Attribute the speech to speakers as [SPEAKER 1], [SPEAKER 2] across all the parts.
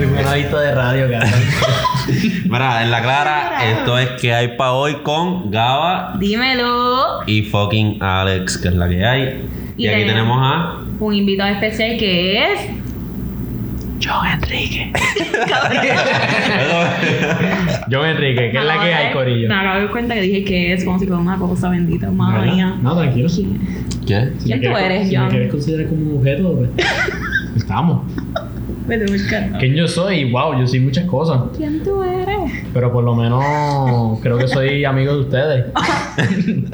[SPEAKER 1] de radio, cabrón.
[SPEAKER 2] Mira, en la clara, esto es que hay para hoy con Gaba
[SPEAKER 3] Dímelo.
[SPEAKER 2] y fucking Alex, que es la que hay. Y,
[SPEAKER 3] Y
[SPEAKER 2] aquí tenemos
[SPEAKER 3] tenemos
[SPEAKER 2] a.
[SPEAKER 3] Un invitado especial que es. John Enrique.
[SPEAKER 1] Yo Enrique, que es la que hay, Corillo.
[SPEAKER 3] Me acabo de dar cuenta que dije que es como si fuera una cosa bendita. Madre mía.
[SPEAKER 1] No, tranquilo. Si
[SPEAKER 2] ¿Qué?
[SPEAKER 3] ¿Quién
[SPEAKER 1] me
[SPEAKER 3] tú
[SPEAKER 1] quieres-
[SPEAKER 3] eres,
[SPEAKER 1] Si me
[SPEAKER 3] John?
[SPEAKER 1] quieres considerar como un objeto, pues, Estamos.
[SPEAKER 3] Vete buscando.
[SPEAKER 1] ¿Quién yo soy? Wow, yo soy muchas cosas.
[SPEAKER 3] ¿Quién tú eres?
[SPEAKER 1] Pero por lo menos creo que soy amigo de ustedes.
[SPEAKER 3] Ah.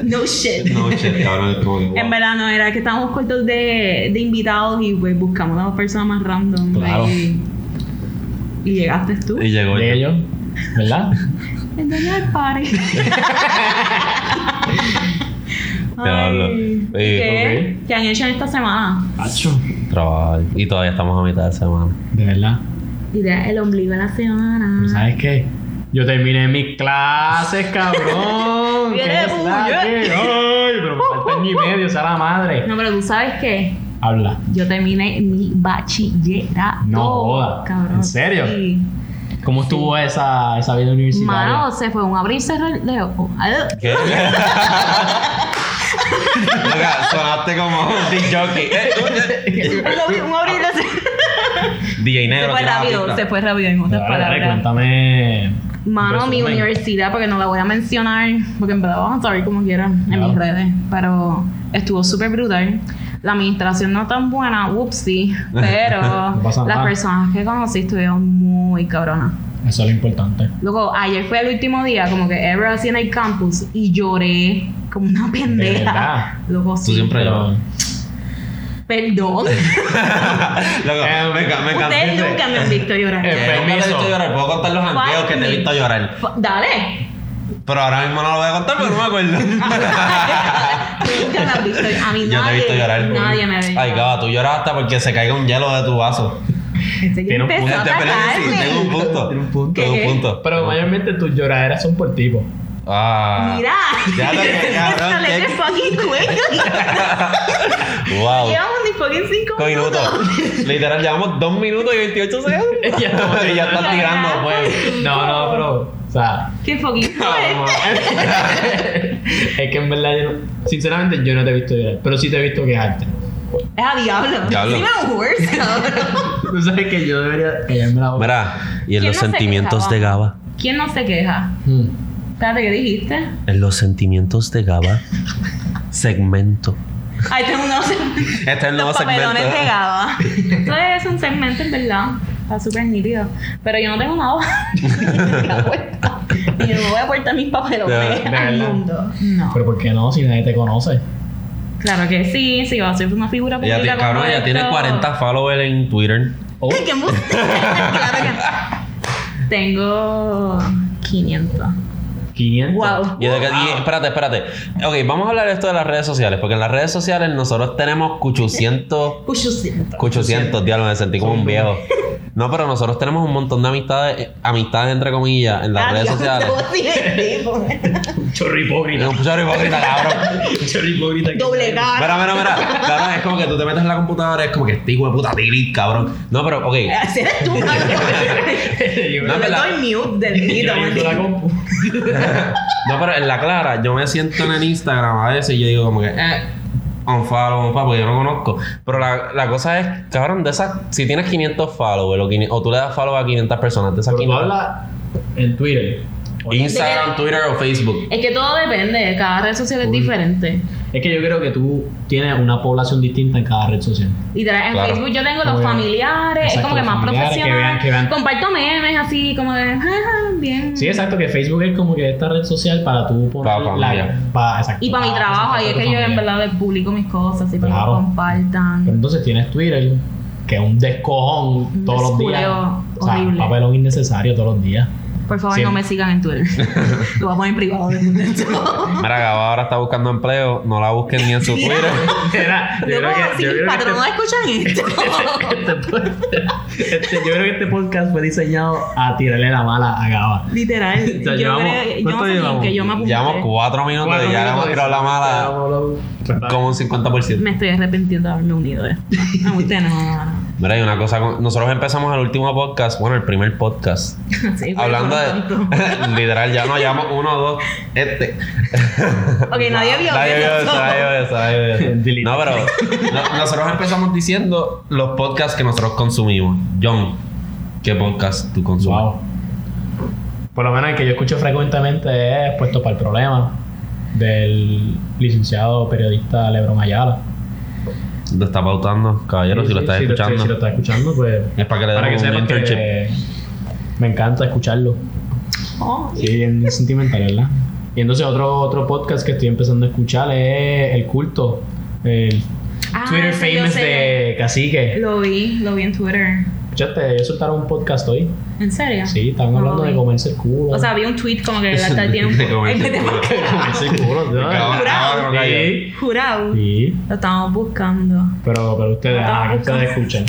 [SPEAKER 3] No shit.
[SPEAKER 2] No, che, cabrón, es como que, wow.
[SPEAKER 3] En verdad no, era que estábamos cortos de, de invitados y pues buscamos a las personas más random.
[SPEAKER 1] Claro.
[SPEAKER 3] Y, y llegaste tú.
[SPEAKER 2] Y llegó
[SPEAKER 1] Llegué yo, ¿verdad?
[SPEAKER 3] El dueño del party.
[SPEAKER 2] hablo.
[SPEAKER 3] Ay,
[SPEAKER 2] Sí,
[SPEAKER 3] ¿Qué? ¿Qué han hecho en esta semana?
[SPEAKER 1] Hacho.
[SPEAKER 2] Trabajar. Y todavía estamos a mitad de semana.
[SPEAKER 1] De verdad.
[SPEAKER 3] Ah. Idea, el ombligo de la
[SPEAKER 1] Pero
[SPEAKER 3] semana.
[SPEAKER 1] Pues, ¿Sabes qué? Yo terminé mis clases, cabrón.
[SPEAKER 3] Viene
[SPEAKER 1] ¿Qué es la
[SPEAKER 3] bulla.
[SPEAKER 1] que? Ay, pero me falta año y medio, sea la madre.
[SPEAKER 3] No, pero tú sabes qué.
[SPEAKER 1] Habla.
[SPEAKER 3] Yo terminé mi bachillerato.
[SPEAKER 1] No joda.
[SPEAKER 3] Cabrón.
[SPEAKER 1] ¿En serio?
[SPEAKER 3] Sí.
[SPEAKER 1] ¿Cómo estuvo esa, esa vida universitaria?
[SPEAKER 3] Mano, se fue un abrir y cerrar de ojos. Ay,
[SPEAKER 2] ¿Qué? Loca, sonaste como un disc jockey. Eh, eh,
[SPEAKER 3] Un abrir y cerrar.
[SPEAKER 2] eh. DJ
[SPEAKER 3] Se
[SPEAKER 2] Negro.
[SPEAKER 3] fue
[SPEAKER 2] tiene la
[SPEAKER 3] rápido,
[SPEAKER 2] pista.
[SPEAKER 3] se fue rápido en otras
[SPEAKER 1] Dale, dale,
[SPEAKER 3] palabras.
[SPEAKER 1] Cuéntame.
[SPEAKER 3] Mano, mi
[SPEAKER 1] resumen.
[SPEAKER 3] universidad, porque no la voy a mencionar, porque en verdad vamos a saber como quieran en
[SPEAKER 1] Claro.
[SPEAKER 3] mis redes, pero estuvo súper brutal. La administración no tan buena, whoopsie, pero
[SPEAKER 1] No pasa
[SPEAKER 3] las
[SPEAKER 1] nada.
[SPEAKER 3] personas que conocí estuvieron muy cabronas.
[SPEAKER 1] Eso es lo importante.
[SPEAKER 3] Luego, ayer fue el último día, como que ever así en el campus, y lloré como una
[SPEAKER 1] verdad?
[SPEAKER 3] pendeja. Luego,
[SPEAKER 2] Tú siempre
[SPEAKER 1] Pero-
[SPEAKER 2] llevas.
[SPEAKER 3] Perdón.
[SPEAKER 2] Loca, me, ca- me cansé.
[SPEAKER 3] Ustedes nunca me han visto llorar.
[SPEAKER 1] Eh,
[SPEAKER 2] Eh, nunca te he visto
[SPEAKER 1] Permiso.
[SPEAKER 2] llorar. Puedo contar los anteos que te he visto llorar.
[SPEAKER 3] F- Dale.
[SPEAKER 2] Pero ahora mismo no lo voy a contar porque no me acuerdo.
[SPEAKER 3] nunca me han visto. A mí
[SPEAKER 2] Yo te he
[SPEAKER 3] nadie,
[SPEAKER 2] visto llorar. como-
[SPEAKER 3] nadie me ha visto.
[SPEAKER 2] Ay, Gaba, tú lloras hasta porque se caiga un hielo de tu vaso.
[SPEAKER 3] Este ya
[SPEAKER 1] Tiene un
[SPEAKER 3] empezó
[SPEAKER 1] punto.
[SPEAKER 3] a
[SPEAKER 2] Te peleas, sí,
[SPEAKER 3] atacarme.
[SPEAKER 2] tengo un punto.
[SPEAKER 1] Tiene un punto.
[SPEAKER 2] Tengo un
[SPEAKER 3] ¿Qué?
[SPEAKER 2] punto.
[SPEAKER 1] Pero mayormente tus lloraderas son por tipo.
[SPEAKER 2] Ah.
[SPEAKER 3] Mira.
[SPEAKER 2] Ya lo que, cabrón,
[SPEAKER 3] Esta leche
[SPEAKER 2] qué-
[SPEAKER 3] fucking cuelga.
[SPEAKER 2] Wow.
[SPEAKER 3] Llevamos ni fucking cinco
[SPEAKER 2] Cinco minutos. Literal, llevamos 2 minutos y 28 segundos.
[SPEAKER 1] Ya estamos
[SPEAKER 2] y ya están
[SPEAKER 1] tirando.
[SPEAKER 2] tirando juego.
[SPEAKER 1] No, no, pero. O sea.
[SPEAKER 3] ¿Qué fucking fue?
[SPEAKER 1] es que en verdad yo no- Sinceramente yo no te he visto llorar, pero sí te he visto quejarte.
[SPEAKER 3] Es a diablo.
[SPEAKER 2] Diablo.
[SPEAKER 3] Encima un horse, cabrón.
[SPEAKER 1] Tú sabes que yo debería callarme la boca.
[SPEAKER 2] Mira, y en
[SPEAKER 3] ¿Quién
[SPEAKER 2] los
[SPEAKER 3] no se
[SPEAKER 2] sentimientos
[SPEAKER 3] quejaba?
[SPEAKER 2] de Gaba.
[SPEAKER 3] ¿Quién no se queja?
[SPEAKER 1] Hmm.
[SPEAKER 3] Espérate, ¿qué dijiste?
[SPEAKER 2] En los sentimientos de Gaba. Segmento.
[SPEAKER 3] Ay, tengo unos
[SPEAKER 2] Este es el nuevo
[SPEAKER 3] los
[SPEAKER 2] segmento.
[SPEAKER 3] papelones de Gaba. Eso es un segmento, en verdad. Está súper nítido. Pero yo no tengo una hoja. Me acuerdo. y yo no voy a aportar mis papelones
[SPEAKER 2] De-
[SPEAKER 1] de
[SPEAKER 3] al
[SPEAKER 1] verdad.
[SPEAKER 3] mundo. No.
[SPEAKER 1] Pero ¿por qué no? Si nadie te conoce.
[SPEAKER 3] Claro que sí, sí, va a ser una figura pública.
[SPEAKER 2] Ella tiene,
[SPEAKER 3] como
[SPEAKER 2] cabrón, ella
[SPEAKER 3] esto.
[SPEAKER 2] tiene 40 followers en Twitter.
[SPEAKER 1] Oh,
[SPEAKER 3] Ay, qué música. claro que no. Tengo 500.
[SPEAKER 1] 500.
[SPEAKER 3] Wow.
[SPEAKER 2] Y de que- y- espérate, espérate. Ok, vamos a hablar de esto de las redes sociales, porque en las redes sociales nosotros tenemos 800,
[SPEAKER 3] Pues 800.
[SPEAKER 2] 800, diablo, me sentí como un viejo. No, pero nosotros tenemos un montón de amistades, eh, amistades entre comillas, en las redes sociales.
[SPEAKER 3] ¿eh?
[SPEAKER 1] Un chorro hipócrita.
[SPEAKER 2] Un chorro hipócrita, cabrón.
[SPEAKER 1] Un chorro hipócrita. que-
[SPEAKER 3] Doble cara.
[SPEAKER 2] Mira, mira, mira. Cabrón, es como que tú te metes en la computadora, es como que este hijo de puta tiri, cabrón. No, pero, ok.
[SPEAKER 3] Ese eres tú, cabrón.
[SPEAKER 1] yo
[SPEAKER 2] No,
[SPEAKER 3] Yo
[SPEAKER 2] me
[SPEAKER 3] le
[SPEAKER 2] la-
[SPEAKER 3] doy mute del
[SPEAKER 1] yo
[SPEAKER 3] video.
[SPEAKER 1] abierto la compu.
[SPEAKER 2] No, pero en la clara, yo me siento en el Instagram a veces y yo digo como que, eh, un follow, un follow, porque yo no conozco. Pero la, la cosa es, cabrón, de esas, si tienes 500 followers o, 500 o tú le das follow a 500 personas, de esas
[SPEAKER 1] Pero tú
[SPEAKER 2] 500.
[SPEAKER 1] hablas en Twitter.
[SPEAKER 2] Instagram, Twitter o Facebook.
[SPEAKER 3] Es que todo depende, cada red social es diferente.
[SPEAKER 1] Es que yo creo que tú tienes una población distinta en cada red social.
[SPEAKER 3] Literal, en
[SPEAKER 2] Claro.
[SPEAKER 3] Facebook yo tengo los
[SPEAKER 1] Muy bien.
[SPEAKER 3] familiares, es
[SPEAKER 1] Exacto,
[SPEAKER 3] como que
[SPEAKER 1] los
[SPEAKER 3] más
[SPEAKER 1] familiares, que
[SPEAKER 3] profesional.
[SPEAKER 1] vean- que vean-
[SPEAKER 3] Comparto memes así, como de, "Ja, ja, bien.
[SPEAKER 1] Sí, exacto, que Facebook es como que esta red social para tú poner
[SPEAKER 2] Para familia.
[SPEAKER 1] la, para, Ah, exacto,
[SPEAKER 3] Y para mi
[SPEAKER 1] para
[SPEAKER 3] trabajo, ahí es
[SPEAKER 1] presentarte a
[SPEAKER 3] que
[SPEAKER 1] tu
[SPEAKER 3] yo en
[SPEAKER 1] familia.
[SPEAKER 3] verdad publico mis cosas, así para que
[SPEAKER 1] Claro.
[SPEAKER 3] compartan.
[SPEAKER 1] Pero entonces tienes Twitter, que es un descojón
[SPEAKER 3] Un
[SPEAKER 1] todos los días.
[SPEAKER 3] desculeo
[SPEAKER 1] O sea, un
[SPEAKER 3] horrible.
[SPEAKER 1] papelón innecesario todos los días.
[SPEAKER 3] Por favor,
[SPEAKER 1] Sí.
[SPEAKER 3] no me sigan en Twitter. Lo voy a poner en privado de momento.
[SPEAKER 2] Mira, Gaba ahora está buscando empleo, no la busquen ni en su
[SPEAKER 3] Mira.
[SPEAKER 2] Twitter.
[SPEAKER 1] Mira, yo creo
[SPEAKER 3] Luego,
[SPEAKER 1] que-
[SPEAKER 3] si
[SPEAKER 1] yo
[SPEAKER 3] mis
[SPEAKER 1] creo que este-
[SPEAKER 3] patronos escuchan esto.
[SPEAKER 1] este pod- este- yo creo que este podcast fue diseñado a tirarle la mala a Gaba.
[SPEAKER 3] Literal.
[SPEAKER 1] O sea,
[SPEAKER 3] yo
[SPEAKER 1] llevamos-
[SPEAKER 3] creo- yo
[SPEAKER 1] ¿cuánto
[SPEAKER 3] no sé ni en
[SPEAKER 1] llevamos?
[SPEAKER 3] qué yo me apunté.
[SPEAKER 2] Llevamos cuatro minutos y ya le hemos tirado la mala
[SPEAKER 1] Llevamos los-
[SPEAKER 2] como un 50%.
[SPEAKER 1] Ah,
[SPEAKER 3] Me estoy arrepintiendo de haberme unido. eh. No, usted no. no, no.
[SPEAKER 2] Mira, hay una cosa. con- Nosotros empezamos el último podcast, bueno, el primer podcast.
[SPEAKER 3] Sí, por
[SPEAKER 2] hablando
[SPEAKER 3] eso no tanto.
[SPEAKER 2] de. literal, ya nos llamamos uno, dos, este.
[SPEAKER 3] Ok, nadie vio.
[SPEAKER 2] Nadie vio
[SPEAKER 3] eso.
[SPEAKER 2] eso, nadie vio eso, nadie vio eso.
[SPEAKER 1] Delete.
[SPEAKER 2] No, pero no- nosotros empezamos diciendo los podcasts que nosotros consumimos. John, ¿qué podcast tú consumes?
[SPEAKER 1] Wow. Por lo menos el que yo escucho frecuentemente es Puesto para el Problema, del licenciado periodista Lebron Ayala.
[SPEAKER 2] Lo está pautando, caballero, si lo estás
[SPEAKER 1] Sí, sí,
[SPEAKER 2] escuchando.
[SPEAKER 1] Si lo estás escuchando, pues.
[SPEAKER 2] Es para que le
[SPEAKER 1] Para que
[SPEAKER 2] demos un
[SPEAKER 1] sepas
[SPEAKER 2] internship.
[SPEAKER 1] que me encanta escucharlo.
[SPEAKER 3] Oh,
[SPEAKER 1] Sí, bien sentimental, ¿verdad? Y entonces otro, otro podcast que estoy empezando a escuchar es El Culto, el
[SPEAKER 3] Ah,
[SPEAKER 1] Twitter
[SPEAKER 3] sí, yo
[SPEAKER 1] famous
[SPEAKER 3] sé.
[SPEAKER 1] de Cacique.
[SPEAKER 3] Lo vi, lo vi en Twitter.
[SPEAKER 1] Escuchaste, ellos soltaron un podcast hoy.
[SPEAKER 3] ¿En serio?
[SPEAKER 1] Sí, estaban
[SPEAKER 3] No lo
[SPEAKER 1] hablando de
[SPEAKER 3] vi.
[SPEAKER 1] comerse el culo.
[SPEAKER 3] Ah. O sea, vi un tweet como que la tiene un.
[SPEAKER 2] De comerse el culo.
[SPEAKER 1] de comerse el culo. ¿no?
[SPEAKER 2] Cabrón, cabrón, cabrón.
[SPEAKER 1] Sí,
[SPEAKER 3] Jurado.
[SPEAKER 1] sí.
[SPEAKER 3] Lo estamos buscando.
[SPEAKER 1] Pero, pero ustedes, ah, ¿qué ustedes escuchan?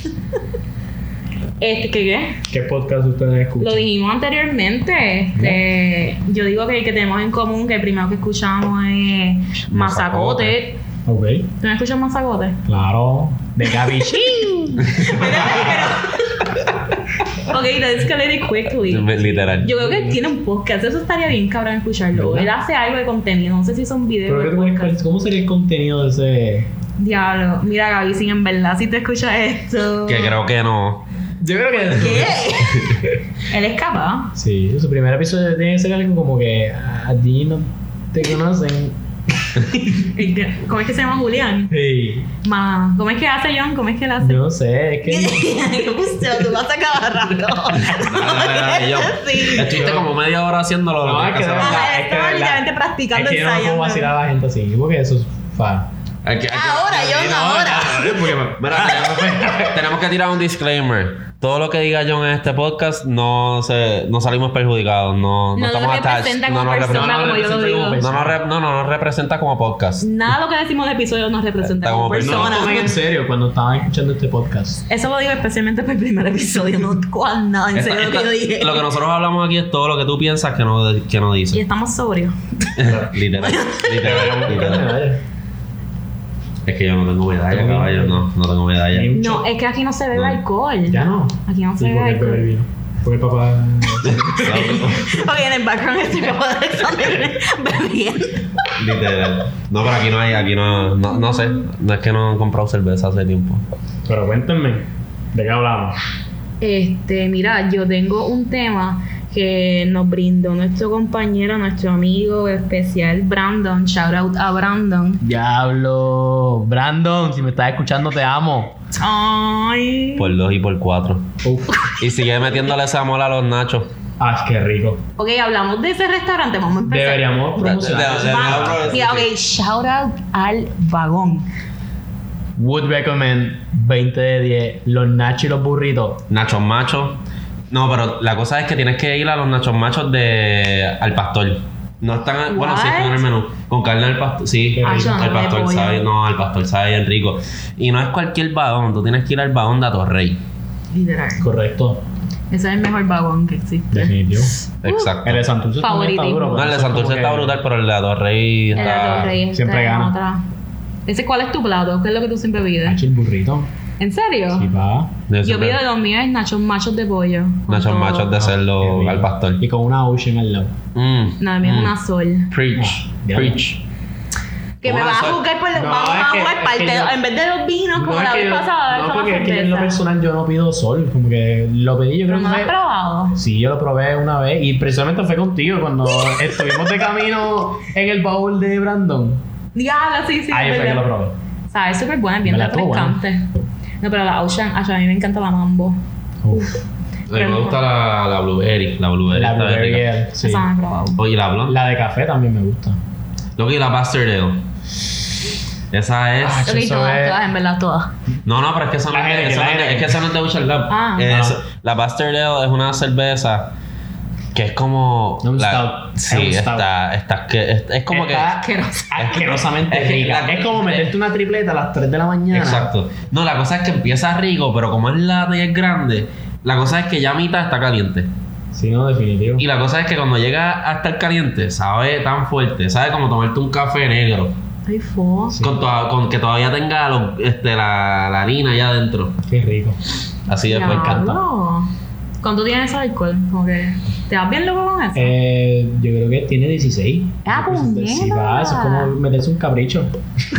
[SPEAKER 3] Este, ¿qué qué?
[SPEAKER 1] ¿Qué podcast ustedes escuchan?
[SPEAKER 3] Lo dijimos anteriormente. Este, yo digo que el que tenemos en común, que el primero que escuchamos es Mazacote.
[SPEAKER 2] Mazacote.
[SPEAKER 1] Ok,
[SPEAKER 3] ¿Tú no escuchas Mazacote?
[SPEAKER 1] claro. De Gaby Shin.
[SPEAKER 3] ok, let's get it quickly.
[SPEAKER 2] Literal.
[SPEAKER 3] Yo creo que él tiene un podcast, eso estaría bien cabrón escucharlo.
[SPEAKER 1] ¿Verdad?
[SPEAKER 3] Él hace algo de contenido, no sé si son videos.
[SPEAKER 1] Pero
[SPEAKER 3] o
[SPEAKER 1] ¿qué tú crees?
[SPEAKER 3] podcast.
[SPEAKER 1] ¿Cuál- ¿cómo sería el contenido de ese?
[SPEAKER 3] Diablo, mira Gaby, sin en verdad, si te escuchas esto.
[SPEAKER 2] Que creo que no.
[SPEAKER 1] Yo creo que
[SPEAKER 3] ¿Qué? él es capaz.
[SPEAKER 1] Sí, su primer episodio tiene que ser algo como que a ti no te conocen.
[SPEAKER 3] El que- ¿Cómo es que se llama Julián?
[SPEAKER 1] Sí,
[SPEAKER 3] Ma, ¿Cómo es que hace John? ¿Cómo es que él hace?
[SPEAKER 1] yo no sé, es que
[SPEAKER 3] ¿Qué puse? Tú vas a acabar rato.
[SPEAKER 2] yo.
[SPEAKER 3] Sí.
[SPEAKER 2] Estuviste como media hora haciéndolo.
[SPEAKER 1] No,
[SPEAKER 2] lo
[SPEAKER 1] es que
[SPEAKER 2] que
[SPEAKER 1] de
[SPEAKER 2] hacer.
[SPEAKER 1] verdad.
[SPEAKER 3] Ajá,
[SPEAKER 1] es
[SPEAKER 3] él
[SPEAKER 1] que
[SPEAKER 3] Ah, estaba
[SPEAKER 1] verdad.
[SPEAKER 3] literalmente practicando,
[SPEAKER 1] es que yo no puedo
[SPEAKER 3] ensayando.
[SPEAKER 1] vacilar a la gente así, porque eso es fa.
[SPEAKER 2] Hay que- hay que-
[SPEAKER 3] Ahora, John,
[SPEAKER 2] No,
[SPEAKER 3] ahora.
[SPEAKER 2] no, no, porque me- Mira, tenemos- tenemos que tirar un disclaimer. Todo lo que diga John en este podcast no se, no salimos perjudicados, no, no,
[SPEAKER 3] No lo
[SPEAKER 2] estamos attached,
[SPEAKER 3] representa
[SPEAKER 2] no
[SPEAKER 3] como
[SPEAKER 2] nos
[SPEAKER 3] persona,
[SPEAKER 1] no,
[SPEAKER 2] representa,
[SPEAKER 3] como yo lo
[SPEAKER 1] representa como
[SPEAKER 3] digo.
[SPEAKER 2] no, nos rep- no, no nos representa como podcast.
[SPEAKER 3] Nada de lo que decimos de episodios nos representa
[SPEAKER 2] Está
[SPEAKER 3] como
[SPEAKER 2] como persona.
[SPEAKER 1] Pues No,
[SPEAKER 3] persona.
[SPEAKER 1] no, en serio, cuando estaban escuchando este podcast.
[SPEAKER 3] Eso lo digo especialmente por el primer episodio, no cual nada, en
[SPEAKER 2] Esta-
[SPEAKER 3] serio lo que
[SPEAKER 2] esta-
[SPEAKER 3] yo dije.
[SPEAKER 2] lo que nosotros hablamos aquí es todo lo que tú piensas que no, que no
[SPEAKER 3] Y
[SPEAKER 2] dices.
[SPEAKER 3] estamos sobrios.
[SPEAKER 2] literal, literal, literal.
[SPEAKER 1] Medalla.
[SPEAKER 2] Es que yo no tengo medalla,
[SPEAKER 1] Tengo
[SPEAKER 2] caballo.
[SPEAKER 1] medalla.
[SPEAKER 2] No, no tengo medalla.
[SPEAKER 1] Ni-
[SPEAKER 3] No, es que aquí no se bebe
[SPEAKER 2] No.
[SPEAKER 3] alcohol.
[SPEAKER 1] Ya no.
[SPEAKER 3] Aquí no se
[SPEAKER 1] Sí,
[SPEAKER 3] bebe
[SPEAKER 1] porque el bebé
[SPEAKER 3] alcohol.
[SPEAKER 1] vino. Porque el papá.
[SPEAKER 3] Ok, en el background estoy como de Alexander bebiendo.
[SPEAKER 2] Literal. No, pero aquí no hay, aquí no, no, no sé. No es que no he comprado cerveza hace tiempo.
[SPEAKER 1] Pero cuéntenme, ¿de qué hablamos?
[SPEAKER 3] Este, mira, yo tengo un tema que nos brindó nuestro compañero, nuestro amigo especial, Brandon. Shout out a Brandon.
[SPEAKER 1] Diablo, Brandon, si me estás escuchando, te amo.
[SPEAKER 3] Ay.
[SPEAKER 2] Por dos y por cuatro.
[SPEAKER 1] Uf.
[SPEAKER 2] Y sigue metiéndole esa mola a los nachos.
[SPEAKER 1] Ah, qué rico.
[SPEAKER 3] Ok, hablamos de ese restaurante, vamos a empezar.
[SPEAKER 1] Deberíamos promocionar.
[SPEAKER 2] De- de- de-
[SPEAKER 3] Vamos.
[SPEAKER 2] Vamos.
[SPEAKER 3] Mira, ok, shout out al vagón.
[SPEAKER 1] Would recommend 20 de 10, los nachos y los burritos.
[SPEAKER 2] Nachos machos. No, pero la cosa es que tienes que ir a los nachos machos de al pastor. No están, bueno, sí están en el menú. Con carne al pastor, sí.
[SPEAKER 1] Qué
[SPEAKER 3] Ah, yo no
[SPEAKER 2] al
[SPEAKER 3] le
[SPEAKER 2] pastor
[SPEAKER 3] voy a-
[SPEAKER 2] sabe, no, al pastor sabe bien rico. Y no es cualquier vagón, tú tienes que ir al vagón de Atorrey.
[SPEAKER 3] Uh. Literal.
[SPEAKER 1] Correcto,
[SPEAKER 3] Ese es el mejor vagón que existe.
[SPEAKER 1] definitivo.
[SPEAKER 2] Exacto.
[SPEAKER 1] El de Santurce también está
[SPEAKER 3] Favoritismo.
[SPEAKER 1] duro.
[SPEAKER 2] ¿Eh? No,
[SPEAKER 1] pero
[SPEAKER 2] el
[SPEAKER 1] eso
[SPEAKER 2] de
[SPEAKER 1] es como
[SPEAKER 2] Santurce
[SPEAKER 1] que-
[SPEAKER 2] está brutal, pero el de Atorrey
[SPEAKER 3] El
[SPEAKER 2] está.
[SPEAKER 3] Atorrey está
[SPEAKER 1] siempre
[SPEAKER 3] en
[SPEAKER 1] gana.
[SPEAKER 3] otra. Ese, ¿cuál es tu plato? ¿Qué es lo que tú siempre pides?
[SPEAKER 1] Nacho y el burrito.
[SPEAKER 3] ¿En
[SPEAKER 2] Ah.
[SPEAKER 3] serio?
[SPEAKER 1] Sí, va.
[SPEAKER 2] Debe
[SPEAKER 3] Yo
[SPEAKER 2] ser-
[SPEAKER 3] pido los míos es nachos machos de pollo. con
[SPEAKER 2] Nachos
[SPEAKER 3] todo.
[SPEAKER 2] machos de
[SPEAKER 1] Qué
[SPEAKER 2] hacerlo
[SPEAKER 1] rico.
[SPEAKER 2] al pastor.
[SPEAKER 1] Y con una ocean al lado.
[SPEAKER 2] Mm.
[SPEAKER 3] No, el mío es
[SPEAKER 2] Mm.
[SPEAKER 3] una Oh, sol.
[SPEAKER 2] Preach.
[SPEAKER 1] Ya.
[SPEAKER 2] Preach.
[SPEAKER 3] Que me
[SPEAKER 2] Una
[SPEAKER 3] vas a
[SPEAKER 2] sol.
[SPEAKER 3] juzgar por los...
[SPEAKER 1] No,
[SPEAKER 3] vamos
[SPEAKER 1] es
[SPEAKER 3] a
[SPEAKER 1] que-
[SPEAKER 3] jugar
[SPEAKER 1] es
[SPEAKER 3] parte...
[SPEAKER 1] que yo-
[SPEAKER 3] En vez de los vinos, como
[SPEAKER 1] es
[SPEAKER 3] la
[SPEAKER 1] que
[SPEAKER 3] vez
[SPEAKER 1] yo-
[SPEAKER 3] pasada,
[SPEAKER 1] no,
[SPEAKER 3] son
[SPEAKER 1] porque es que yo en lo
[SPEAKER 3] cerveza.
[SPEAKER 1] personal yo no pido sol. Como que lo pedí,
[SPEAKER 3] Pero
[SPEAKER 1] yo
[SPEAKER 3] no
[SPEAKER 1] creo que
[SPEAKER 3] lo has
[SPEAKER 1] fue-
[SPEAKER 3] probado.
[SPEAKER 1] Sí, yo lo probé una vez y precisamente fue contigo cuando estuvimos de camino en el baúl de Brandon.
[SPEAKER 3] Diablo, sí, sí.
[SPEAKER 1] Ahí
[SPEAKER 3] es
[SPEAKER 1] fue
[SPEAKER 3] verdad.
[SPEAKER 1] que lo probé.
[SPEAKER 3] Sabe súper buena, bien
[SPEAKER 1] Me la tuvo,
[SPEAKER 3] refrescante. No, pero la Ocean, a mí me encanta la mambo.
[SPEAKER 1] Uf,
[SPEAKER 2] A mí me gusta la, la blueberry. La blueberry.
[SPEAKER 1] la
[SPEAKER 2] está bien
[SPEAKER 1] blueberry
[SPEAKER 2] rica.
[SPEAKER 1] ale, sí.
[SPEAKER 3] Esa no la he probado.
[SPEAKER 2] Oye, la blonde.
[SPEAKER 1] La de café también me gusta.
[SPEAKER 2] Lo que la bastard ale. Esa es.
[SPEAKER 1] Ah,
[SPEAKER 3] Ok,
[SPEAKER 1] eso
[SPEAKER 3] todas,
[SPEAKER 1] es-
[SPEAKER 3] todas, en verdad, todas.
[SPEAKER 2] No, no, pero es que esa no,
[SPEAKER 1] La
[SPEAKER 2] es de-
[SPEAKER 1] Heineken,
[SPEAKER 2] esa
[SPEAKER 1] la
[SPEAKER 2] no es de- es que
[SPEAKER 1] Heineken.
[SPEAKER 2] esa no es de Butcher Lab.
[SPEAKER 3] Ah.
[SPEAKER 2] Es-
[SPEAKER 1] No.
[SPEAKER 2] La bastard ale es una cerveza que es como.
[SPEAKER 1] Un
[SPEAKER 2] la-
[SPEAKER 1] stout.
[SPEAKER 2] Sí,
[SPEAKER 1] Es un stout.
[SPEAKER 2] está. está que, es, es como
[SPEAKER 1] Está
[SPEAKER 2] que.
[SPEAKER 3] Asquerosa.
[SPEAKER 1] asquerosamente
[SPEAKER 2] Es que
[SPEAKER 1] rica.
[SPEAKER 2] la-
[SPEAKER 1] es como meterte una tripleta a las 3 de la mañana.
[SPEAKER 2] Exacto. No, la cosa es que empieza rico, pero como es lata y es grande, la cosa es que ya a mitad está caliente.
[SPEAKER 1] Sí, no, definitivo.
[SPEAKER 2] Y la cosa es que cuando llega a estar caliente, sabe tan fuerte, sabe como tomarte un café negro.
[SPEAKER 3] Ay, fo.
[SPEAKER 1] Sí.
[SPEAKER 2] Con, toda- con que todavía tenga los- este, la, la harina allá adentro.
[SPEAKER 1] Qué rico.
[SPEAKER 2] Así después
[SPEAKER 3] Diablo.
[SPEAKER 2] encanta.
[SPEAKER 3] ¿Cuánto tienes ese alcohol? Como que, ¿Te vas bien loco con eso?
[SPEAKER 1] Eh, yo creo que tiene 16.
[SPEAKER 3] Ah,
[SPEAKER 1] Sí,
[SPEAKER 3] puñeta.
[SPEAKER 1] va, eso es como meterse un capricho.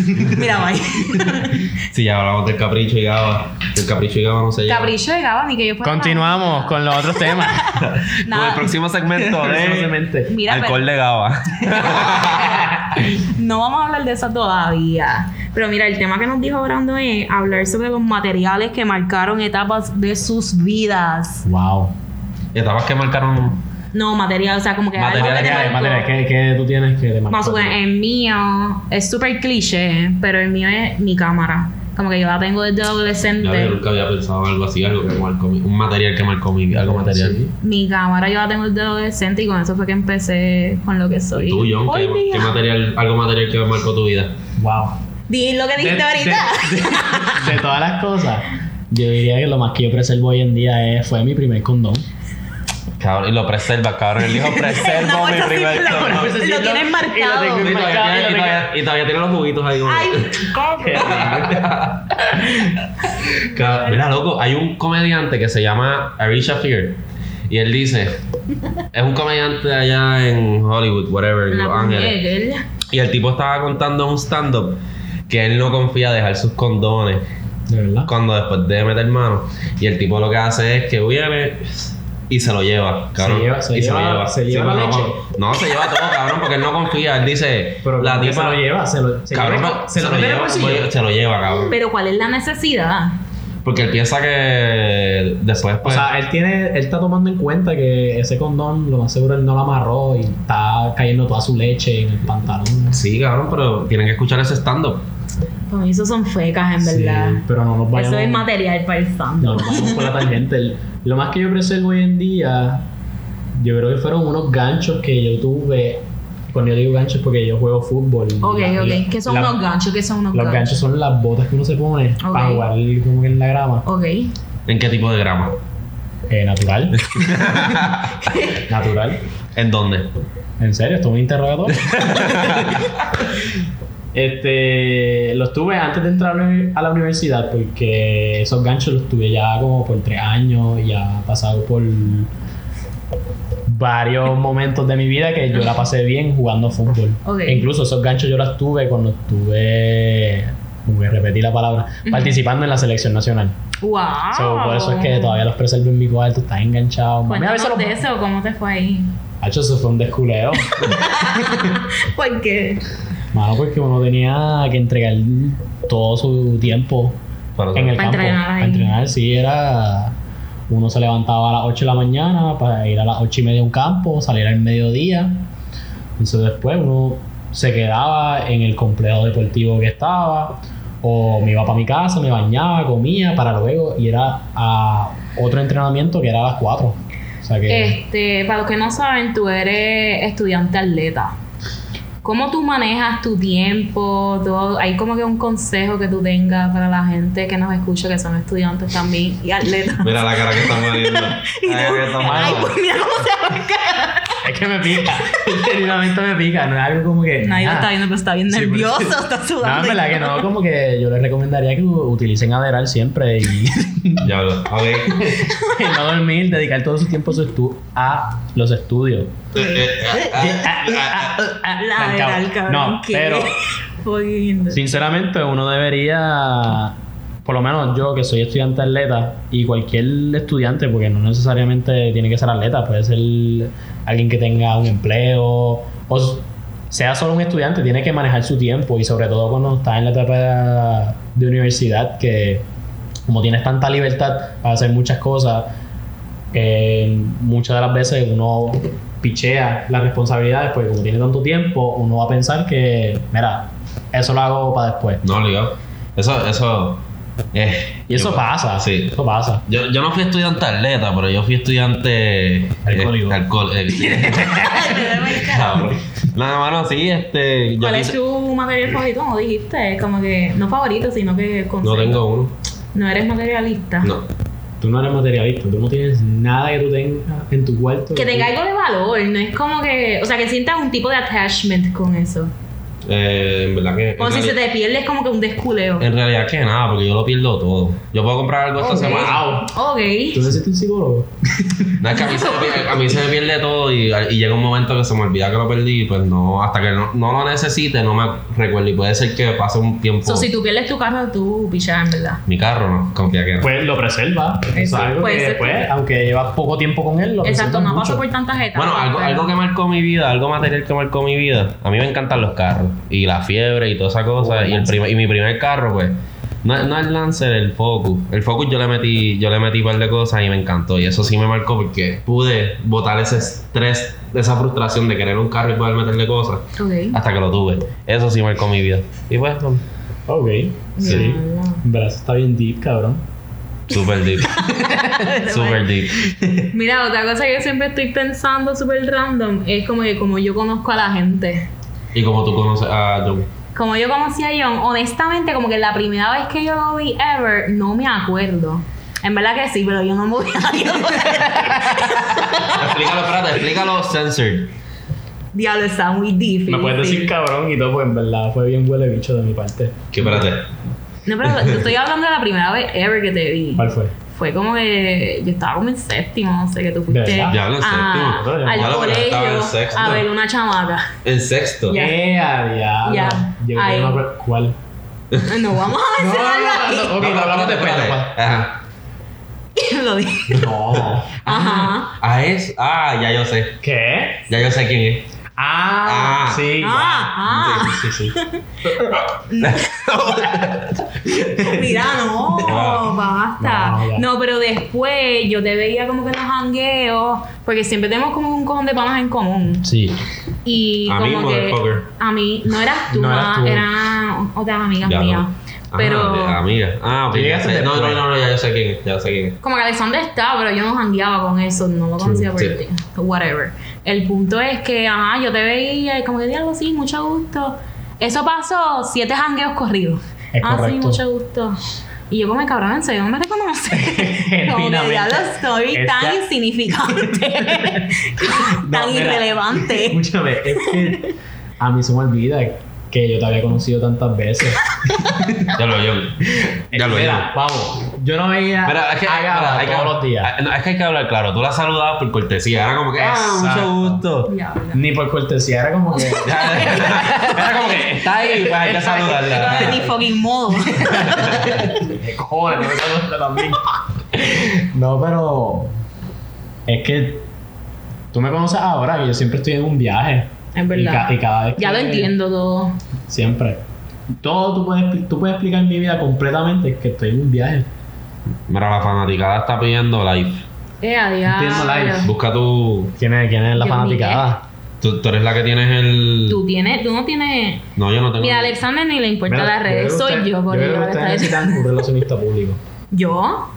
[SPEAKER 3] Mira, vaya.
[SPEAKER 2] Sí, ya hablamos del capricho y gaba. El capricho y gaba no se lleva.
[SPEAKER 3] Capricho de Gaba, ni que yo fuera.
[SPEAKER 1] Continuamos con los otros temas.
[SPEAKER 2] Con
[SPEAKER 3] Nada.
[SPEAKER 2] el próximo segmento de
[SPEAKER 1] Próximamente.
[SPEAKER 3] Mira, pero-
[SPEAKER 2] alcohol de gaba.
[SPEAKER 3] No vamos a hablar de eso todavía. Pero mira, el tema que nos dijo Brando es hablar sobre los materiales que marcaron etapas de sus vidas.
[SPEAKER 1] Wow.
[SPEAKER 2] Etapas que marcaron.
[SPEAKER 3] No, material, o sea, como que algo
[SPEAKER 2] Materiales
[SPEAKER 3] que te
[SPEAKER 2] que-
[SPEAKER 3] marcó.
[SPEAKER 1] Madre, ¿qué, qué tú tienes que demandar?
[SPEAKER 3] Vamos a suponer, el mío es súper cliché, pero el mío es mi cámara. Como que yo la tengo desde
[SPEAKER 2] Ya yo
[SPEAKER 3] adolescente.
[SPEAKER 2] nunca había pensado en algo así, algo que marcó mi- un material que marcó mi vida, algo material.
[SPEAKER 1] Sí.
[SPEAKER 3] Mi cámara yo la tengo desde adolescente y con eso fue que empecé con lo que soy.
[SPEAKER 2] Tú, John,
[SPEAKER 3] Hoy
[SPEAKER 2] ¿qué,
[SPEAKER 3] día.
[SPEAKER 2] qué material, algo material que marcó tu vida?
[SPEAKER 1] Wow.
[SPEAKER 3] Di lo que dijiste ahorita.
[SPEAKER 1] de- de todas las cosas, yo diría que lo más que yo preservo hoy en día es, fue mi primer condón.
[SPEAKER 2] Cabrón, y lo preserva, cabrón. Él dijo,
[SPEAKER 3] Una
[SPEAKER 2] preservo mi
[SPEAKER 3] bolsa
[SPEAKER 2] primer
[SPEAKER 3] simple,
[SPEAKER 2] cabrón".
[SPEAKER 3] una bolsa Lo tienes marcado.
[SPEAKER 1] Y lo tengo enmarcado,
[SPEAKER 2] Y
[SPEAKER 1] y
[SPEAKER 2] todavía,
[SPEAKER 1] lo
[SPEAKER 2] y,
[SPEAKER 1] tengo-
[SPEAKER 2] todavía, y todavía tiene los juguitos ahí. como-
[SPEAKER 3] Ay, ¿cómo?
[SPEAKER 2] Ca- Mira, loco, hay un comediante que se llama Ari Shafir. Y él dice, es un comediante allá en Hollywood, whatever, en
[SPEAKER 3] La
[SPEAKER 2] Los Ángeles.
[SPEAKER 3] mujer.
[SPEAKER 2] Y el tipo estaba contando en un stand-up que él no confía dejar sus condones
[SPEAKER 1] De verdad.
[SPEAKER 2] cuando después de meter mano. Y el tipo lo que hace es que viene y se lo lleva, cabrón.
[SPEAKER 1] lleva- se
[SPEAKER 2] y se
[SPEAKER 1] lleva-
[SPEAKER 2] lo lleva.
[SPEAKER 1] se lleva
[SPEAKER 2] pero
[SPEAKER 1] la
[SPEAKER 2] no,
[SPEAKER 1] leche.
[SPEAKER 2] no, se lleva todo, cabrón, porque él no confía. Él dice,
[SPEAKER 1] Pero
[SPEAKER 2] la
[SPEAKER 1] ¿por qué se
[SPEAKER 2] tipa-
[SPEAKER 1] lo lleva, se lo, se
[SPEAKER 2] Cabrón,
[SPEAKER 1] lleva-
[SPEAKER 2] se,
[SPEAKER 1] se lo
[SPEAKER 2] lo
[SPEAKER 1] mete en el
[SPEAKER 2] lleva, pues,
[SPEAKER 1] bolsillo.
[SPEAKER 2] se lo lleva, cabrón.
[SPEAKER 3] Pero ¿cuál es la necesidad?
[SPEAKER 2] Porque él piensa que después,
[SPEAKER 1] O
[SPEAKER 2] pues.
[SPEAKER 1] sea, él tiene, él está tomando en cuenta que ese condón, lo más seguro, él no lo amarró y está cayendo toda su leche en el pantalón.
[SPEAKER 2] sí, cabrón, pero tienen que escuchar ese stand-up.
[SPEAKER 3] Para mí eso son fecas, en
[SPEAKER 1] Sí,
[SPEAKER 3] verdad.
[SPEAKER 1] pero no nos vayamos.
[SPEAKER 3] Eso es material para el stand.
[SPEAKER 1] No, nos vamos por la tangente. El- Lo más que yo preservo hoy en día, yo creo que fueron unos ganchos que yo tuve. Cuando yo digo ganchos, porque yo juego fútbol.
[SPEAKER 3] Ok,
[SPEAKER 1] La-
[SPEAKER 3] ok. ¿Qué son
[SPEAKER 1] la-
[SPEAKER 3] unos ganchos? ¿Qué son unos
[SPEAKER 1] Los ganchos son las botas que uno se pone para jugar como que en la grama.
[SPEAKER 3] Ok.
[SPEAKER 2] ¿En qué tipo de grama?
[SPEAKER 1] Eh, natural. natural.
[SPEAKER 2] ¿En dónde?
[SPEAKER 1] ¿En serio? ¿Esto es un interrogatorio? este, los tuve antes de entrar a la uni- a la universidad porque esos ganchos los tuve ya como por tres años y ya pasado por varios momentos de mi vida que yo la pasé bien jugando fútbol.
[SPEAKER 3] Ok.
[SPEAKER 1] E incluso esos ganchos yo los tuve cuando estuve, voy a repetir la palabra, participando en la selección nacional.
[SPEAKER 3] Wow.
[SPEAKER 1] So, por eso es que todavía los preservo en mi cuarto, están enganchados. Mami, a veces
[SPEAKER 3] Ah. Cuéntanos
[SPEAKER 1] los...
[SPEAKER 3] de eso, ¿cómo te fue ahí?
[SPEAKER 1] Hacho, eso fue un desculeo.
[SPEAKER 3] Porque
[SPEAKER 1] Mano, porque uno tenía que entregar todo su tiempo
[SPEAKER 2] Para-
[SPEAKER 1] en el
[SPEAKER 3] Para
[SPEAKER 1] campo.
[SPEAKER 3] entrenar ahí.
[SPEAKER 1] Para entrenar, sí, era. Uno se levantaba a las 8 de la mañana para ir a las 8 y media a un campo, salir al mediodía. Entonces, después uno se quedaba en el complejo deportivo que estaba, o me iba para mi casa, me bañaba, comía, para luego ir a, a otro entrenamiento que era a las 4. O sea que.
[SPEAKER 3] este, para los que no saben, tú eres estudiante atleta. ¿Cómo tú manejas tu tiempo? Todo? ¿Hay como que un consejo que tú tengas para la gente que nos escucha, que son estudiantes también y atletas?
[SPEAKER 2] Mira la cara que está poniendo. La cara que está
[SPEAKER 3] Ay,
[SPEAKER 2] poniendo.
[SPEAKER 3] pues mira cómo se va a caer.
[SPEAKER 1] Es que me pica, genuinamente me pica, no es algo como que.
[SPEAKER 3] Nadie lo
[SPEAKER 1] ah.
[SPEAKER 3] está viendo, pero está bien
[SPEAKER 1] Sí, pero-
[SPEAKER 3] nervioso, está
[SPEAKER 1] No,
[SPEAKER 3] sudando.
[SPEAKER 1] en verdad que no, como que yo les recomendaría que u- utilicen Aderal siempre y,
[SPEAKER 2] Ya hablo. Ok.
[SPEAKER 1] y no dormir, dedicar todo su tiempo a, su estu- a los estudios.
[SPEAKER 2] Eh, eh, eh, ah, ah, ah.
[SPEAKER 3] La
[SPEAKER 1] Al
[SPEAKER 3] verdad,
[SPEAKER 1] cabo.
[SPEAKER 3] el cabrón.
[SPEAKER 1] No,
[SPEAKER 3] ¿qué?
[SPEAKER 1] pero
[SPEAKER 3] Jodiendo.
[SPEAKER 1] sinceramente uno debería, por lo menos yo que soy estudiante atleta y cualquier estudiante, porque no necesariamente tiene que ser atleta, puede ser alguien que tenga un empleo o s- sea solo un estudiante, tiene que manejar su tiempo y sobre todo cuando está en la etapa de universidad que como tienes tanta libertad para hacer muchas cosas, eh, muchas de las veces uno pichea las responsabilidades porque como tiene tanto tiempo, uno va a pensar que, mira, eso lo hago para después.
[SPEAKER 2] No, obligado. Eso, eso. eh,
[SPEAKER 1] Y eso
[SPEAKER 2] yo-
[SPEAKER 1] pasa,
[SPEAKER 2] Sí.
[SPEAKER 1] eso pasa.
[SPEAKER 2] Yo, yo no fui estudiante atleta, pero yo fui estudiante. eh,
[SPEAKER 1] Alcohólico.
[SPEAKER 2] alcohol, eh, sí. Cabrón. No, mano, sí, este. yo
[SPEAKER 3] ¿Cuál es
[SPEAKER 2] quise-
[SPEAKER 3] tu material favorito? No dijiste, como que no favorito, sino que consejo.
[SPEAKER 2] No tengo uno.
[SPEAKER 3] No eres materialista.
[SPEAKER 2] No.
[SPEAKER 1] Tú no eres materialista, tú no tienes nada que tú tengas en tu cuarto.
[SPEAKER 3] Que tenga algo de valor, no es como que, o sea, que sientas un tipo de attachment con eso.
[SPEAKER 2] Eh, en verdad que. en
[SPEAKER 3] O si
[SPEAKER 2] reali-
[SPEAKER 3] se te pierde es como que un desculeo.
[SPEAKER 2] En realidad que nada, porque yo lo pierdo todo. Yo puedo comprar algo esta
[SPEAKER 3] Ok.
[SPEAKER 2] semana. Ah,
[SPEAKER 3] Ok.
[SPEAKER 1] ¿Tú necesitas un psicólogo?
[SPEAKER 2] No, es que a mí, se me pierde, a mí se me pierde todo y, y llega un momento que se me olvida que lo perdí y pues no, hasta que no, no lo necesite no me recuerdo y puede ser que pase un tiempo.
[SPEAKER 3] So, si tú pierdes tu carro, tú pichas, en verdad.
[SPEAKER 2] Mi carro no, confía que no.
[SPEAKER 1] Pues lo preserva. Eso es
[SPEAKER 3] Exacto,
[SPEAKER 1] algo
[SPEAKER 3] puede
[SPEAKER 1] que
[SPEAKER 3] ser.
[SPEAKER 1] después, aunque llevas poco tiempo con él, lo
[SPEAKER 3] Exacto,
[SPEAKER 1] preservas
[SPEAKER 3] no
[SPEAKER 1] mucho.
[SPEAKER 3] paso por tantas etapas.
[SPEAKER 2] Bueno, algo,
[SPEAKER 3] pero-
[SPEAKER 2] algo que marcó mi vida, algo material que marcó mi vida. A mí me encantan los carros y la fiebre y toda esa cosa. y, el primer- y mi primer carro, pues, no, no el Lancer, el Focus. El Focus yo le metí yo le metí un par de cosas y me encantó. Y eso sí me marcó porque pude botar ese estrés, esa frustración de querer un carro y poder meterle cosas
[SPEAKER 3] Ok.
[SPEAKER 2] hasta que lo tuve. Eso sí marcó mi vida. Y pues, um,
[SPEAKER 1] Ok. Sí. En verdad, eso está bien deep, cabrón.
[SPEAKER 2] super deep. super deep.
[SPEAKER 3] Mira, otra cosa que yo siempre estoy pensando súper random es como que como yo conozco a la gente.
[SPEAKER 2] Y como tú conoces a John.
[SPEAKER 3] Como yo conocí a John, honestamente, como que la primera vez que yo lo vi ever, no me acuerdo. En verdad que sí, pero yo no me voy a
[SPEAKER 2] explícalo, espérate, explícalo censored.
[SPEAKER 3] Diablo, está muy difícil.
[SPEAKER 1] Me puedes decir cabrón y todo, pues en verdad fue bien huele bicho de mi parte.
[SPEAKER 2] Que espérate.
[SPEAKER 3] No, pero te estoy hablando de la primera vez ever que te vi.
[SPEAKER 1] ¿Cuál fue?
[SPEAKER 3] Fue como que yo estaba como en séptimo, no sé, que tú fuiste
[SPEAKER 1] verdad?
[SPEAKER 2] Ya hablo en
[SPEAKER 3] a-
[SPEAKER 2] séptimo.
[SPEAKER 1] Ya
[SPEAKER 3] al
[SPEAKER 2] hablo, pero
[SPEAKER 3] colegio
[SPEAKER 2] estaba en sexto.
[SPEAKER 3] a ver una chamaca.
[SPEAKER 2] En sexto.
[SPEAKER 3] Ya.
[SPEAKER 1] Eh, a diablo.
[SPEAKER 3] Ya.
[SPEAKER 1] Yo creo que
[SPEAKER 3] Ahí.
[SPEAKER 1] no me acuerdo- ¿Cuál?
[SPEAKER 3] No, vamos a
[SPEAKER 1] No,
[SPEAKER 3] mencionarlo aquí.
[SPEAKER 1] no, no, ok,
[SPEAKER 2] No,
[SPEAKER 1] lo hablamos después.
[SPEAKER 2] espérate.
[SPEAKER 1] después.
[SPEAKER 2] Ajá.
[SPEAKER 3] Lo dije.
[SPEAKER 1] No.
[SPEAKER 3] Ajá.
[SPEAKER 2] Ah, es. Ah, ya yo sé.
[SPEAKER 1] ¿Qué?
[SPEAKER 2] Ya yo sé quién es.
[SPEAKER 1] Ah,
[SPEAKER 2] Ah.
[SPEAKER 1] sí.
[SPEAKER 3] Ah,
[SPEAKER 1] ya. Sí, sí, sí.
[SPEAKER 3] Mira, no,
[SPEAKER 2] No.
[SPEAKER 3] basta.
[SPEAKER 1] No, ya.
[SPEAKER 3] No, pero después yo te veía como que en los jangueos, porque siempre tenemos como un cojón de panas en común.
[SPEAKER 1] Sí.
[SPEAKER 3] Y
[SPEAKER 2] A mí,
[SPEAKER 3] como que
[SPEAKER 2] motherfucker.
[SPEAKER 3] a mí no eras tú,
[SPEAKER 1] No eras
[SPEAKER 3] ma,
[SPEAKER 1] tú.
[SPEAKER 3] eran otras amigas
[SPEAKER 2] Ya,
[SPEAKER 3] mías.
[SPEAKER 2] no.
[SPEAKER 3] Pero
[SPEAKER 2] Ah, de- amiga. Ah,
[SPEAKER 1] Tú
[SPEAKER 2] pues ya
[SPEAKER 1] llegaste
[SPEAKER 2] sé. No, no,
[SPEAKER 1] después.
[SPEAKER 2] no, no, ya yo sé quién es. Ya yo sé quién es.
[SPEAKER 3] como que Alexander estaba, pero yo no jangueaba con eso, no lo conocía por
[SPEAKER 2] sí.
[SPEAKER 3] ti. Whatever. El punto es que, ajá, yo te veía y como que di algo así, mucho gusto. Eso pasó siete jangueos corridos.
[SPEAKER 1] Es
[SPEAKER 3] ah, sí,
[SPEAKER 1] correcto.
[SPEAKER 3] mucho gusto. Y yo como cabrón, en serio, no me reconoce. como que ya lo soy
[SPEAKER 1] Genuinamente.
[SPEAKER 3] tan
[SPEAKER 1] Esta-
[SPEAKER 3] insignificante,
[SPEAKER 1] No,
[SPEAKER 3] tan
[SPEAKER 1] mira.
[SPEAKER 3] irrelevante.
[SPEAKER 1] Escúchame, es que a mí se me olvida que yo te había conocido tantas veces.
[SPEAKER 2] Ya lo yo. Ya lo yo.
[SPEAKER 1] Mira, vamos. Yo no veía
[SPEAKER 2] Pero es que,
[SPEAKER 1] a Gabo
[SPEAKER 2] espera, hay que
[SPEAKER 1] todos los días.
[SPEAKER 2] Ah, no, es que hay que hablar claro. Tú la saludabas por cortesía. Era como que, ah,
[SPEAKER 1] Exacto.
[SPEAKER 2] mucho gusto.
[SPEAKER 3] Diabla.
[SPEAKER 1] Ni por cortesía, era como que.
[SPEAKER 2] Era como que, está ahí, pues hay que saludarla.
[SPEAKER 3] Ni fucking modo.
[SPEAKER 1] "¿Qué cojones, no me saludaste también. No, pero. Es que. Tú me conoces ahora, que yo siempre estoy en un viaje.
[SPEAKER 3] Es
[SPEAKER 1] Y, ca- y
[SPEAKER 3] verdad.
[SPEAKER 1] cada vez
[SPEAKER 3] Ya lo
[SPEAKER 1] que-
[SPEAKER 3] entiendo todo.
[SPEAKER 1] Siempre. Todo tú puedes, expli- tú puedes explicar mi vida completamente, es que estoy en un viaje.
[SPEAKER 2] Mira, la fanaticada está pidiendo live.
[SPEAKER 3] Eh, adiós.
[SPEAKER 1] Entiendo la idea.
[SPEAKER 2] Busca tu.
[SPEAKER 1] ¿Quién es, quién es
[SPEAKER 3] Yo
[SPEAKER 1] la
[SPEAKER 3] ni
[SPEAKER 1] fanaticada?
[SPEAKER 2] Tú, tú eres la que tienes el.
[SPEAKER 3] Tú tienes, tú no tienes.
[SPEAKER 2] No, yo no tengo.
[SPEAKER 3] Mira, a Alexander ni le importa
[SPEAKER 1] Mira,
[SPEAKER 3] las redes,
[SPEAKER 1] creo que
[SPEAKER 3] soy
[SPEAKER 1] usted-
[SPEAKER 3] yo por
[SPEAKER 1] creo
[SPEAKER 3] ello.
[SPEAKER 1] que
[SPEAKER 3] la
[SPEAKER 1] ustedes
[SPEAKER 3] verdad.
[SPEAKER 1] necesitan un relacionista público.
[SPEAKER 3] ¿Yo?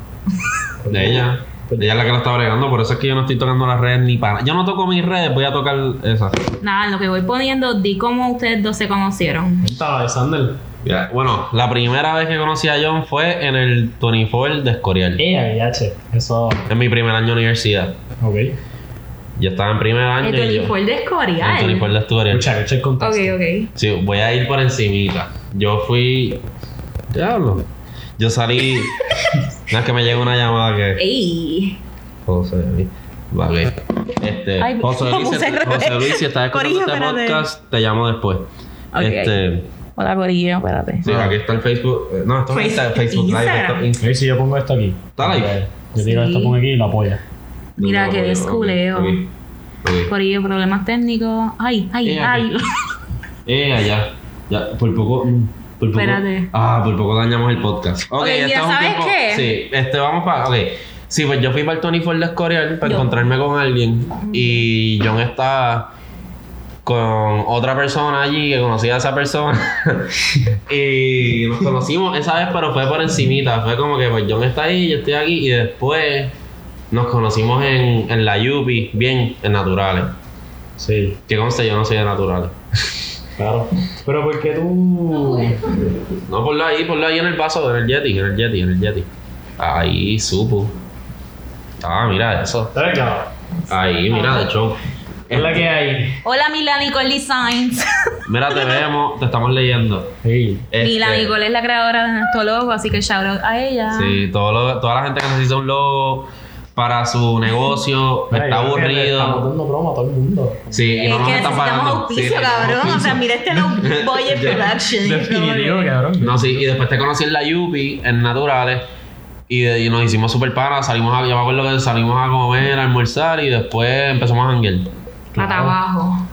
[SPEAKER 2] De ella.
[SPEAKER 1] Pues-
[SPEAKER 2] Ella es la que lo está bregando, por eso es que yo no estoy tocando las redes ni para. Yo no toco mis redes, voy a tocar esas.
[SPEAKER 3] Nada, en lo que voy poniendo, di cómo ustedes dos se conocieron.
[SPEAKER 1] Estaba de Sander.
[SPEAKER 2] Ya, Bueno, la primera vez que conocí a John fue en el 24 de Escorial.
[SPEAKER 1] Ella, VIH. Eso.
[SPEAKER 2] En mi primer año de universidad.
[SPEAKER 1] Ok.
[SPEAKER 2] Yo estaba en primer año.
[SPEAKER 3] El
[SPEAKER 2] y yo-
[SPEAKER 3] Tonifor de
[SPEAKER 2] en el
[SPEAKER 3] Escorial.
[SPEAKER 2] 24 de Escorial.
[SPEAKER 1] Escucha, escucha el
[SPEAKER 3] Ok,
[SPEAKER 1] contexto.
[SPEAKER 3] ok.
[SPEAKER 2] Sí, voy a ir por encimita. Yo fui. Diablo. Yo salí. no es que me llegó una llamada
[SPEAKER 3] Eh.
[SPEAKER 2] que.
[SPEAKER 3] Ey.
[SPEAKER 2] José Luis. Vale. Este,
[SPEAKER 3] Ay,
[SPEAKER 2] José Luis,
[SPEAKER 3] puse
[SPEAKER 2] si-
[SPEAKER 3] al revés.
[SPEAKER 2] José Luis, si estás escuchando
[SPEAKER 3] Corillo,
[SPEAKER 2] este
[SPEAKER 3] espérate.
[SPEAKER 2] podcast, te llamo después.
[SPEAKER 3] Ok.
[SPEAKER 2] Este.
[SPEAKER 3] Hola, Corillo, espérate.
[SPEAKER 2] Sí, aquí está el Facebook. eh, No, esto es Insta- Facebook Live.
[SPEAKER 3] Ah. Instagram.
[SPEAKER 2] esto es Insta-
[SPEAKER 1] Ey, si yo pongo esto aquí.
[SPEAKER 2] Está live.
[SPEAKER 1] Yo digo
[SPEAKER 3] Sí.
[SPEAKER 1] esto pongo aquí y lo apoya.
[SPEAKER 3] Mira, qué
[SPEAKER 2] Ok, ok,
[SPEAKER 3] desculeo.
[SPEAKER 2] ok, ok.
[SPEAKER 3] Corillo, problemas técnicos. Ay, ay,
[SPEAKER 2] Eh,
[SPEAKER 3] ay.
[SPEAKER 2] Eh, allá. Ya, por poco. Por poco
[SPEAKER 3] Espérate.
[SPEAKER 2] Ah, por poco dañamos el podcast. Ok,
[SPEAKER 3] Ok,
[SPEAKER 2] este
[SPEAKER 3] mira,
[SPEAKER 2] es un
[SPEAKER 3] ¿sabes
[SPEAKER 2] tiempo-
[SPEAKER 3] qué?
[SPEAKER 2] Sí, este, vamos para. Ok. Sí, pues yo fui para el Tony Ford de Escorial para encontrarme con alguien. Y John estaba con otra persona allí que conocía a esa persona. y nos conocimos esa vez, pero fue por encimita. Fue como que pues John está ahí, yo estoy aquí. Y después nos conocimos en, en la Yupi, bien, en Naturales.
[SPEAKER 1] Sí,
[SPEAKER 2] Que conste, yo no soy de Naturales.
[SPEAKER 1] claro. Pero ¿por qué tú.?
[SPEAKER 2] No, ponlo ahí, ponlo ahí en el vaso, en el Yeti, en el Yeti, en el Yeti. Ahí, supo. Ah, mira eso.
[SPEAKER 1] ¿Sabes qué?
[SPEAKER 2] Ahí, mira, de hecho.
[SPEAKER 1] Es la que hay.
[SPEAKER 3] Hola, Mila Nicole Designs.
[SPEAKER 2] Mira, te vemos, te estamos leyendo.
[SPEAKER 1] Sí.
[SPEAKER 2] Este,
[SPEAKER 3] Mila Nicole es la creadora de nuestro logo, así que shout out a ella.
[SPEAKER 2] Sí, todo lo- toda la gente que necesita un logo para su negocio,
[SPEAKER 1] Mira,
[SPEAKER 2] está
[SPEAKER 1] yo creo que le Estamos
[SPEAKER 2] aburrido.
[SPEAKER 1] dando broma a todo el mundo.
[SPEAKER 2] Sí, y
[SPEAKER 4] es
[SPEAKER 2] no nos
[SPEAKER 4] que
[SPEAKER 2] están
[SPEAKER 4] necesitamos
[SPEAKER 2] pagando.
[SPEAKER 4] auspicio,
[SPEAKER 2] Sí, necesitamos
[SPEAKER 4] cabrón. O sea,
[SPEAKER 2] auspicio.
[SPEAKER 4] mira este low budget
[SPEAKER 2] Ya,
[SPEAKER 4] production.
[SPEAKER 1] Definitivo, cabrón.
[SPEAKER 2] No, sí, y después te conocí en la Yupi, en Naturales, y, de- y nos hicimos super panas, salimos a, yo me acuerdo que salimos a comer, a almorzar, y después empezamos a janguear.
[SPEAKER 1] Claro.
[SPEAKER 3] Hasta abajo.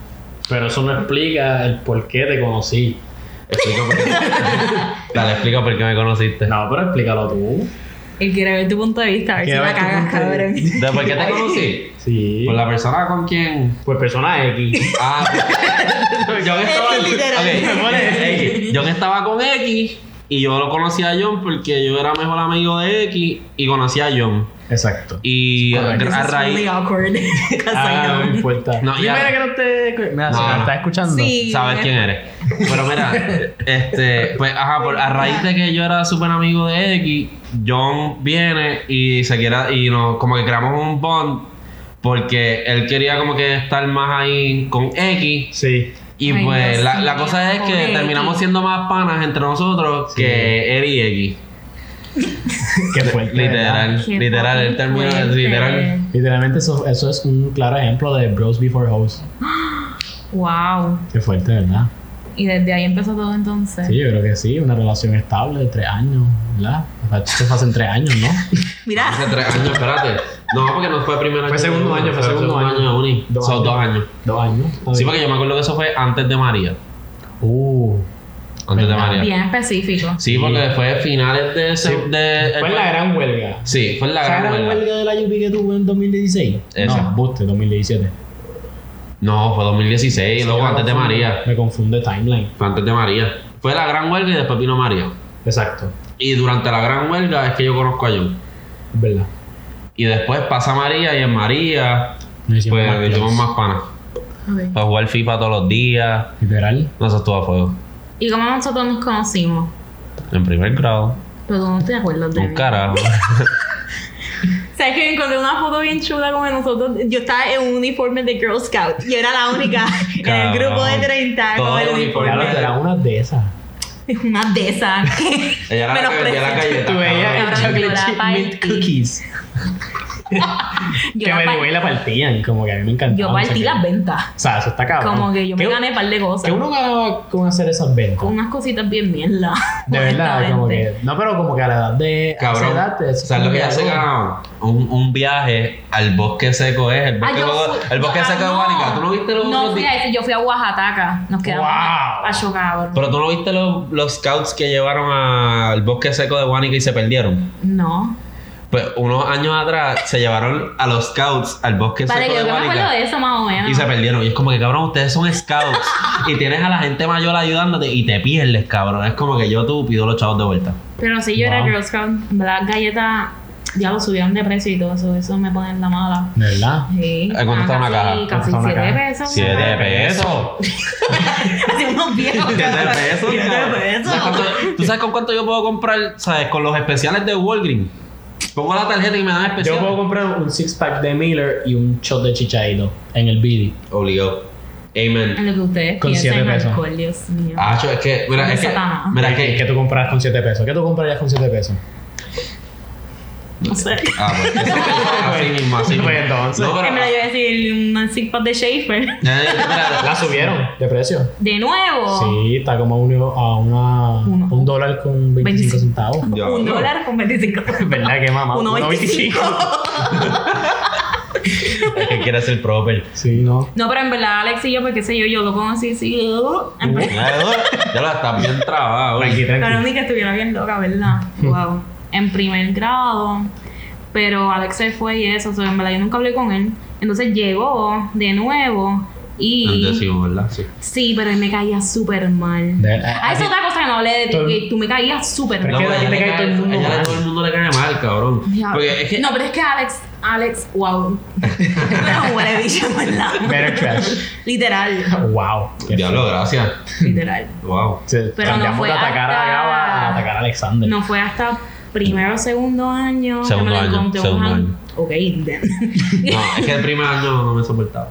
[SPEAKER 1] Pero eso no explica el por qué te conocí.
[SPEAKER 2] Explica por qué. Dale, explica por qué me conociste.
[SPEAKER 1] No, pero explícalo tú.
[SPEAKER 3] Él quiere ver tu punto de vista, a ver si
[SPEAKER 1] Quiero
[SPEAKER 3] la
[SPEAKER 1] ver tu
[SPEAKER 3] cagas,
[SPEAKER 1] punto de
[SPEAKER 3] cabrón.
[SPEAKER 2] ¿De por qué te conocí?
[SPEAKER 1] Sí.
[SPEAKER 2] Por la persona con quien...
[SPEAKER 1] Pues persona X.
[SPEAKER 2] Ah, John estaba,
[SPEAKER 4] Es literal.
[SPEAKER 2] Ok,
[SPEAKER 4] Se
[SPEAKER 2] X. John estaba con X y yo lo conocí a John porque yo era mejor amigo de X y conocí a John.
[SPEAKER 1] Exacto.
[SPEAKER 2] Y
[SPEAKER 1] Correcto.
[SPEAKER 2] a
[SPEAKER 4] This is
[SPEAKER 2] raíz...
[SPEAKER 4] really awkward. 'cause I
[SPEAKER 1] Ah, no
[SPEAKER 4] know.
[SPEAKER 1] me importa.
[SPEAKER 2] No, ya.
[SPEAKER 1] Mira que no te. Mira,
[SPEAKER 2] No,
[SPEAKER 1] si me
[SPEAKER 2] no.
[SPEAKER 1] estás escuchando.
[SPEAKER 4] Sí.
[SPEAKER 2] Sabes quién eres. Pero mira, este, pues, ajá, por- a raíz de que yo era súper amigo de X, John viene y se quiera, y nos, como que creamos un bond, porque él quería como que estar más ahí con X.
[SPEAKER 1] Sí.
[SPEAKER 2] Y
[SPEAKER 3] Ay,
[SPEAKER 2] pues
[SPEAKER 3] Dios
[SPEAKER 2] la, la
[SPEAKER 3] mío,
[SPEAKER 2] cosa es
[SPEAKER 3] con
[SPEAKER 2] que
[SPEAKER 3] X.
[SPEAKER 2] terminamos siendo más panas entre nosotros
[SPEAKER 1] Sí.
[SPEAKER 2] que él y X.
[SPEAKER 1] Qué fuerte. ¿verdad?
[SPEAKER 2] Literal,
[SPEAKER 3] Qué
[SPEAKER 2] literal, él terminó,
[SPEAKER 3] fuerte.
[SPEAKER 2] literal.
[SPEAKER 1] Literalmente, eso, eso es un claro ejemplo de Bros Before Hoes.
[SPEAKER 3] Wow.
[SPEAKER 1] Qué fuerte, ¿verdad?
[SPEAKER 3] Y desde ahí empezó todo entonces.
[SPEAKER 1] Sí, yo creo que sí. Una relación estable de tres años, ¿verdad? Esto fue hace tres años, ¿no?
[SPEAKER 4] Mira,
[SPEAKER 2] Hace tres años, espérate. No, porque no fue primer año.
[SPEAKER 1] Fue segundo año, fue segundo año.
[SPEAKER 2] de uni.
[SPEAKER 1] Dos
[SPEAKER 2] Son
[SPEAKER 1] años.
[SPEAKER 2] dos años.
[SPEAKER 1] Dos años.
[SPEAKER 2] Sí, porque yo me acuerdo que eso fue antes de María.
[SPEAKER 1] Uh.
[SPEAKER 2] Antes de
[SPEAKER 1] Verdad.
[SPEAKER 2] María.
[SPEAKER 3] Bien específico.
[SPEAKER 2] Sí, porque fue finales de... ese-
[SPEAKER 1] Sí.
[SPEAKER 2] de-
[SPEAKER 1] Fue la gran huelga.
[SPEAKER 2] Sí, fue en Eh, la
[SPEAKER 1] ¿Sabes
[SPEAKER 2] gran
[SPEAKER 1] la
[SPEAKER 2] huelga.
[SPEAKER 1] huelga de la UP que tuvo en 2016?
[SPEAKER 2] Esa.
[SPEAKER 1] No, buste, 2017.
[SPEAKER 2] No, fue 2016,
[SPEAKER 1] Sí,
[SPEAKER 2] luego
[SPEAKER 1] me
[SPEAKER 2] antes de
[SPEAKER 1] confundo.
[SPEAKER 2] María.
[SPEAKER 1] Me confunde timeline.
[SPEAKER 2] Fue antes de María. Fue la gran huelga y después vino María.
[SPEAKER 1] Exacto.
[SPEAKER 2] Y durante la gran huelga es que yo conozco a John.
[SPEAKER 1] Es verdad.
[SPEAKER 2] Y después pasa María y en María
[SPEAKER 1] Nos hicimos
[SPEAKER 2] pues
[SPEAKER 1] más
[SPEAKER 2] nos hicimos
[SPEAKER 1] close.
[SPEAKER 2] más panas.
[SPEAKER 3] Ok.
[SPEAKER 2] Para jugar FIFA todos los días.
[SPEAKER 1] Literal.
[SPEAKER 2] No, eso estuvo a fuego.
[SPEAKER 3] ¿Y cómo nosotros nos conocimos?
[SPEAKER 2] En primer grado.
[SPEAKER 3] Pero tú no te acuerdas de
[SPEAKER 2] Un
[SPEAKER 3] mí.
[SPEAKER 2] carajo.
[SPEAKER 4] ¿sabes que encontré una foto bien chula como de nosotros? Yo estaba en un uniforme de Girl Scout. Yo era la única en el
[SPEAKER 2] Cabrón.
[SPEAKER 4] grupo de 30
[SPEAKER 2] Todo
[SPEAKER 4] con el
[SPEAKER 2] el uniforme.
[SPEAKER 1] Ya
[SPEAKER 4] uniforme.
[SPEAKER 1] lo que era una de esas.
[SPEAKER 4] Es una de esas.
[SPEAKER 2] Ella era la que vendía la galleta.
[SPEAKER 3] el Cabrón, chocolate yo la chip partí. milk
[SPEAKER 1] cookies.
[SPEAKER 3] Yo
[SPEAKER 1] que
[SPEAKER 3] la
[SPEAKER 1] me
[SPEAKER 3] par-
[SPEAKER 1] la partían, como que a mí me encantaba.
[SPEAKER 2] Ah,
[SPEAKER 3] yo
[SPEAKER 1] no sé
[SPEAKER 3] partí
[SPEAKER 1] qué.
[SPEAKER 3] las ventas.
[SPEAKER 1] O sea, eso está cabrón.
[SPEAKER 3] Como que yo me
[SPEAKER 1] ¿Qué-
[SPEAKER 3] gané un par de
[SPEAKER 1] ¿Qué
[SPEAKER 3] cosas.
[SPEAKER 1] uno ganaba con hacer esas ventas?
[SPEAKER 3] Con unas cositas bien mierda.
[SPEAKER 1] De verdad, como que. No, pero como que a la edad de. a
[SPEAKER 2] Cabrón,
[SPEAKER 1] esa edad,
[SPEAKER 2] o
[SPEAKER 1] es
[SPEAKER 2] sea, lo
[SPEAKER 1] como
[SPEAKER 2] que ya se
[SPEAKER 1] algo-
[SPEAKER 2] ganaban? Un, un viaje al bosque seco es, el bosque,
[SPEAKER 3] Ah, yo
[SPEAKER 2] seco-
[SPEAKER 3] fui-
[SPEAKER 2] el bosque
[SPEAKER 3] ah,
[SPEAKER 2] seco de
[SPEAKER 3] no.
[SPEAKER 2] Guánica. ¿Tú no viste los
[SPEAKER 3] No
[SPEAKER 2] los-
[SPEAKER 3] fui a ese, yo fui a Oaxaca. Nos quedamos
[SPEAKER 1] Wow.
[SPEAKER 3] a chocar.
[SPEAKER 2] Pero tú no viste los, los scouts que llevaron al bosque seco de Guánica y se perdieron.
[SPEAKER 3] No.
[SPEAKER 2] Pues unos años atrás se llevaron a los scouts al bosque
[SPEAKER 3] Vale,
[SPEAKER 2] seco
[SPEAKER 3] yo
[SPEAKER 2] de
[SPEAKER 3] que me acuerdo
[SPEAKER 2] Guánica
[SPEAKER 3] de eso más o menos.
[SPEAKER 2] y se perdieron. Y es como que, cabrón, ustedes son scouts y tienes a la gente mayor ayudándote y te pierdes, cabrón. Es como que yo tú pido los chavos de vuelta.
[SPEAKER 3] Pero sí, yo era
[SPEAKER 1] Wow.
[SPEAKER 3] Girl Scout. Las galletas ya lo subieron de precio y todo eso. Eso me pone en la mala.
[SPEAKER 1] De verdad.
[SPEAKER 3] Sí. Ah,
[SPEAKER 2] ¿A cuánto Ah, está una
[SPEAKER 3] casi-
[SPEAKER 2] caja?
[SPEAKER 3] Casi
[SPEAKER 1] ¿Cuánto está una
[SPEAKER 3] 7
[SPEAKER 1] caja?
[SPEAKER 3] pesos.
[SPEAKER 2] ¡Siete pesos!
[SPEAKER 4] Así unos viejos.
[SPEAKER 2] Siete
[SPEAKER 4] cabrón.
[SPEAKER 2] pesos,
[SPEAKER 4] Siete
[SPEAKER 2] cabrón.
[SPEAKER 4] pesos.
[SPEAKER 2] ¿Sabes cuánto- ¿Tú sabes con cuánto yo puedo comprar? ¿Sabes? Con los especiales de Walgreens. Pongo la tarjeta y me dan especial.
[SPEAKER 1] Yo puedo comprar un six pack de Miller y un shot de chichaito en el BD.
[SPEAKER 2] Obligado. Amen.
[SPEAKER 3] En lo que ustedes
[SPEAKER 1] Con
[SPEAKER 3] piensan
[SPEAKER 1] siete
[SPEAKER 3] en
[SPEAKER 1] pesos.
[SPEAKER 3] alcohol, Dios mío.
[SPEAKER 2] Ah, cho, es que, mira, es que,
[SPEAKER 3] Satana.
[SPEAKER 2] mira, es
[SPEAKER 1] ¿Qué,
[SPEAKER 2] que,
[SPEAKER 1] ¿Qué tú compras con 7 pesos? ¿Qué tú comprarías con 7 pesos?
[SPEAKER 4] No sé.
[SPEAKER 2] ah, pues, eso es así mismo, así mismo.
[SPEAKER 1] Pues entonces.
[SPEAKER 2] No, pero,
[SPEAKER 4] Que me la iba a decir un six pack de Schaefer.
[SPEAKER 2] Ya, ya, mira,
[SPEAKER 1] ¿La subieron de precio?
[SPEAKER 3] De nuevo.
[SPEAKER 1] Sí, está como a, uno- a una,
[SPEAKER 3] Oh. Uno.
[SPEAKER 1] un dólar con 25
[SPEAKER 3] 25.
[SPEAKER 1] centavos.
[SPEAKER 2] Ya.
[SPEAKER 4] Un dólar con 25.
[SPEAKER 1] ¿Verdad que mamá?
[SPEAKER 4] 1.25.
[SPEAKER 2] es que quiere ser proper.
[SPEAKER 1] Sí, no.
[SPEAKER 3] No, pero en verdad, Alex y yo, porque sé yo, yo lo conocí, sí.
[SPEAKER 4] Ah, pues.
[SPEAKER 2] Ya lo estás bien trabado.
[SPEAKER 1] Tranqui,
[SPEAKER 3] Pero
[SPEAKER 1] tranqui.
[SPEAKER 3] ni que estuviera bien loca, ¿verdad? Wow. En primer grado. Pero Alex se fue y eso, o sea, en verdad yo nunca hablé con él. Entonces llegó de nuevo
[SPEAKER 2] El
[SPEAKER 3] y...
[SPEAKER 2] décimo, ¿verdad? Sí.
[SPEAKER 3] Sí, pero él me caía súper mal.
[SPEAKER 1] De- a-
[SPEAKER 3] Ah, es
[SPEAKER 1] a-
[SPEAKER 3] otra cosa que no hablé de ti,
[SPEAKER 1] Todo-
[SPEAKER 3] que tú me caías súper
[SPEAKER 1] Pero
[SPEAKER 3] mal.
[SPEAKER 1] es que
[SPEAKER 2] pero
[SPEAKER 1] a ti
[SPEAKER 2] ella
[SPEAKER 1] te cae todo
[SPEAKER 2] le
[SPEAKER 1] el mundo
[SPEAKER 2] ella le-
[SPEAKER 1] mal.
[SPEAKER 2] todo el mundo le cae mal, cabrón.
[SPEAKER 3] Ya.
[SPEAKER 2] Porque es que,
[SPEAKER 3] No, pero es que Alex, Alex, wow.
[SPEAKER 4] Una huele bicho, ¿verdad?
[SPEAKER 1] Better trash.
[SPEAKER 4] Literal.
[SPEAKER 1] Wow. qué
[SPEAKER 2] diablo, gracias.
[SPEAKER 4] Literal.
[SPEAKER 2] Wow.
[SPEAKER 1] Se
[SPEAKER 3] Pero
[SPEAKER 1] cambiamos
[SPEAKER 3] no fue
[SPEAKER 1] de atacar a
[SPEAKER 3] hasta-
[SPEAKER 1] Gaba a atacar a Alexander.
[SPEAKER 3] No fue hasta primero o segundo año. que
[SPEAKER 2] Segundo
[SPEAKER 3] me lo
[SPEAKER 2] año,
[SPEAKER 3] encontré,
[SPEAKER 2] segundo
[SPEAKER 3] ajá.
[SPEAKER 2] año.
[SPEAKER 3] Ok, then.
[SPEAKER 2] No, es que el primer año no me soportaba.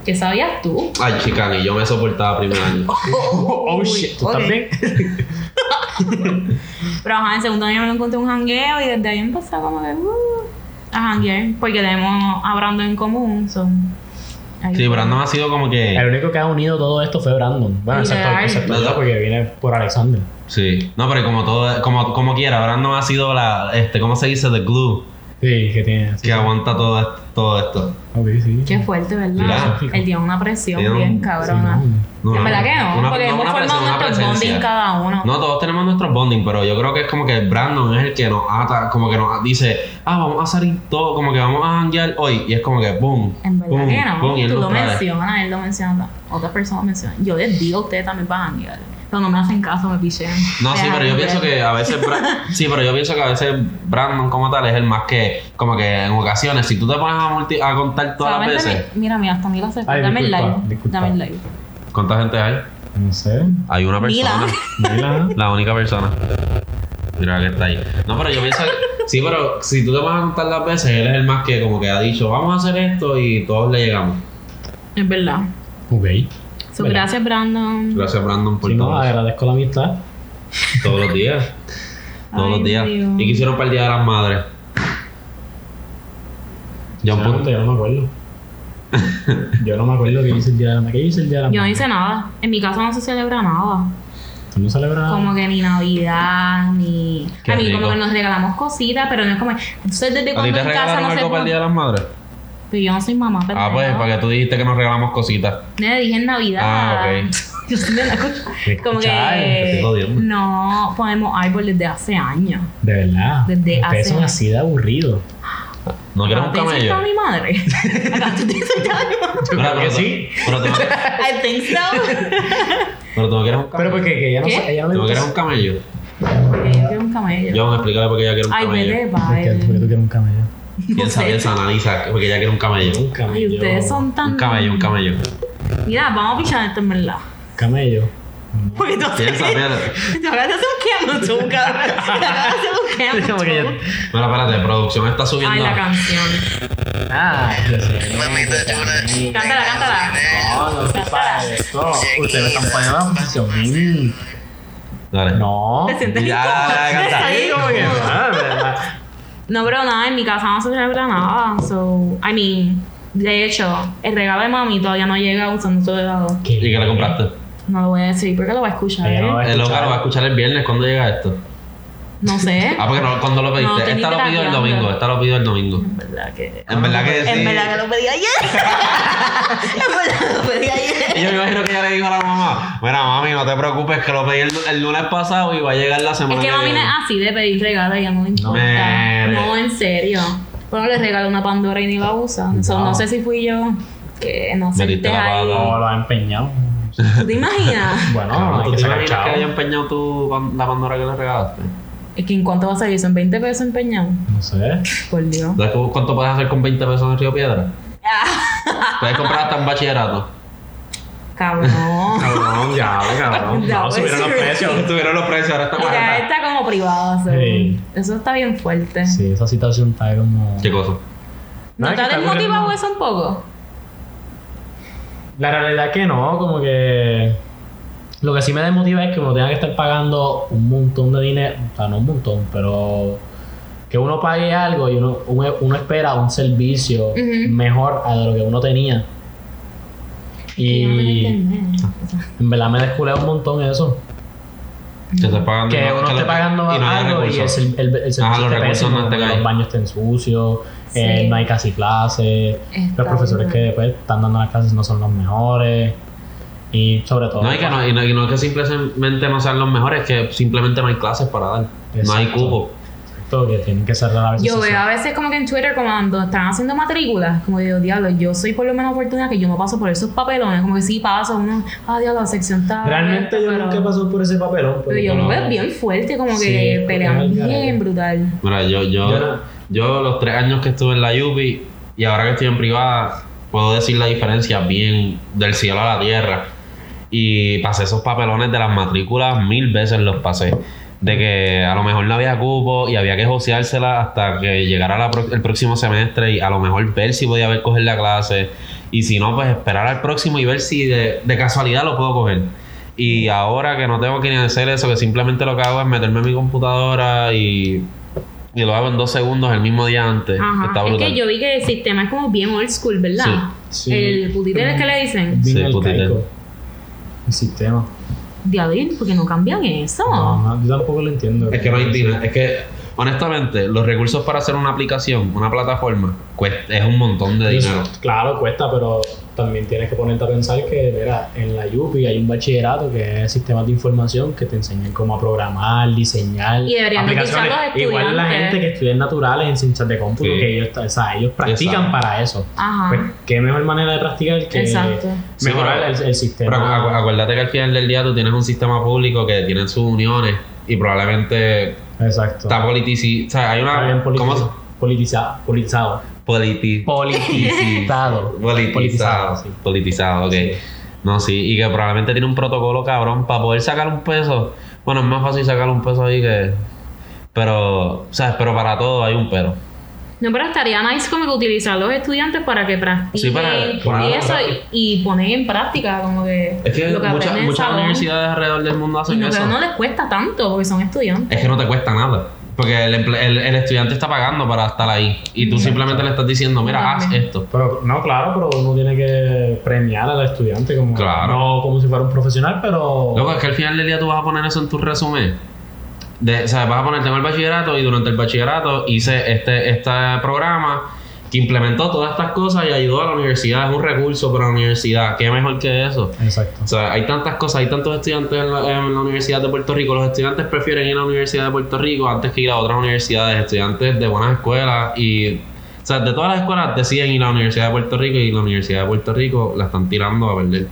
[SPEAKER 3] ¿Qué sabías tú?
[SPEAKER 2] Ay, chica, ni yo me soportaba primer año.
[SPEAKER 1] Oh, shit, ¿tú
[SPEAKER 4] ok.
[SPEAKER 1] también?
[SPEAKER 4] Pero ajá, en segundo año me encontré un jangueo y desde ahí empecé como que uh, a janguear. Porque tenemos a Brandon en común. Son.
[SPEAKER 2] Sí, Brandon ha sido como
[SPEAKER 1] El
[SPEAKER 2] que.
[SPEAKER 1] único que ha unido todo esto fue Brandon. Bueno, excepto,
[SPEAKER 3] Literal.
[SPEAKER 1] excepto yo, porque viene por Alexander.
[SPEAKER 2] Sí. No, pero como todo, como, como quiera, Brandon ha sido la, este, ¿cómo se dice? The glue
[SPEAKER 1] Sí, que tiene. sí.
[SPEAKER 2] que aguanta todo, esto- todo esto.
[SPEAKER 1] Ok, sí.
[SPEAKER 3] Qué fuerte, ¿verdad?
[SPEAKER 1] Filosófico.
[SPEAKER 3] Él tiene una presión
[SPEAKER 2] Tiene un-
[SPEAKER 3] bien cabrona.
[SPEAKER 1] Sí, no.
[SPEAKER 2] No,
[SPEAKER 3] en
[SPEAKER 2] no,
[SPEAKER 3] verdad que no,
[SPEAKER 2] una-
[SPEAKER 3] porque
[SPEAKER 2] no,
[SPEAKER 3] hemos
[SPEAKER 2] una
[SPEAKER 3] formado
[SPEAKER 2] presión, una
[SPEAKER 3] nuestros
[SPEAKER 2] presencia.
[SPEAKER 3] bonding cada uno.
[SPEAKER 2] No, todos tenemos nuestros bonding, pero yo creo que es como que Brandon es el que nos ata, como que nos dice, ah, vamos a salir todo, como que vamos a janguear hoy. Y es como que, boom,
[SPEAKER 3] En verdad
[SPEAKER 2] boom,
[SPEAKER 3] que no.
[SPEAKER 2] boom, y él
[SPEAKER 3] Tú
[SPEAKER 2] nos
[SPEAKER 3] lo
[SPEAKER 2] trae.
[SPEAKER 3] mencionas, él lo menciona, otras personas mencionan. Yo les digo a ustedes también para janguear. Pero no me hacen caso, me pichean.
[SPEAKER 2] No, sí,
[SPEAKER 3] Dejan
[SPEAKER 2] pero yo
[SPEAKER 3] de-
[SPEAKER 2] pienso que a veces, Bra- sí, pero yo pienso que a veces Brandon como tal es el más que, como que en ocasiones, si tú te pones a, multi- a contar todas las
[SPEAKER 3] Solamente
[SPEAKER 2] veces,
[SPEAKER 3] mi- mira, mira, hasta Mila se fue.
[SPEAKER 1] Ay,
[SPEAKER 3] Dame el
[SPEAKER 1] disculpa,
[SPEAKER 3] like.
[SPEAKER 1] disculpa.
[SPEAKER 3] Dame el like.
[SPEAKER 2] ¿cuánta gente hay?
[SPEAKER 1] No sé.
[SPEAKER 2] Hay una persona.
[SPEAKER 4] Mira.
[SPEAKER 1] Mira.
[SPEAKER 2] La única persona. Mira que está ahí. No, pero yo pienso que- Sí, pero si tú te vas a contar las veces, él es el más que como que ha dicho, vamos a hacer esto y todos le llegamos.
[SPEAKER 3] Es verdad.
[SPEAKER 1] Ok.
[SPEAKER 3] So,
[SPEAKER 1] ¿Verdad?
[SPEAKER 3] gracias, Brandon.
[SPEAKER 2] Gracias, Brandon, por
[SPEAKER 1] Si no,
[SPEAKER 2] todo.
[SPEAKER 1] agradezco la amistad.
[SPEAKER 2] Todos los días. Todos
[SPEAKER 3] Ay,
[SPEAKER 2] los días.
[SPEAKER 3] Dios.
[SPEAKER 2] ¿Y qué hicieron para el Día de las Madres? Yo un punto.
[SPEAKER 1] Sinceramente, yo no me acuerdo. Yo no me acuerdo que hice el día de la madre. ¿Qué hice el día de la
[SPEAKER 3] Yo no
[SPEAKER 1] madre?
[SPEAKER 3] hice nada. En mi casa no se celebra nada.
[SPEAKER 1] ¿Tú no celebras?
[SPEAKER 3] Como que ni Navidad, ni.
[SPEAKER 2] Qué
[SPEAKER 3] a mí,
[SPEAKER 2] rico.
[SPEAKER 3] como que nos regalamos cositas, pero no es como. Entonces, desde
[SPEAKER 2] ¿A ti
[SPEAKER 3] cuando
[SPEAKER 2] te
[SPEAKER 3] en casa
[SPEAKER 2] regalaron
[SPEAKER 3] no se.
[SPEAKER 2] algo para el Día de las Madres?
[SPEAKER 3] Pero yo no soy mamá, pero.
[SPEAKER 2] Ah, pues, para que tú dijiste que nos regalamos cositas.
[SPEAKER 3] Le dije en Navidad.
[SPEAKER 2] Ah, ok.
[SPEAKER 3] yo soy de la- Como
[SPEAKER 1] Escuchar,
[SPEAKER 2] te estoy
[SPEAKER 3] que.
[SPEAKER 2] jodiendo.
[SPEAKER 3] No ponemos árbol desde hace años.
[SPEAKER 1] De verdad.
[SPEAKER 3] Desde
[SPEAKER 1] Ustedes
[SPEAKER 3] hace-
[SPEAKER 1] son así de aburridos.
[SPEAKER 2] ¿No quieres un
[SPEAKER 3] Acá te insultó
[SPEAKER 2] camello?
[SPEAKER 3] a mi madre. Acá tú te insultó a mi madre.
[SPEAKER 2] Mira,
[SPEAKER 1] creo que
[SPEAKER 2] tú-
[SPEAKER 1] sí.
[SPEAKER 2] Pero tú,
[SPEAKER 4] I think so.
[SPEAKER 2] pero tú no quieres un
[SPEAKER 1] Pero
[SPEAKER 2] camello.
[SPEAKER 1] porque que ella no,
[SPEAKER 3] ¿Qué?
[SPEAKER 1] sa- ella no
[SPEAKER 2] ¿Tú
[SPEAKER 1] le
[SPEAKER 2] no quieres
[SPEAKER 1] gusta.
[SPEAKER 2] un camello?
[SPEAKER 3] Porque yo quiero un camello.
[SPEAKER 2] Yo me explicaré por qué ella quiere un
[SPEAKER 3] Ay,
[SPEAKER 2] camello.
[SPEAKER 3] vele,
[SPEAKER 1] ¿Por qué, por qué tú
[SPEAKER 3] bye.
[SPEAKER 1] quieres un camello?
[SPEAKER 2] Piensa,
[SPEAKER 3] sé.
[SPEAKER 2] piensa, analiza, porque ella quiere un camello.
[SPEAKER 1] Un camello.
[SPEAKER 3] Ay, ustedes son tan.
[SPEAKER 2] Un camello, un camello.
[SPEAKER 3] Mira, vamos a pichar esto en verdad.
[SPEAKER 1] Camello.
[SPEAKER 4] Porque tú
[SPEAKER 2] Piensa, espérate.
[SPEAKER 4] Yo acabas de hacer un quemo tú, cabrón. Yo acabas de hacer un quemo
[SPEAKER 1] Como que yo-
[SPEAKER 4] tú.
[SPEAKER 2] Mira, espérate, producción está
[SPEAKER 3] Ay,
[SPEAKER 2] subiendo.
[SPEAKER 3] la canción.
[SPEAKER 1] Ah, yo sé.
[SPEAKER 5] Mamita llora.
[SPEAKER 3] Cántala, cántala.
[SPEAKER 1] No, no se pare esto. Ustedes me están poniendo la presión.
[SPEAKER 2] Dale.
[SPEAKER 1] No.
[SPEAKER 4] Te sientes
[SPEAKER 2] Ya,
[SPEAKER 4] incómodo.
[SPEAKER 2] ya, ya,
[SPEAKER 4] Está
[SPEAKER 2] ya.
[SPEAKER 4] ahí
[SPEAKER 1] Como que,
[SPEAKER 4] incómodo.
[SPEAKER 1] ah, de verdad.
[SPEAKER 3] No, pero nada, en mi casa no se celebra nada. So, I mean, de hecho, el regalo de mami todavía no llega usando su regalo.
[SPEAKER 2] ¿Y qué le compraste?
[SPEAKER 3] No lo voy a decir porque lo va a escuchar. ¿eh?
[SPEAKER 1] Ella no va a
[SPEAKER 2] El local lo va a
[SPEAKER 1] escuchar.
[SPEAKER 2] escuchar el viernes. ¿Cuándo llega esto?
[SPEAKER 3] No sé.
[SPEAKER 2] Ah, porque no, cuando lo pediste.
[SPEAKER 3] No, estoy
[SPEAKER 2] esta lo pidió el
[SPEAKER 3] literalmente.
[SPEAKER 2] domingo. Esta lo pidió el domingo.
[SPEAKER 3] En verdad que.
[SPEAKER 2] En verdad que sí.
[SPEAKER 4] En verdad que lo pedí ayer. En verdad que lo pedí ayer.
[SPEAKER 2] Y Yo me imagino que ella le dijo a la mamá: Mira, mami, no te preocupes, que lo pedí el, el lunes pasado y va a llegar la
[SPEAKER 3] Es
[SPEAKER 2] semana.
[SPEAKER 3] que mami no es
[SPEAKER 2] viene".
[SPEAKER 3] así de pedir regalo, ella no le importa.
[SPEAKER 2] Mere.
[SPEAKER 3] No, en serio. Bueno, le regaló una Pandora y ni la usa. So,
[SPEAKER 1] Wow.
[SPEAKER 3] no sé si fui yo. Que no sé.
[SPEAKER 2] Metiste la
[SPEAKER 3] deja ahí.
[SPEAKER 2] pata.
[SPEAKER 1] No, lo ha empeñado.
[SPEAKER 3] ¿Tú te imaginas?
[SPEAKER 1] Bueno,
[SPEAKER 2] Cabrón,
[SPEAKER 1] hay
[SPEAKER 2] ¿tú
[SPEAKER 1] que
[SPEAKER 2] te
[SPEAKER 1] sacar
[SPEAKER 2] imaginas que haya
[SPEAKER 1] chavo.
[SPEAKER 2] empeñado tu, pan- la Pandora que le regalaste?
[SPEAKER 3] es que en cuánto va a salir, son 20 pesos empeñados.
[SPEAKER 1] No sé.
[SPEAKER 3] Por Dios.
[SPEAKER 2] ¿Sabes cu- cuánto puedes hacer con 20 pesos en Río Piedra? Puedes comprar hasta un bachillerato.
[SPEAKER 3] Cabrón.
[SPEAKER 1] Cabrón, ya, cabrón.
[SPEAKER 3] Ya,
[SPEAKER 1] No,
[SPEAKER 3] pues,
[SPEAKER 1] subieron los
[SPEAKER 3] sí.
[SPEAKER 1] precios.
[SPEAKER 2] Tuvieron los precios, ahora está
[SPEAKER 3] Mira, este-
[SPEAKER 2] barata.
[SPEAKER 3] está como privado. so.
[SPEAKER 1] Sí.
[SPEAKER 3] Eso está bien fuerte.
[SPEAKER 1] Sí, esa situación está como.
[SPEAKER 2] ¿Qué cosa?
[SPEAKER 3] ¿No
[SPEAKER 1] Nada,
[SPEAKER 3] te
[SPEAKER 1] que
[SPEAKER 3] ha
[SPEAKER 1] está
[SPEAKER 3] desmotivado
[SPEAKER 1] ocurriendo-
[SPEAKER 3] eso un poco?
[SPEAKER 1] La realidad es que no, como que. Lo que sí me desmotiva es que uno tenga que estar pagando un montón de dinero. O sea, no un montón, pero. Que uno pague algo y uno, uno, uno espera un servicio
[SPEAKER 3] Ujú.
[SPEAKER 1] mejor a lo que uno tenía. Y.
[SPEAKER 3] Yo no tengo internet.
[SPEAKER 1] En verdad me desculé un montón eso.
[SPEAKER 2] Que estés pagando.
[SPEAKER 1] Que uno esté
[SPEAKER 2] lo-
[SPEAKER 1] pagando
[SPEAKER 2] y no haya
[SPEAKER 1] algo y el,
[SPEAKER 2] recursos.
[SPEAKER 1] ser- el, el servicio
[SPEAKER 2] Ah, los
[SPEAKER 1] esté
[SPEAKER 2] recursos
[SPEAKER 1] pésimo,
[SPEAKER 2] no estén
[SPEAKER 1] porque
[SPEAKER 2] ahí.
[SPEAKER 1] los baños estén sucios,
[SPEAKER 3] Sí.
[SPEAKER 1] eh, no hay casi clases,
[SPEAKER 3] Está
[SPEAKER 1] los profesores que
[SPEAKER 3] bien.
[SPEAKER 1] después están dando las clases no son los mejores y sobre todo...
[SPEAKER 2] No, y que no, y no, y no es que simplemente no sean los mejores, que simplemente no hay clases para dar. No hay
[SPEAKER 1] Exacto.
[SPEAKER 2] cupo.
[SPEAKER 1] todo que tienen que cerrar a veces.
[SPEAKER 3] Yo
[SPEAKER 1] eso.
[SPEAKER 3] veo a veces como que en Twitter como cuando están haciendo matrículas, como digo, diablo, yo soy por lo menos afortunada que yo no paso por esos papelones, como que sí paso, uno, ah, diablo, la sección está...
[SPEAKER 1] Realmente yo
[SPEAKER 3] abierta,
[SPEAKER 1] nunca he
[SPEAKER 3] pero-
[SPEAKER 1] pasado por ese papelón.
[SPEAKER 3] Pero
[SPEAKER 1] porque
[SPEAKER 3] yo lo
[SPEAKER 1] no-
[SPEAKER 3] veo bien fuerte, como
[SPEAKER 1] Sí,
[SPEAKER 3] que
[SPEAKER 1] porque es
[SPEAKER 3] pelean
[SPEAKER 1] el garete.
[SPEAKER 3] bien brutal.
[SPEAKER 2] Mira, yo, yo,
[SPEAKER 1] Yo
[SPEAKER 2] yo,
[SPEAKER 1] no-
[SPEAKER 2] los tres años que estuve en la UPI y ahora que estoy en privada, puedo decir la diferencia bien del cielo a la tierra. Y pasé esos papelones de las matrículas mil veces los pasé. De que a lo mejor no había cupo y había que joseársela hasta que llegara la pro- el próximo semestre y a lo mejor ver si podía ver coger la clase. Y si no, pues esperar al próximo y ver si de, de casualidad lo puedo coger. Y ahora que no tengo que ni hacer eso, que simplemente lo que hago es meterme en mi computadora y, y lo hago en dos segundos el mismo día antes. Está
[SPEAKER 3] Ajá. Es
[SPEAKER 2] brutal.
[SPEAKER 3] que yo vi que el sistema es como bien old school, ¿verdad?
[SPEAKER 1] Sí. Sí.
[SPEAKER 3] El putiter que le dicen,
[SPEAKER 1] Bien
[SPEAKER 2] Sí,
[SPEAKER 1] arcaico.
[SPEAKER 2] putita.
[SPEAKER 1] El sistema.
[SPEAKER 3] diablo, ¿por qué no cambian eso?
[SPEAKER 1] No, no, yo tampoco lo entiendo.
[SPEAKER 2] Es que no hay dinero. Es que, honestamente, los recursos para hacer una aplicación, una plataforma, cuesta- es un montón de
[SPEAKER 1] Yo-
[SPEAKER 2] dinero.
[SPEAKER 1] Pues, Claro, cuesta, pero también tienes que ponerte a pensar que, mira, en la UPI hay un bachillerato que es sistemas de información que te enseñan cómo a programar, diseñar.
[SPEAKER 3] Y deberían de utilizar los
[SPEAKER 1] aplicaciones. Igual la
[SPEAKER 3] estudiantes.
[SPEAKER 1] gente que estudia en naturales en ciencias de cómputo,
[SPEAKER 2] Sí.
[SPEAKER 1] que ellos, o sea, ellos practican
[SPEAKER 2] Exacto.
[SPEAKER 1] para eso.
[SPEAKER 3] Ajá.
[SPEAKER 1] Pues, qué mejor manera de practicar que
[SPEAKER 3] Ah. Exacto.
[SPEAKER 2] Sí,
[SPEAKER 1] mejorar
[SPEAKER 2] pero-
[SPEAKER 1] el, el
[SPEAKER 2] Pero ah, acu- acu-
[SPEAKER 1] sistema.
[SPEAKER 2] acuérdate que al final del día tú tienes un sistema público que tiene sus uniones y probablemente
[SPEAKER 1] Exacto.
[SPEAKER 2] está politici... O sea, hay
[SPEAKER 1] Está
[SPEAKER 2] una...
[SPEAKER 1] bien politi-
[SPEAKER 2] ah, ¿Cómo se-
[SPEAKER 1] politiza- politizado.
[SPEAKER 2] Politi...
[SPEAKER 1] Politizado.
[SPEAKER 2] Politizado.
[SPEAKER 1] sí.
[SPEAKER 2] Politizado, ok.
[SPEAKER 1] Sí.
[SPEAKER 2] No, sí. Y que probablemente tiene un protocolo cabrón para poder sacar un peso. Bueno, es más fácil sacar un peso ahí que... Pero, ¿sabes? Pero para todo hay un pero.
[SPEAKER 3] No, pero estaría nice como que utilizar los estudiantes para que practiquen
[SPEAKER 2] Sí, para-
[SPEAKER 1] para-
[SPEAKER 3] y eso y, y poner en práctica como que,
[SPEAKER 2] Es que,
[SPEAKER 3] lo que
[SPEAKER 2] muchas,
[SPEAKER 3] aprenden en
[SPEAKER 2] muchas
[SPEAKER 3] salón.
[SPEAKER 2] universidades alrededor del mundo
[SPEAKER 3] Y
[SPEAKER 2] hacen
[SPEAKER 3] no,
[SPEAKER 2] eso.
[SPEAKER 3] pero no les cuesta tanto porque son estudiantes.
[SPEAKER 2] Es que no te cuesta nada. Porque el, emple- el- el estudiante está pagando para estar ahí. Y tú simplemente le estás diciendo, mira, haz
[SPEAKER 3] También.
[SPEAKER 2] esto.
[SPEAKER 1] Pero, no, claro, pero uno tiene que premiar al estudiante como
[SPEAKER 2] Claro.
[SPEAKER 1] no como si fuera un profesional, pero
[SPEAKER 2] Luego es que al final del día tú vas a poner eso en tu resumen. De, o sea, vas a poner tengo el bachillerato y durante el bachillerato hice este, este programa que implementó todas estas cosas y ayudó a la universidad. Es un recurso para la universidad. ¿Qué mejor que eso?
[SPEAKER 1] exacto.
[SPEAKER 2] O sea, hay tantas cosas, hay tantos estudiantes en la, en la Universidad de Puerto Rico. Los estudiantes prefieren ir a la Universidad de Puerto Rico antes que ir a otras universidades. Estudiantes de buenas escuelas y... O sea, de todas las escuelas deciden ir a la Universidad de Puerto Rico y la Universidad de Puerto Rico la están tirando a perder.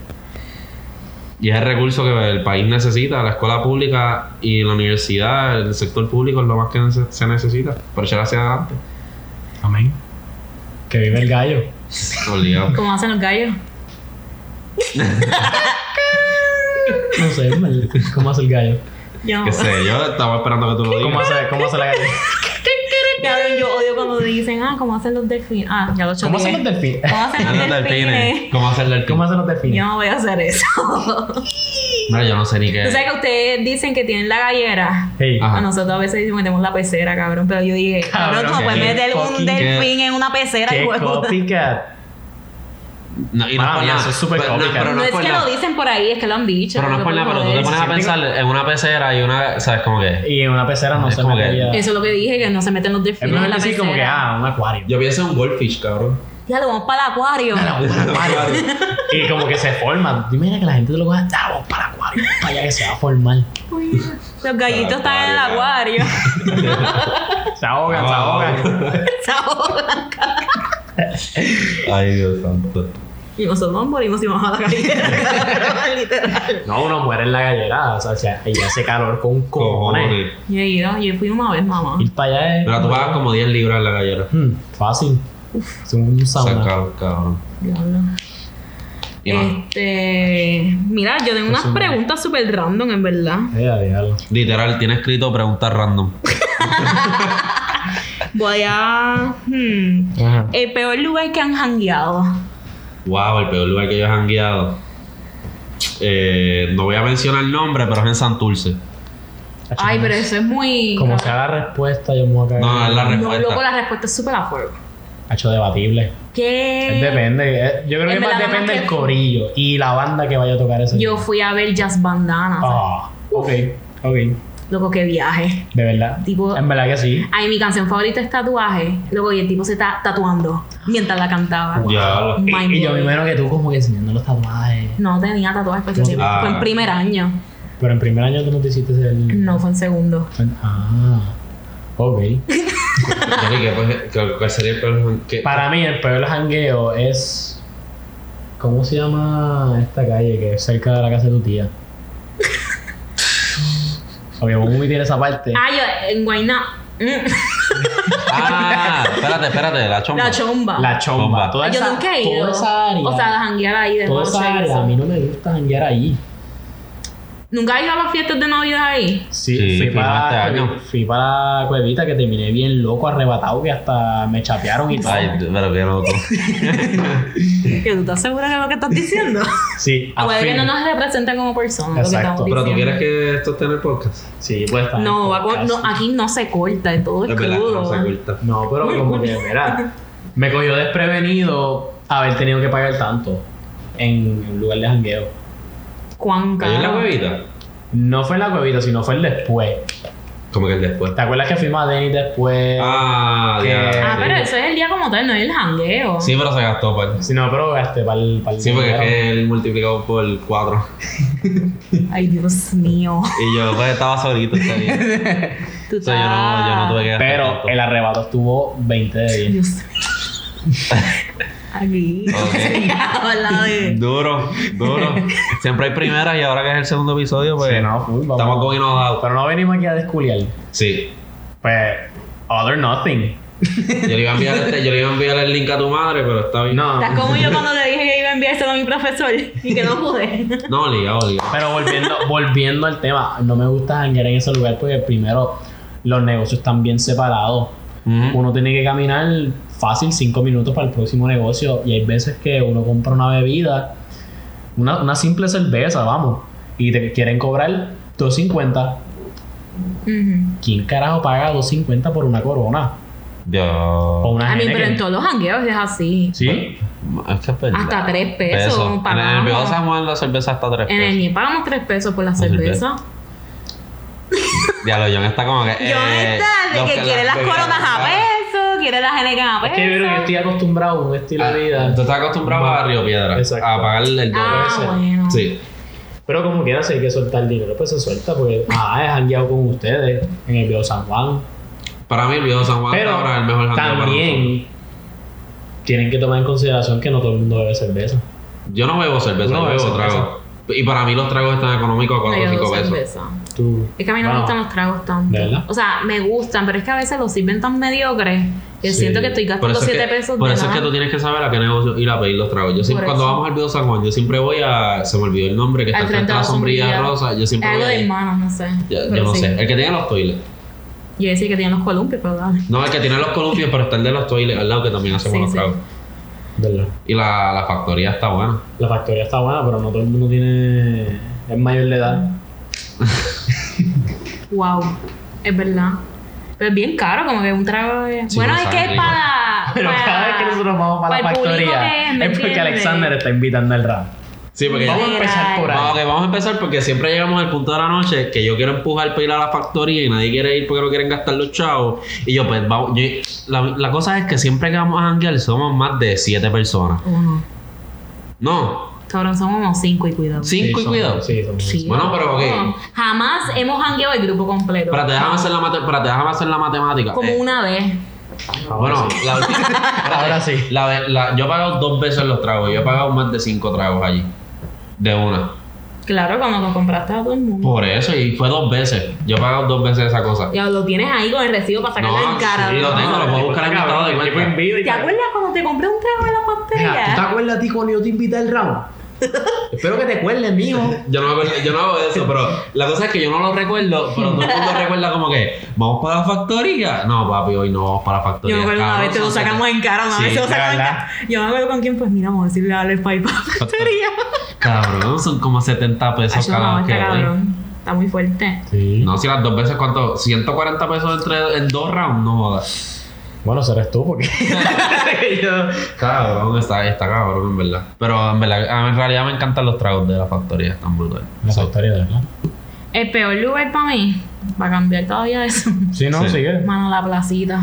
[SPEAKER 2] Y es el recurso que el país necesita, la escuela pública y la universidad, el sector público es lo más que nece- se necesita para echar hacia adelante.
[SPEAKER 1] Amén. Que vive el gallo.
[SPEAKER 2] Obligado.
[SPEAKER 3] Como hacen los gallos.
[SPEAKER 1] No sé, mal- ¿cómo hace el gallo?
[SPEAKER 4] Yo no.
[SPEAKER 2] Qué sé yo, estaba esperando que tú lo
[SPEAKER 1] ¿Cómo
[SPEAKER 2] digas.
[SPEAKER 1] hace, cómo hace la gallina?
[SPEAKER 4] Cabrón, yo odio cuando dicen, ah, ¿cómo hacen los delfines? Ah, ya lo choqué.
[SPEAKER 1] ¿Cómo hacen los delfines?
[SPEAKER 4] ¿Cómo hacen
[SPEAKER 2] Ah,
[SPEAKER 4] los
[SPEAKER 2] no, del pene.
[SPEAKER 4] delfines?
[SPEAKER 2] ¿Cómo hacerle el
[SPEAKER 1] ¿Cómo hacen los delfines?
[SPEAKER 4] Yo no voy a hacer eso. Tú
[SPEAKER 2] Mira, yo no sé ni qué.
[SPEAKER 4] sabes que ustedes dicen que tienen la gallera.
[SPEAKER 1] Hey,
[SPEAKER 2] Ajá.
[SPEAKER 4] A nosotros a veces metemos la pecera, cabrón. Pero yo dije, cabrón,
[SPEAKER 1] Cabrón,
[SPEAKER 4] tú no puedes
[SPEAKER 1] qué
[SPEAKER 4] meter un
[SPEAKER 1] fucking-
[SPEAKER 4] delfín en una pecera,
[SPEAKER 1] qué
[SPEAKER 4] hijo de puta.
[SPEAKER 1] copycat.
[SPEAKER 2] No, y no,
[SPEAKER 1] Mala
[SPEAKER 2] por
[SPEAKER 1] mía,
[SPEAKER 2] nada.
[SPEAKER 1] eso es súper
[SPEAKER 2] Pero-
[SPEAKER 1] cómica.
[SPEAKER 2] pero
[SPEAKER 4] No
[SPEAKER 2] no
[SPEAKER 4] es
[SPEAKER 2] por
[SPEAKER 4] que
[SPEAKER 2] nada.
[SPEAKER 4] lo dicen por ahí, es que lo han dicho.
[SPEAKER 2] Pero no es por nada, pero tú te pones a pensar en una pecera y una. ¿Sabes cómo que?
[SPEAKER 1] Y en una pecera no
[SPEAKER 2] Es
[SPEAKER 1] se
[SPEAKER 2] como
[SPEAKER 1] metería.
[SPEAKER 3] Eso es lo que dije, que no se meten los
[SPEAKER 1] Es
[SPEAKER 3] delfines
[SPEAKER 1] mejor
[SPEAKER 3] en la
[SPEAKER 1] decir
[SPEAKER 3] pecera.
[SPEAKER 1] como que, ah, un acuario.
[SPEAKER 2] Yo pienso en un goldfish, cabrón.
[SPEAKER 4] Ya lo vamos para el acuario.
[SPEAKER 1] Un acuario. y como que se forman. Dime que la gente te lo coge, ah, vamos para el acuario. Para allá que se va a formar.
[SPEAKER 4] Los gallitos
[SPEAKER 2] Para
[SPEAKER 4] están en el acuario.
[SPEAKER 1] Se ahogan,
[SPEAKER 2] Ah,
[SPEAKER 1] se ahogan.
[SPEAKER 4] Se ahogan.
[SPEAKER 2] Ay, Dios santo.
[SPEAKER 4] Y nosotros nos morimos y vamos a la gallera. Literal.
[SPEAKER 1] No, uno muere en la gallera. O sea, o sea, y hace calor con cojones.
[SPEAKER 4] Yo he ido, yo fui una vez, mamá.
[SPEAKER 1] Ir para allá es.
[SPEAKER 2] Pero tú pagas como 10 libras en la gallera.
[SPEAKER 1] Hmm, fácil. Es un sauna.
[SPEAKER 2] Sacado, cabrón.
[SPEAKER 4] Diablo.
[SPEAKER 2] Y más.
[SPEAKER 4] Este. Mira, yo tengo unas
[SPEAKER 1] Eso no.
[SPEAKER 4] preguntas súper random, en verdad.
[SPEAKER 1] Eh, a diablo.
[SPEAKER 2] Literal, tiene escrito preguntas random.
[SPEAKER 4] Voy a. hmm, El peor lugar que han jangueado.
[SPEAKER 2] Wow, el peor lugar que yo he jangueado. Eh, no voy a mencionar el nombre, pero es en Santurce.
[SPEAKER 3] Ay, pero eso es muy.
[SPEAKER 1] Como sea la respuesta, yo me voy a caer.
[SPEAKER 2] No, es la
[SPEAKER 3] No,
[SPEAKER 2] respuesta.
[SPEAKER 3] loco, la respuesta es súper a fuego.
[SPEAKER 1] Ha hecho debatible. Es
[SPEAKER 4] ¿Qué?
[SPEAKER 1] Depende. eh, Yo creo
[SPEAKER 3] En
[SPEAKER 1] que más
[SPEAKER 3] verdad, nada
[SPEAKER 1] depende
[SPEAKER 3] más
[SPEAKER 1] del
[SPEAKER 3] que-
[SPEAKER 1] corillo y la banda que vaya a tocar ese
[SPEAKER 3] Yo
[SPEAKER 1] día.
[SPEAKER 3] fui a ver Jazz Bandana.
[SPEAKER 1] Ah, ok, ok.
[SPEAKER 3] Loco, qué viaje.
[SPEAKER 1] De verdad.
[SPEAKER 3] Tipo-
[SPEAKER 1] En verdad que sí.
[SPEAKER 3] Ay, mi canción favorita es Tatuaje. Loco, y el tipo se está tatuando mientras la cantaba.
[SPEAKER 2] Ya.
[SPEAKER 1] Y,
[SPEAKER 3] Mind
[SPEAKER 1] y yo me
[SPEAKER 3] blowing.
[SPEAKER 1] imagino que tú como que enseñando los tatuajes.
[SPEAKER 3] No tenía tatuajes, pues, sí,
[SPEAKER 2] Ah.
[SPEAKER 3] fue en primer año.
[SPEAKER 1] Pero en primer año tú no te hiciste el...
[SPEAKER 3] No, fue en segundo.
[SPEAKER 1] Ah, ok.
[SPEAKER 2] Yo dije, pues, ¿cuál- ¿Cuál sería el peor que-
[SPEAKER 1] Para mí el peor jangueo es... ¿Cómo se llama esta calle que es cerca de la casa de tu tía? Ok, muy bien esa parte.
[SPEAKER 3] Ah, yo en Guayna. mm,
[SPEAKER 2] Ah, espérate, espérate, la chompa.
[SPEAKER 3] La chomba.
[SPEAKER 1] La chomba.
[SPEAKER 2] Chomba.
[SPEAKER 1] Toda
[SPEAKER 3] yo
[SPEAKER 1] esa,
[SPEAKER 3] nunca he ido.
[SPEAKER 1] Toda esa área.
[SPEAKER 3] O sea, la janguear ahí de
[SPEAKER 1] toda
[SPEAKER 3] noche.
[SPEAKER 1] esa
[SPEAKER 3] y
[SPEAKER 1] área.
[SPEAKER 3] eso.
[SPEAKER 1] A mí no me gusta janguear ahí.
[SPEAKER 3] ¿Nunca has ido a las fiestas de Navidad ahí?
[SPEAKER 1] Sí,
[SPEAKER 2] Sí,
[SPEAKER 1] fui,
[SPEAKER 2] fui más
[SPEAKER 1] para,
[SPEAKER 2] este año.
[SPEAKER 1] fui para la Cuevita que terminé bien loco, arrebatado, que hasta me chapearon y todo.
[SPEAKER 2] Ay, pero qué loco.
[SPEAKER 3] Que tú estás segura de lo que estás diciendo.
[SPEAKER 1] Sí, a
[SPEAKER 3] Puede que
[SPEAKER 1] fin.
[SPEAKER 3] no nos representan como personas. lo que
[SPEAKER 1] Exacto.
[SPEAKER 3] estamos
[SPEAKER 2] Pero tú
[SPEAKER 3] diciendo.
[SPEAKER 2] quieres que esto esté en el podcast.
[SPEAKER 1] Sí, pues está. en
[SPEAKER 3] No, va con-
[SPEAKER 1] podcast.
[SPEAKER 3] no, aquí no se corta, y todo es
[SPEAKER 2] Es verdad,
[SPEAKER 3] crudo.
[SPEAKER 2] no se corta.
[SPEAKER 1] No, pero como que, mira, me cogió desprevenido haber tenido que pagar tanto en un lugar de jangueo.
[SPEAKER 3] Cuán
[SPEAKER 2] ¿Cayó en la
[SPEAKER 3] caro.
[SPEAKER 2] huevita?
[SPEAKER 1] No fue en la cuevita, sino fue el después.
[SPEAKER 2] Como que el después.
[SPEAKER 1] ¿Te acuerdas que fuimos a Denis después?
[SPEAKER 2] Eh, Ah,
[SPEAKER 1] que-
[SPEAKER 2] ya.
[SPEAKER 3] Ah,
[SPEAKER 2] sí.
[SPEAKER 3] pero eso es el día como tal, no es el jangueo.
[SPEAKER 2] Sí, pero se gastó, par.
[SPEAKER 1] Si no, pero este, para el.
[SPEAKER 2] Sí, porque es que él multiplicado por 4.
[SPEAKER 3] Ay, Dios mío.
[SPEAKER 2] Y yo pues estaba solito ese día.
[SPEAKER 3] Tú
[SPEAKER 2] O sea, yo no, yo no tuve que gastar
[SPEAKER 1] Pero
[SPEAKER 2] tanto.
[SPEAKER 1] el arrebato estuvo 20 de 10.
[SPEAKER 3] Dios mío. Aquí.
[SPEAKER 2] Ok.
[SPEAKER 3] Habla de-
[SPEAKER 2] Duro, duro. Siempre hay primera y ahora que es el segundo episodio, pues
[SPEAKER 1] Sí, no, full, vamos.
[SPEAKER 2] estamos con inodado.
[SPEAKER 1] Pero no venimos aquí a desculiar.
[SPEAKER 2] Sí.
[SPEAKER 1] Pues, other nothing.
[SPEAKER 2] Yo le, iba a enviar este- yo le iba a enviar el link a tu madre, pero está bien.
[SPEAKER 1] No.
[SPEAKER 3] Estás como yo cuando le dije que iba a enviárselo a mi profesor y que no pude.
[SPEAKER 2] No, obligado, obligado.
[SPEAKER 1] Pero volviendo, volviendo al tema, no me gusta janguear en ese lugar porque primero los negocios están bien separados.
[SPEAKER 2] Ujú.
[SPEAKER 1] Uno tiene que caminar fácil 5 minutos para el próximo negocio y hay veces que uno compra una bebida, una, una simple cerveza, vamos, y te quieren cobrar 2.50.
[SPEAKER 3] Ujú.
[SPEAKER 1] ¿Quién carajo paga 2.50 por una corona? O
[SPEAKER 2] Yo.
[SPEAKER 1] una
[SPEAKER 3] A mí, pero
[SPEAKER 1] Heineken.
[SPEAKER 3] en todos los jangueos es así.
[SPEAKER 1] Sí,
[SPEAKER 2] Es que es verdad.
[SPEAKER 3] Hasta tres pesos,
[SPEAKER 2] En el
[SPEAKER 3] pagamos.
[SPEAKER 2] Viejo San Juan la cerveza está tres
[SPEAKER 3] En el
[SPEAKER 2] pesos.
[SPEAKER 3] ni pagamos tres pesos por la
[SPEAKER 2] Por
[SPEAKER 3] cerveza.
[SPEAKER 2] Diablo, John está como que.
[SPEAKER 3] Yo
[SPEAKER 2] eh,
[SPEAKER 3] esta, de
[SPEAKER 2] los
[SPEAKER 3] que quiere las
[SPEAKER 2] bebidas
[SPEAKER 3] coronas a
[SPEAKER 2] caras.
[SPEAKER 3] peso, quiere las Heineken a
[SPEAKER 1] es que yo creo que
[SPEAKER 3] peso.
[SPEAKER 1] estoy acostumbrado a un estilo
[SPEAKER 2] Ah,
[SPEAKER 1] de vida.
[SPEAKER 2] Tú estás acostumbrado a Río Piedra.
[SPEAKER 1] Exacto.
[SPEAKER 2] A pagar el doble.
[SPEAKER 1] ese.
[SPEAKER 3] Ah, bueno.
[SPEAKER 2] Sí.
[SPEAKER 1] Pero como quiera, si hay que soltar dinero, pues se suelta, porque ah, he jangueado con ustedes en el Viejo San Juan.
[SPEAKER 2] Para mí el Viejo San Juan
[SPEAKER 1] Pero
[SPEAKER 2] está ahora el mejor jangueo para nosotros.
[SPEAKER 1] también tienen que tomar en consideración que no todo el mundo bebe cerveza.
[SPEAKER 2] Yo no bebo cerveza,
[SPEAKER 1] Tú no
[SPEAKER 2] yo
[SPEAKER 1] bebes
[SPEAKER 2] bebo
[SPEAKER 1] cerveza.
[SPEAKER 2] trago. Y para mí los tragos están económicos a 4
[SPEAKER 3] Pero
[SPEAKER 2] o 5 pesos.
[SPEAKER 3] cerveza.
[SPEAKER 1] Tú,
[SPEAKER 3] Es que a mí no me
[SPEAKER 1] bueno,
[SPEAKER 3] gustan los tragos tanto.
[SPEAKER 1] ¿De verdad?
[SPEAKER 3] O sea, me gustan, pero es que a veces los sirven tan mediocres que
[SPEAKER 1] Sí.
[SPEAKER 3] siento que estoy
[SPEAKER 2] Por
[SPEAKER 3] gastando
[SPEAKER 2] eso, es
[SPEAKER 3] 7
[SPEAKER 2] que,
[SPEAKER 3] pesos
[SPEAKER 2] por
[SPEAKER 3] de
[SPEAKER 2] eso es que
[SPEAKER 3] nada.
[SPEAKER 2] tú tienes que saber a qué negocio ir a pedir los tragos. Yo siempre,
[SPEAKER 3] Por
[SPEAKER 2] cuando
[SPEAKER 3] eso.
[SPEAKER 2] vamos al Viejo San Juan, yo siempre voy a. Se me olvidó el nombre, que está
[SPEAKER 3] Al
[SPEAKER 2] al frente de la sombrilla, rosa. Yo siempre
[SPEAKER 3] Es algo
[SPEAKER 2] voy
[SPEAKER 3] de
[SPEAKER 2] ahí.
[SPEAKER 3] hermanos, no sé.
[SPEAKER 2] Ya- Yo,
[SPEAKER 3] Pero
[SPEAKER 2] no
[SPEAKER 3] sí.
[SPEAKER 2] sé. El que tiene los toiles.
[SPEAKER 3] Yo iba a decir que tienen los columpios, pero dale.
[SPEAKER 2] No, el que tiene los columpios, pero está el de los toiles al lado que también hacemos
[SPEAKER 3] Sí,
[SPEAKER 2] los
[SPEAKER 3] sí.
[SPEAKER 2] tragos.
[SPEAKER 1] ¿verdad?
[SPEAKER 2] Y la, la factoría está buena.
[SPEAKER 1] La factoría está buena, pero no todo el mundo tiene. es mayor de edad.
[SPEAKER 3] Wow, es verdad. Pero es bien caro, como que un trago de...
[SPEAKER 2] Sí,
[SPEAKER 3] bueno, es
[SPEAKER 2] pero sabe
[SPEAKER 3] que es
[SPEAKER 2] rico.
[SPEAKER 3] para...
[SPEAKER 1] Pero
[SPEAKER 3] Ah, para-
[SPEAKER 1] cada vez que nosotros vamos para la
[SPEAKER 3] para el público que
[SPEAKER 1] factoría,
[SPEAKER 3] es, ¿me
[SPEAKER 1] es porque
[SPEAKER 3] entiendes?
[SPEAKER 1] Alexander está invitando al rap.
[SPEAKER 2] Sí, porque.
[SPEAKER 1] Vamos a empezar por
[SPEAKER 2] Vamos,
[SPEAKER 1] ahí.
[SPEAKER 2] ok, vamos a empezar porque siempre llegamos al punto de la noche que yo quiero empujar para ir a la factoría y nadie quiere ir porque no quieren gastar los chavos. Y yo, pues, vamos. yo- la, la cosa es que siempre que vamos a janguear somos más de siete personas.
[SPEAKER 3] Uno.
[SPEAKER 2] No,
[SPEAKER 3] Cabrón, somos como cinco y cuidado.
[SPEAKER 2] cinco
[SPEAKER 1] Sí,
[SPEAKER 2] y
[SPEAKER 1] son-
[SPEAKER 2] cuidado.
[SPEAKER 1] Sí, son-
[SPEAKER 3] Sí,
[SPEAKER 2] Bueno, pero, ok.
[SPEAKER 3] no. Jamás hemos hangueado el grupo completo.
[SPEAKER 2] Espérate, déjame hacer la, mate- espérate, déjame hacer la matemática.
[SPEAKER 3] Como
[SPEAKER 2] Eh,
[SPEAKER 3] una vez.
[SPEAKER 1] Ahora
[SPEAKER 2] Bueno,
[SPEAKER 1] sí.
[SPEAKER 2] la última- espérate,
[SPEAKER 1] Ahora sí.
[SPEAKER 2] la ve- la- yo he pagado dos veces los tragos. Yo he pagado más de cinco tragos allí. De una.
[SPEAKER 3] Claro, cuando lo compraste a todo el mundo.
[SPEAKER 2] Por eso, y fue dos veces. Yo he pagado dos veces esa cosa.
[SPEAKER 3] Ya lo tienes ahí con el recibo para sacarle
[SPEAKER 2] No,
[SPEAKER 3] en cara.
[SPEAKER 1] Ah,
[SPEAKER 2] sí, lo
[SPEAKER 3] ¿no?
[SPEAKER 2] tengo, lo puedo buscar en mi estado de
[SPEAKER 1] El tipo
[SPEAKER 2] cuenta.
[SPEAKER 1] invita y
[SPEAKER 3] ¿Te
[SPEAKER 1] tal.
[SPEAKER 3] acuerdas cuando te compré un trago en la
[SPEAKER 1] Mira, ¿Tú te
[SPEAKER 3] pastelería?
[SPEAKER 1] acuerdas a ti cuando yo te invité al round? Espero que te acuerdes, mijo.
[SPEAKER 2] Yo no, me acuerdo- yo no hago eso, pero la cosa es que yo no lo recuerdo, pero todo el mundo recuerda como que, ¿vamos para la factoría? No, papi, hoy no vamos para la factoría.
[SPEAKER 3] Yo me acuerdo una
[SPEAKER 2] Cabrón,
[SPEAKER 3] vez te lo
[SPEAKER 2] son siete-
[SPEAKER 3] sacamos en cara, una
[SPEAKER 2] Sí,
[SPEAKER 3] vez te lo sacamos en
[SPEAKER 1] ¿verdad?
[SPEAKER 3] cara. Yo me acuerdo con quién, pues mira, vamos a decirle a Alex para ir para la pastelería.
[SPEAKER 2] Cabrón, son como 70
[SPEAKER 3] Ay,
[SPEAKER 2] pesos
[SPEAKER 3] yo,
[SPEAKER 2] cada
[SPEAKER 3] no,
[SPEAKER 2] vez que
[SPEAKER 3] está
[SPEAKER 2] voy.
[SPEAKER 3] cabrón. Está muy fuerte.
[SPEAKER 1] Sí.
[SPEAKER 2] No, si las dos veces, ¿cuánto? 140 pesos entre, en dos rounds, no jodas.
[SPEAKER 1] Bueno, serás tú, porque. yo...
[SPEAKER 2] Cabrón, está, está cabrón, en verdad. Pero en verdad, a mí en realidad me encantan los tragos de la factoría, están brutales.
[SPEAKER 1] La
[SPEAKER 2] So,
[SPEAKER 1] factoría, de verdad.
[SPEAKER 3] El peor lugar para mí, para cambiar todavía eso.
[SPEAKER 1] Sí,
[SPEAKER 2] no,
[SPEAKER 1] no, sigue.
[SPEAKER 3] Mano, la placita.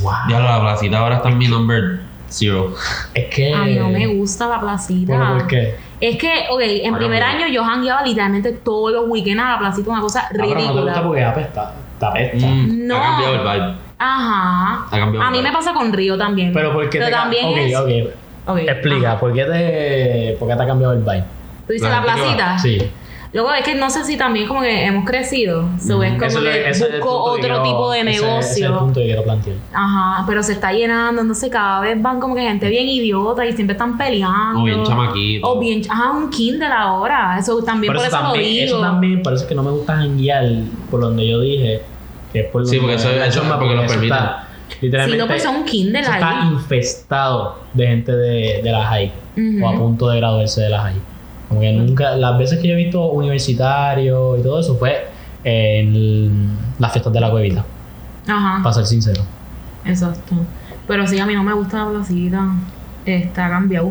[SPEAKER 1] Wow.
[SPEAKER 2] Diablo, la placita ahora está en mi number zero.
[SPEAKER 1] Es que.
[SPEAKER 3] A mí
[SPEAKER 2] Eh.
[SPEAKER 3] no me gusta la placita.
[SPEAKER 1] Bueno, ¿por qué?
[SPEAKER 3] Es que, ok, en
[SPEAKER 2] Ahora
[SPEAKER 3] primer
[SPEAKER 2] mira.
[SPEAKER 3] año yo jangueaba literalmente todos los weekends a la placita, una cosa
[SPEAKER 1] Ah, pero no te gusta
[SPEAKER 3] ridícula.
[SPEAKER 1] porque apesta. Te apesta.
[SPEAKER 2] Mm,
[SPEAKER 3] No.
[SPEAKER 2] Ha cambiado el vibe.
[SPEAKER 3] Ajá.
[SPEAKER 2] Ha cambiado
[SPEAKER 3] A
[SPEAKER 2] el
[SPEAKER 3] mí me
[SPEAKER 2] vibe.
[SPEAKER 3] pasa con Río también.
[SPEAKER 1] Ah, Pero porque
[SPEAKER 3] Pero
[SPEAKER 1] te. ca-
[SPEAKER 3] también
[SPEAKER 1] ok, pues,
[SPEAKER 3] es-
[SPEAKER 1] ok.
[SPEAKER 3] Ok,
[SPEAKER 1] Explica, ¿por qué te. ¿Por qué te ha cambiado el vibe?
[SPEAKER 3] Tú dices
[SPEAKER 2] La
[SPEAKER 3] la
[SPEAKER 2] gente que va.
[SPEAKER 3] Ah, placita.
[SPEAKER 1] Sí.
[SPEAKER 3] Luego es que no sé si también como que hemos crecido. So, es como
[SPEAKER 1] Eso es lo-
[SPEAKER 3] que
[SPEAKER 1] ese es el
[SPEAKER 3] busco
[SPEAKER 1] punto que
[SPEAKER 3] otro
[SPEAKER 1] quiero-
[SPEAKER 3] tipo de
[SPEAKER 1] ese- ese
[SPEAKER 3] negocio.
[SPEAKER 1] es el punto que quiero plantear.
[SPEAKER 3] Ajá, pero se está llenando, entonces cada vez van como que gente bien idiota y siempre están peleando.
[SPEAKER 2] O bien chamaquito.
[SPEAKER 3] O bien, ajá, un Kindle ahora. Eso también
[SPEAKER 1] Por
[SPEAKER 3] por
[SPEAKER 1] eso,
[SPEAKER 3] eso,
[SPEAKER 1] también,
[SPEAKER 3] lo digo.
[SPEAKER 1] eso también, por eso es que no me gusta janguear por donde yo dije. Que es por
[SPEAKER 2] Sí, porque
[SPEAKER 1] donde-
[SPEAKER 2] eso- eso es porque lo
[SPEAKER 1] eso
[SPEAKER 2] permiten.
[SPEAKER 1] está-
[SPEAKER 3] Si no,
[SPEAKER 1] Literalmente,
[SPEAKER 3] pues son un Kindle
[SPEAKER 1] eso está
[SPEAKER 3] ahí.
[SPEAKER 1] infestado de gente de, de la high
[SPEAKER 3] Ujú.
[SPEAKER 1] o a punto de graduarse de la high. Como que nunca, las veces que yo he visto universitarios y todo eso fue en el- las fiestas de la cuevita,
[SPEAKER 3] Ajá,
[SPEAKER 1] pues. para ser sincero.
[SPEAKER 3] exacto. Pero sí, a mí no me gusta la placita. Está cambiado.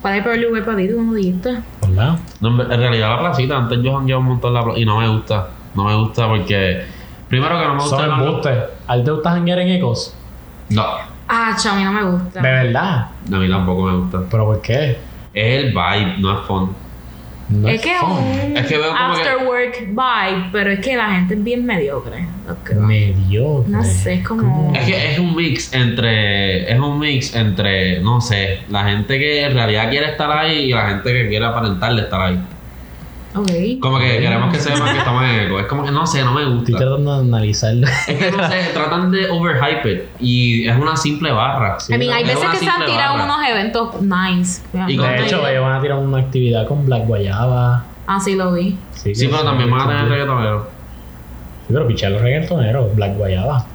[SPEAKER 3] ¿Cuál es el peor lugar para ti? Tú no dijiste.
[SPEAKER 1] ¿Verdad?
[SPEAKER 2] No, en en realidad la placita, antes yo jangueaba un montón la placita y no me gusta. No me gusta porque. Primero que no me gusta.
[SPEAKER 1] Son
[SPEAKER 2] la-
[SPEAKER 1] embustes. ¿Al te gusta janguear en ecos?
[SPEAKER 2] No,
[SPEAKER 3] Ah, chao, a mí no me gusta.
[SPEAKER 1] De verdad.
[SPEAKER 2] a mí tampoco me gusta.
[SPEAKER 1] ¿Pero por qué?
[SPEAKER 2] Es el vibe, no es fun.
[SPEAKER 1] No
[SPEAKER 3] Es que es un
[SPEAKER 2] Es que veo como que-
[SPEAKER 3] after work vibe, pero es que la gente es bien mediocre. Los que van.
[SPEAKER 1] Mediocre.
[SPEAKER 3] No sé, es como.
[SPEAKER 2] Es que es un mix entre. Es un mix entre. No sé. La gente que en realidad quiere estar ahí y la gente que quiere aparentarle estar ahí.
[SPEAKER 3] Ok.
[SPEAKER 2] Como que queremos que sepan que estamos en eco. Es como que no sé, no me
[SPEAKER 1] Estoy
[SPEAKER 2] gusta.
[SPEAKER 1] tratando de analizarlo.
[SPEAKER 2] Es que no sé, tratan de overhype it. Y es una simple barra.
[SPEAKER 3] I mean, hay
[SPEAKER 2] Es
[SPEAKER 3] veces
[SPEAKER 2] una
[SPEAKER 3] que se han
[SPEAKER 2] simple
[SPEAKER 3] tirado
[SPEAKER 2] barra.
[SPEAKER 3] unos eventos nice.
[SPEAKER 2] Y con-
[SPEAKER 1] De hecho, ellos van a tirar una actividad con Black Guayaba.
[SPEAKER 3] Ah, sí, lo vi.
[SPEAKER 1] Sí,
[SPEAKER 2] Sí,
[SPEAKER 1] que
[SPEAKER 2] pero
[SPEAKER 1] son
[SPEAKER 2] también van a tener
[SPEAKER 1] muchos-
[SPEAKER 2] reggaetoneros.
[SPEAKER 1] Sí, pero pichar los reggaetoneros, Black Guayaba.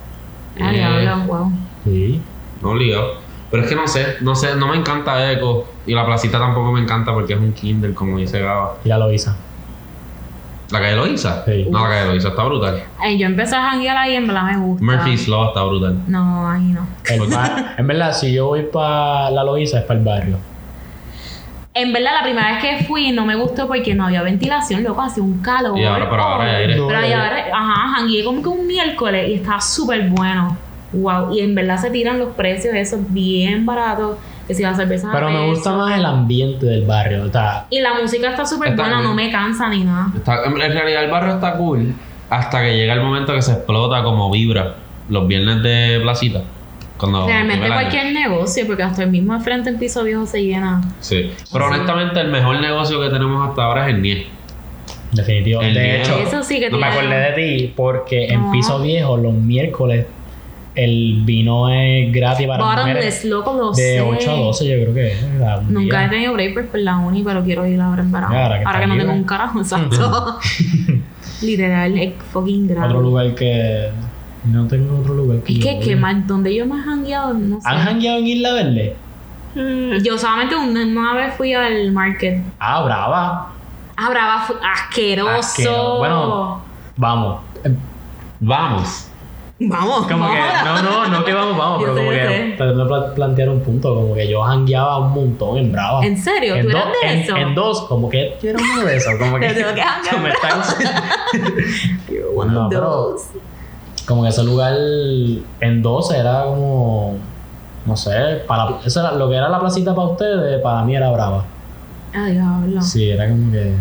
[SPEAKER 3] Ah,
[SPEAKER 2] Eh,
[SPEAKER 3] diablo, wow.
[SPEAKER 1] Sí.
[SPEAKER 2] No obligado. Pero es que no sé, no sé, no me encanta Echo. Y la placita tampoco me encanta porque es un Kindle, como dice Gaba.
[SPEAKER 1] Y la Loisa.
[SPEAKER 2] La calle Loiza.
[SPEAKER 1] Sí.
[SPEAKER 2] No, la calle Loiza está brutal.
[SPEAKER 3] Ay, yo empecé a janguear ahí en verdad me gusta.
[SPEAKER 2] Murphy's Law está brutal.
[SPEAKER 3] No, ahí no.
[SPEAKER 2] Pues
[SPEAKER 1] El bar- en verdad, si yo voy para la Loisa es para el barrio.
[SPEAKER 3] En verdad, la primera vez que fui no me gustó porque no había ventilación, loco, hacía un calor.
[SPEAKER 2] Y ahora, pero ahora hay aire.
[SPEAKER 1] No.
[SPEAKER 3] Pero ahí ahora, ajá, jangueé como que un miércoles y estaba súper bueno. Wow, y en verdad se tiran los precios esos bien baratos. Que si la cerveza
[SPEAKER 1] Pero me gusta más el ambiente del barrio. O sea,
[SPEAKER 3] Y la música está súper
[SPEAKER 2] Está
[SPEAKER 3] buena,
[SPEAKER 2] bien.
[SPEAKER 3] no me cansa ni nada.
[SPEAKER 2] Está- en realidad el barrio está cool hasta que llega el momento que se explota como vibra los viernes de placita. Cuando
[SPEAKER 3] Realmente
[SPEAKER 2] llega el año.
[SPEAKER 3] cualquier negocio, porque hasta el mismo frente en piso viejo se llena.
[SPEAKER 2] Sí. Pero honestamente el mejor negocio que tenemos hasta ahora es el NIE.
[SPEAKER 1] definitivo.
[SPEAKER 2] El
[SPEAKER 1] De
[SPEAKER 2] dinero.
[SPEAKER 1] hecho,
[SPEAKER 3] Eso sí que
[SPEAKER 2] No
[SPEAKER 1] me
[SPEAKER 3] tiene-
[SPEAKER 1] acordé de ti porque en
[SPEAKER 3] Ah.
[SPEAKER 1] Piso Viejo, los miércoles, el vino es gratis para
[SPEAKER 3] Bottomless,
[SPEAKER 1] mujeres.
[SPEAKER 3] loco, lo sé.
[SPEAKER 1] De 8 a 12, yo creo que es. ¿verdad? Un
[SPEAKER 3] Nunca
[SPEAKER 1] día.
[SPEAKER 3] he tenido break por la uni, pero quiero ir ahora en verano.
[SPEAKER 1] Ahora
[SPEAKER 3] Ahora
[SPEAKER 1] que
[SPEAKER 3] que,
[SPEAKER 1] estás
[SPEAKER 3] no tengo
[SPEAKER 1] libre.
[SPEAKER 3] un carajo, exacto. Literal, es fucking
[SPEAKER 1] Otro
[SPEAKER 3] grave.
[SPEAKER 1] lugar que. No tengo otro lugar que.
[SPEAKER 3] Es
[SPEAKER 1] yo
[SPEAKER 3] que,
[SPEAKER 1] voy.
[SPEAKER 3] que más, donde yo más hangueado, no sé. Mm,
[SPEAKER 1] ¿Han jangueado en Isla Verde?
[SPEAKER 3] Yo solamente una, una vez fui al market.
[SPEAKER 1] Ah, brava.
[SPEAKER 3] Ah, brava, fu- asqueroso.
[SPEAKER 1] Asqueroso. Bueno, Vamos. Eh,
[SPEAKER 2] Vamos.
[SPEAKER 4] Vamos.
[SPEAKER 1] Como que, no, no, no que vamos, vamos,
[SPEAKER 3] Yo
[SPEAKER 1] pero
[SPEAKER 3] sé,
[SPEAKER 1] como
[SPEAKER 3] yo
[SPEAKER 1] que
[SPEAKER 3] sé.
[SPEAKER 1] tratando de pla- plantear un punto, como que yo jangueaba un montón en Brava.
[SPEAKER 3] ¿En serio?
[SPEAKER 1] En,
[SPEAKER 3] ¿Tú eras
[SPEAKER 1] dos-
[SPEAKER 3] de
[SPEAKER 1] en-
[SPEAKER 3] eso?
[SPEAKER 1] en dos, como que yo era uno de esos, como que.
[SPEAKER 4] Te tengo que janguear,
[SPEAKER 1] me están- No, pero
[SPEAKER 4] Dos.
[SPEAKER 1] como que ese lugar en dos era como. No sé, para, eso era, lo que era la placita para ustedes, para mí era Brava.
[SPEAKER 3] Ah, diablo.
[SPEAKER 1] Sí, era como que.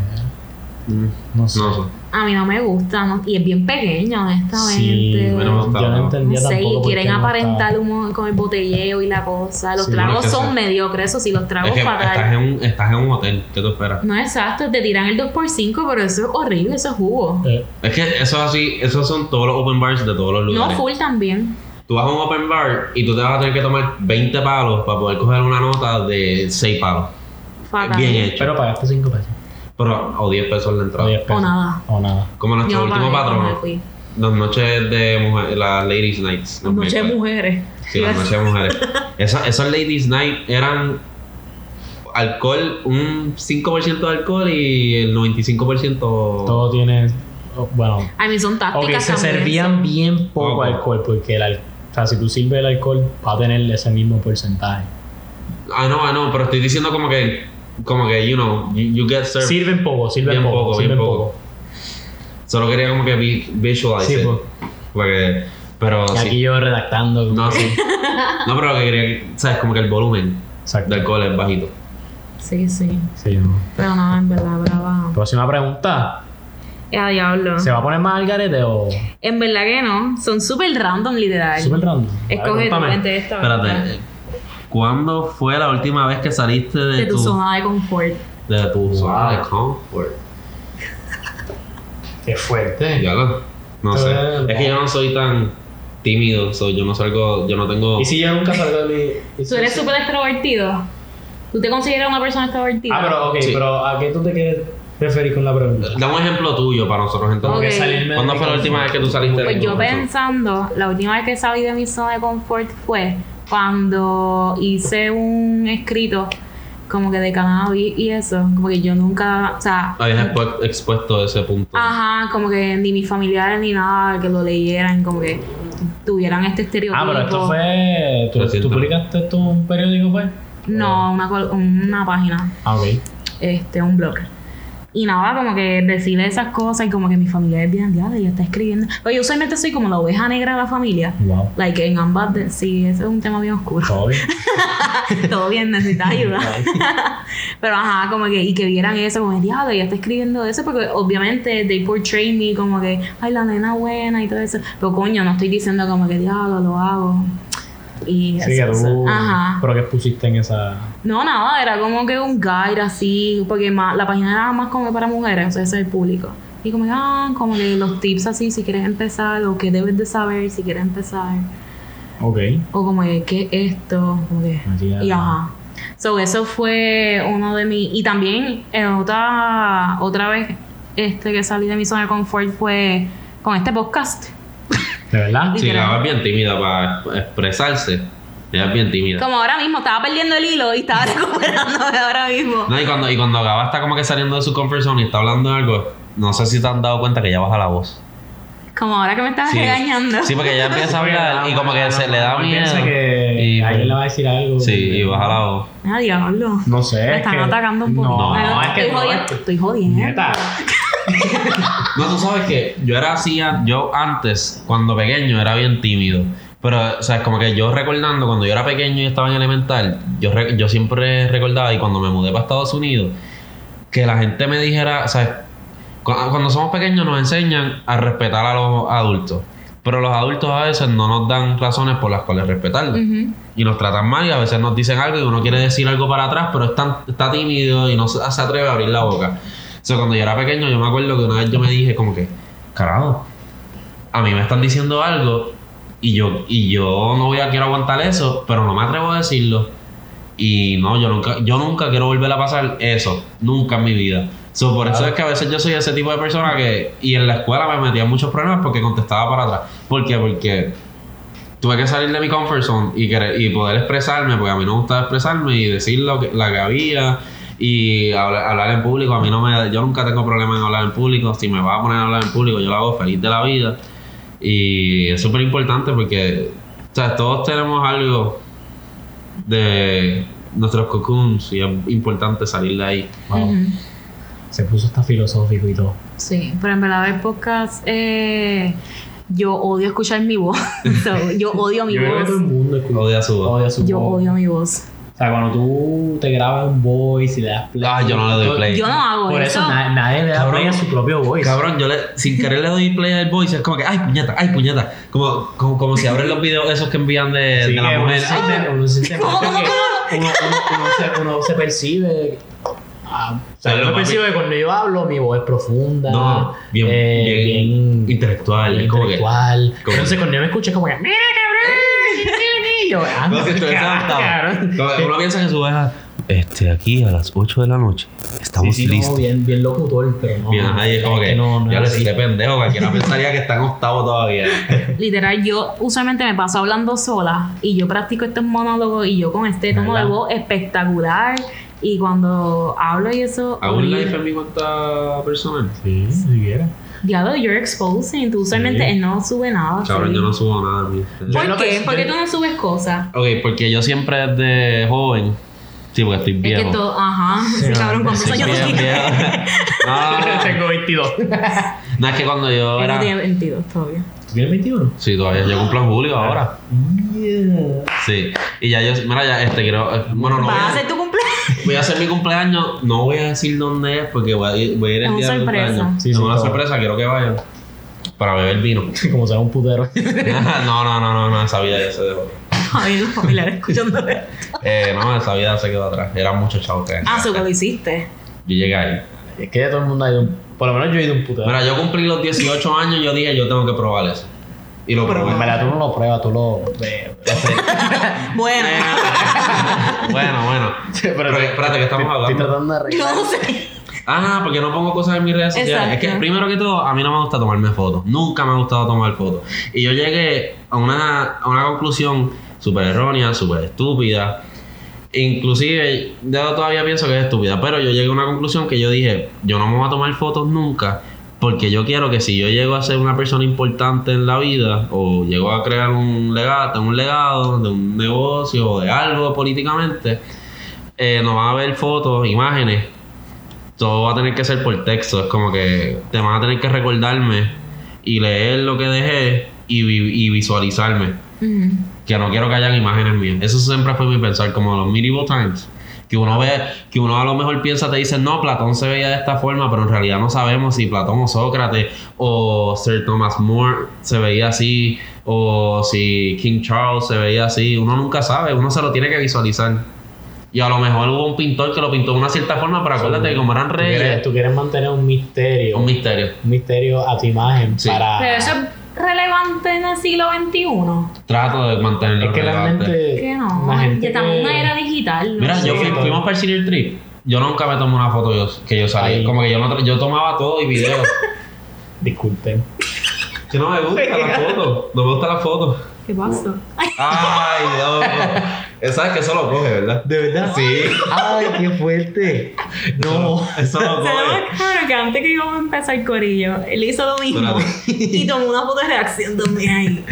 [SPEAKER 1] No sé.
[SPEAKER 2] No sé.
[SPEAKER 3] A mí no me gusta, no- y es bien pequeño, honestamente.
[SPEAKER 1] Sí,
[SPEAKER 2] A mí no me gustaba,
[SPEAKER 1] yo no
[SPEAKER 2] no.
[SPEAKER 1] entendía
[SPEAKER 3] No sé,
[SPEAKER 1] tampoco
[SPEAKER 3] y
[SPEAKER 1] por qué
[SPEAKER 3] quieren
[SPEAKER 1] no
[SPEAKER 3] aparentar
[SPEAKER 1] estaba.
[SPEAKER 3] humo con el botelleo y la cosa. Los
[SPEAKER 1] Sí,
[SPEAKER 2] bueno,
[SPEAKER 3] tragos
[SPEAKER 2] es que
[SPEAKER 3] son
[SPEAKER 2] sí.
[SPEAKER 3] mediocres, eso sí, los tragos
[SPEAKER 2] Es que estás
[SPEAKER 3] fatal.
[SPEAKER 2] en, un, estás en un hotel, ¿qué tú esperas?
[SPEAKER 3] No exacto, te tiran el 2x5, pero eso es horrible, eso es jugo.
[SPEAKER 1] Eh,
[SPEAKER 2] Es que eso es así, esos son todos los open bars de todos los
[SPEAKER 3] No,
[SPEAKER 2] lugares.
[SPEAKER 3] full también.
[SPEAKER 2] tú vas a un open bar y tú te vas a tener que tomar 20 palos para poder coger una nota de 6 palos.
[SPEAKER 3] Fatal.
[SPEAKER 2] Bien eh, hecho.
[SPEAKER 1] pero pagaste 5 pesos.
[SPEAKER 2] Pero, o 10 pesos la
[SPEAKER 1] O
[SPEAKER 2] entrada.
[SPEAKER 1] 10 pesos.
[SPEAKER 3] nada.
[SPEAKER 1] O nada.
[SPEAKER 2] Como nuestro
[SPEAKER 3] Yo no
[SPEAKER 2] último
[SPEAKER 3] pagué, no me
[SPEAKER 2] patrón,
[SPEAKER 3] fui.
[SPEAKER 2] las noches de mujer- las ladies nights. los
[SPEAKER 3] Noche de
[SPEAKER 2] miércoles.
[SPEAKER 3] mujeres.
[SPEAKER 2] Sí, las noches de mujeres. Esa- esas ladies night eran alcohol, un 5% de alcohol y el 95%...
[SPEAKER 1] Todo tiene. oh, Bueno.
[SPEAKER 3] A mí son tácticas.
[SPEAKER 1] Ok, se
[SPEAKER 3] también,
[SPEAKER 1] servían bien poco
[SPEAKER 2] Poco.
[SPEAKER 1] alcohol, porque el al- o sea, si tú sirves el alcohol, va a tener ese mismo porcentaje.
[SPEAKER 2] Ah, no, ah, no, pero estoy diciendo como que, como que, you know, you, you get served.
[SPEAKER 1] Sirven poco, sirven
[SPEAKER 2] Bien
[SPEAKER 1] poco,
[SPEAKER 2] poco, bien
[SPEAKER 1] sirven poco.
[SPEAKER 2] poco. Solo quería como que vi- visualize
[SPEAKER 1] Sí,
[SPEAKER 2] it.
[SPEAKER 1] pues.
[SPEAKER 2] Porque, pero
[SPEAKER 1] Y
[SPEAKER 2] Ah, sí.
[SPEAKER 1] aquí yo redactando.
[SPEAKER 2] No, sí. No, pero lo que quería, ¿sabes? Como que el volumen
[SPEAKER 1] Exacto.
[SPEAKER 2] de alcohol es bajito.
[SPEAKER 3] Sí, sí.
[SPEAKER 1] Sí, no.
[SPEAKER 3] Pero no, en verdad, brava.
[SPEAKER 1] Próxima pregunta.
[SPEAKER 3] Ya, diablo.
[SPEAKER 1] ¿Se va a poner más al garete o
[SPEAKER 3] En verdad que no. Son súper random, literal.
[SPEAKER 1] super random? A ver,
[SPEAKER 3] Escoge tu
[SPEAKER 1] cuéntame.
[SPEAKER 3] mente esta. ¿verdad?
[SPEAKER 2] Espérate, eh, ¿cuándo fue la última vez que saliste de,
[SPEAKER 3] De tu zona de confort.
[SPEAKER 2] de tu zona de
[SPEAKER 1] Wow.
[SPEAKER 2] confort?
[SPEAKER 1] Qué fuerte.
[SPEAKER 2] Ya lo. No sé.
[SPEAKER 1] Pero-
[SPEAKER 2] Es que yo no soy tan tímido. so, yo no salgo. Yo no tengo.
[SPEAKER 1] Y si yo nunca salgo de mi.
[SPEAKER 3] Tú eres súper extrovertido. ¿Tú te consideras una persona extrovertida?
[SPEAKER 1] Ah, pero ok,
[SPEAKER 2] Sí.
[SPEAKER 1] pero ¿a qué tú te quieres referir con la pregunta?
[SPEAKER 2] Dame un ejemplo tuyo para nosotros
[SPEAKER 1] Como
[SPEAKER 2] entonces.
[SPEAKER 1] que
[SPEAKER 3] Ok.
[SPEAKER 1] salirme
[SPEAKER 2] ¿Cuándo
[SPEAKER 1] de mi
[SPEAKER 2] fue la última vez que tú saliste de
[SPEAKER 3] Pues
[SPEAKER 2] tu
[SPEAKER 3] yo
[SPEAKER 2] confort?
[SPEAKER 3] pensando, la última vez que salí de mi zona de confort fue cuando hice un escrito como que de cannabis y eso, como que yo nunca, o sea,
[SPEAKER 2] Habías expu- expuesto a ese punto.
[SPEAKER 1] Ah.
[SPEAKER 3] ajá, como que ni mis familiares ni nada que lo leyeran, como que tuvieran este estereotipo.
[SPEAKER 1] Ah, pero esto fue. ¿Tú,
[SPEAKER 2] Reciente.
[SPEAKER 1] tú publicaste esto en un periódico, fue?
[SPEAKER 3] No, una, col- una página.
[SPEAKER 1] Ah, ok.
[SPEAKER 3] este, un blog. Y nada, como que decirle esas cosas y como que mi familia es bien diabla, ella está escribiendo. Oye, yo usualmente soy como la oveja negra de la familia.
[SPEAKER 1] Wow.
[SPEAKER 3] Like en ambas, de- sí, ese es un tema bien oscuro.
[SPEAKER 1] Todo bien. Oh.
[SPEAKER 3] Todo bien, necesitas ayuda. Pero ajá, como que, y que vieran eso, como diablo, ella está escribiendo eso, porque obviamente they portray me como que, ay, la nena buena y todo eso. Pero coño, no estoy diciendo como que diablo, lo hago. Y
[SPEAKER 1] Sí, que
[SPEAKER 3] eso,
[SPEAKER 1] tú.
[SPEAKER 3] eso. Ajá.
[SPEAKER 1] Pero que pusiste en esa.
[SPEAKER 3] No, nada, era como que un guide así, porque más, la página era más como que para mujeres, o sea, ese es el público. Y como que, ah, como que los tips así, si quieres empezar, o qué debes de saber si quieres empezar,
[SPEAKER 1] Ok.
[SPEAKER 3] o como que, ¿qué es esto? Como que,
[SPEAKER 1] María.
[SPEAKER 3] y ajá. So, eso fue uno de mis... Y también en otra, otra vez este que salí de mi zona de confort fue con este podcast.
[SPEAKER 1] ¿De verdad?
[SPEAKER 2] Sí,
[SPEAKER 3] literal.
[SPEAKER 2] la es bien tímida para exp- expresarse. Ella es bien tímida.
[SPEAKER 3] Como ahora mismo, estaba perdiendo el hilo y estaba recuperándome ahora mismo.
[SPEAKER 2] No, y cuando, y cuando Gaba está como que saliendo de su comfort zone y está hablando de algo, no sé si te han dado cuenta que ya baja la voz.
[SPEAKER 3] Como ahora que me estabas
[SPEAKER 2] Sí.
[SPEAKER 3] regañando.
[SPEAKER 2] Sí, porque ella empieza a hablar y como que se le da miedo.
[SPEAKER 1] Piensa que
[SPEAKER 2] Y- pues,
[SPEAKER 1] alguien le va a decir algo.
[SPEAKER 2] Sí, y baja la voz.
[SPEAKER 3] Ah, diablo.
[SPEAKER 1] No sé.
[SPEAKER 3] Me
[SPEAKER 1] ¿Eh? es
[SPEAKER 3] están
[SPEAKER 1] que-
[SPEAKER 3] atacando un poquito.
[SPEAKER 1] No,
[SPEAKER 3] Me-
[SPEAKER 1] es que
[SPEAKER 3] estoy,
[SPEAKER 1] no,
[SPEAKER 3] jodiendo,
[SPEAKER 1] es que-
[SPEAKER 3] estoy jodiendo.
[SPEAKER 1] Neta.
[SPEAKER 2] No, tú sabes que yo era así, an- yo antes, cuando pequeño, era bien tímido. Pero, o sea, es como que yo recordando, cuando yo era pequeño y estaba en elemental, yo, re- yo siempre recordaba, y cuando me mudé para Estados Unidos, que la gente me dijera, o sea, cu- cuando somos pequeños nos enseñan a respetar a los adultos. Pero los adultos a veces no nos dan razones por las cuales respetarlos
[SPEAKER 3] Ujú.
[SPEAKER 2] y nos tratan mal y a veces nos dicen algo y uno quiere decir algo para atrás, pero es tan- está tímido y no se, se atreve a abrir la boca. O sea, cuando yo era pequeño, yo me acuerdo que una vez yo me dije como que, carajo, a mí me están diciendo algo y yo, y yo no voy a quiero aguantar eso, pero no me atrevo a decirlo. Y no, yo nunca, yo nunca quiero volver a pasar eso, nunca en mi vida. So, por eso
[SPEAKER 1] Claro.
[SPEAKER 2] es que a veces yo soy ese tipo de persona que, y en la escuela me metía en muchos problemas porque contestaba para atrás. ¿Por qué? Porque tuve que salir de mi comfort zone y, querer- y poder expresarme, porque a mí no me gustaba expresarme y decir lo que, la que había y hablar, hablar en público. A mí no me, yo nunca tengo problema en hablar en público. Si me vas a poner a hablar en público, yo lo hago feliz de la vida. Y es súper importante porque o sea, todos tenemos algo de nuestros cocoons y es importante salir de ahí.
[SPEAKER 1] Wow.
[SPEAKER 3] Ujú.
[SPEAKER 1] Se puso hasta filosófico y todo.
[SPEAKER 3] Sí, pero en verdad el podcast eh, yo odio escuchar mi voz. So, yo odio mi
[SPEAKER 1] Yo creo que todo el
[SPEAKER 3] voz.
[SPEAKER 1] mundo escucha.
[SPEAKER 2] Odia su voz.
[SPEAKER 1] Odia su
[SPEAKER 3] Yo
[SPEAKER 1] voz.
[SPEAKER 3] odio mi voz.
[SPEAKER 1] O sea, cuando tú te grabas un voice y le das play.
[SPEAKER 2] Ah, yo no le doy play.
[SPEAKER 3] Yo no hago
[SPEAKER 1] Por eso,
[SPEAKER 3] Ah, eso.
[SPEAKER 1] na- nadie le da
[SPEAKER 2] Cabrón.
[SPEAKER 1] play a su propio voice.
[SPEAKER 2] Cabrón, yo le, sin querer le doy play al voice, es como que, ay puñeta, ay puñeta. Como, como, como si abren los videos esos que envían de,
[SPEAKER 1] Sí,
[SPEAKER 2] de la
[SPEAKER 1] que Uno
[SPEAKER 2] mujer.
[SPEAKER 1] se siente- uno se siente mal porque uno- uno- uno se- uno se percibe. ah, o sea,
[SPEAKER 2] Pero
[SPEAKER 1] uno
[SPEAKER 2] papi-
[SPEAKER 1] percibe que cuando yo hablo, mi voz es profunda.
[SPEAKER 2] No, bien,
[SPEAKER 1] eh,
[SPEAKER 2] bien, intelectual. es como que-
[SPEAKER 1] intelectual.
[SPEAKER 2] como-
[SPEAKER 1] Entonces, cuando yo me escucho, es como que, mira, cabrón. y yo, "Ah,
[SPEAKER 2] Como si estuviese
[SPEAKER 1] cabrón,
[SPEAKER 2] adaptado.
[SPEAKER 1] cabrón".
[SPEAKER 2] Como que Uno piensa que su oveja. Este, aquí a las 8 de la noche estamos
[SPEAKER 1] Sí, sí, no,
[SPEAKER 2] listos.
[SPEAKER 1] bien, bien locutor, pero no.
[SPEAKER 2] Bien, ajá, y es como
[SPEAKER 1] es
[SPEAKER 2] que,
[SPEAKER 1] no, no
[SPEAKER 2] ya
[SPEAKER 1] es
[SPEAKER 2] le
[SPEAKER 1] así.
[SPEAKER 2] este pendejo, cualquiera pensaría que está en octavo todavía.
[SPEAKER 3] Literal, yo usualmente me paso hablando sola y yo practico estos monólogos y yo con este tono de
[SPEAKER 1] ¿Verdad?
[SPEAKER 3] voz espectacular. Y cuando hablo y eso.
[SPEAKER 2] ¿Aún
[SPEAKER 3] horrible.
[SPEAKER 2] live en mi cuenta personal?
[SPEAKER 1] Sí, si quieres.
[SPEAKER 3] Diablo, you're exposing. Tú usualmente
[SPEAKER 1] Sí.
[SPEAKER 3] él no sube nada.
[SPEAKER 2] Cabrón,
[SPEAKER 3] Ah, sí.
[SPEAKER 2] yo no subo nada en mi.
[SPEAKER 1] Yo no
[SPEAKER 3] ¿Por qué?
[SPEAKER 1] pens-
[SPEAKER 3] ¿Por qué
[SPEAKER 1] yo-
[SPEAKER 3] tú no subes cosas?
[SPEAKER 2] Ok, porque yo siempre desde joven. Sí, porque estoy
[SPEAKER 3] Es
[SPEAKER 2] viejo.
[SPEAKER 3] que todo, ajá,
[SPEAKER 1] Sí,
[SPEAKER 3] sí, cabrón, ¿cuántos
[SPEAKER 2] Soy
[SPEAKER 3] años tú
[SPEAKER 2] bien
[SPEAKER 3] tienes?
[SPEAKER 2] viejo. No, no, no.
[SPEAKER 1] Tengo 22.
[SPEAKER 2] No, es que cuando yo
[SPEAKER 3] Él no
[SPEAKER 2] era.
[SPEAKER 3] tiene 22 todavía.
[SPEAKER 1] ¿Tú tienes 21?
[SPEAKER 2] Sí, todavía. Yo cumplo en julio ahora.
[SPEAKER 1] Yeah.
[SPEAKER 2] Sí. Y ya yo. Mira, ya este quiero. eh, Bueno, no. voy
[SPEAKER 3] ¿Vas a
[SPEAKER 2] a-
[SPEAKER 3] hacer tu cumpleaños?
[SPEAKER 2] Voy a hacer mi cumpleaños, no voy a decir dónde es porque voy a ir, voy a ir
[SPEAKER 3] Es
[SPEAKER 2] el
[SPEAKER 3] una
[SPEAKER 2] día del
[SPEAKER 3] sorpresa.
[SPEAKER 2] cumpleaños.
[SPEAKER 1] Sí,
[SPEAKER 2] es
[SPEAKER 1] sí,
[SPEAKER 2] una
[SPEAKER 1] todo.
[SPEAKER 2] sorpresa, quiero que vayan para beber vino.
[SPEAKER 1] Como sea un putero.
[SPEAKER 2] no, no, no, no, no, esa vida ya se dejó.
[SPEAKER 3] Ay, los familiares escuchando esto.
[SPEAKER 2] Eh, no, esa vida se quedó atrás. Eran muchos chavos que
[SPEAKER 3] Ah, eso que lo hiciste.
[SPEAKER 2] Yo llegué ahí.
[SPEAKER 1] Es que ya todo el mundo ha ido a un Por lo menos yo he ido un putero.
[SPEAKER 2] Mira, yo cumplí los 18 años y yo dije, yo tengo que probar eso. Y lo
[SPEAKER 1] Pero en
[SPEAKER 2] probé.
[SPEAKER 1] verdad tú no lo pruebas, tú lo ves.
[SPEAKER 4] Bueno,
[SPEAKER 2] Eh. bueno, bueno.
[SPEAKER 1] Pero-
[SPEAKER 2] Pero espérate, que estamos
[SPEAKER 1] Estoy
[SPEAKER 2] hablando.
[SPEAKER 1] tratando de arreglar.
[SPEAKER 4] no sé.
[SPEAKER 2] Ah, porque no pongo cosas en mis redes sociales.
[SPEAKER 4] Exacto.
[SPEAKER 2] Es que primero que todo, a mí no me gusta tomarme fotos. Nunca me ha gustado tomar fotos. Y yo llegué a una, a una conclusión súper errónea, súper estúpida. Inclusive, yo todavía pienso que es estúpida, pero yo llegué a una conclusión que yo dije, yo no me voy a tomar fotos nunca. Porque yo quiero que si yo llego a ser una persona importante en la vida, o llego a crear un legado, un legado de un negocio o de algo políticamente, eh, no van a ver fotos, imágenes todo va a tener que ser por texto. Es como que te van a tener que recordarme y leer lo que dejé y, vi- y visualizarme. Que no quiero que hayan imágenes mías. Eso siempre fue mi pensar, como los medieval times. Que uno ve, que uno a lo mejor piensa, te dicen, no, Platón se veía de esta forma, pero en realidad no sabemos si Platón o Sócrates o Sir Thomas More se veía así, o si King Charles se veía así. Uno nunca sabe, uno se lo tiene que visualizar. Y a lo mejor hubo un pintor que lo pintó de una cierta forma, pero acuérdate que como eran
[SPEAKER 1] Tú
[SPEAKER 2] reyes,
[SPEAKER 1] quieres, tú quieres mantener un misterio.
[SPEAKER 2] un misterio.
[SPEAKER 1] un misterio a tu imagen
[SPEAKER 2] Sí.
[SPEAKER 1] para.
[SPEAKER 3] Pero eso es relevante en el siglo XXI.
[SPEAKER 2] Trato de mantenerlo
[SPEAKER 1] es que
[SPEAKER 2] relevante.
[SPEAKER 1] realmente.
[SPEAKER 3] Que no.
[SPEAKER 1] la gente-
[SPEAKER 3] que estamos en una era digital. ¿no?
[SPEAKER 2] Mira, yo fui,
[SPEAKER 1] Sí.
[SPEAKER 2] fuimos para el Senior Trip. Yo nunca me tomé una foto yo, que yo salí.
[SPEAKER 1] Ay.
[SPEAKER 2] Como que yo, no, tra- yo tomaba todo y videos.
[SPEAKER 1] Disculpen.
[SPEAKER 2] que no me gusta la foto. No me gusta la foto.
[SPEAKER 3] ¿Qué pasó?
[SPEAKER 2] Oh, Ay, Dios. Sabes que eso lo coge, ¿verdad?
[SPEAKER 1] ¿De verdad?
[SPEAKER 2] Sí.
[SPEAKER 1] ¡Ay, qué fuerte! No.
[SPEAKER 2] Eso lo
[SPEAKER 4] Se
[SPEAKER 2] coge.
[SPEAKER 4] lo claro que antes que íbamos a empezar el corillo, él hizo lo mismo
[SPEAKER 2] Espérate.
[SPEAKER 4] y tomó una foto de reacción también ahí.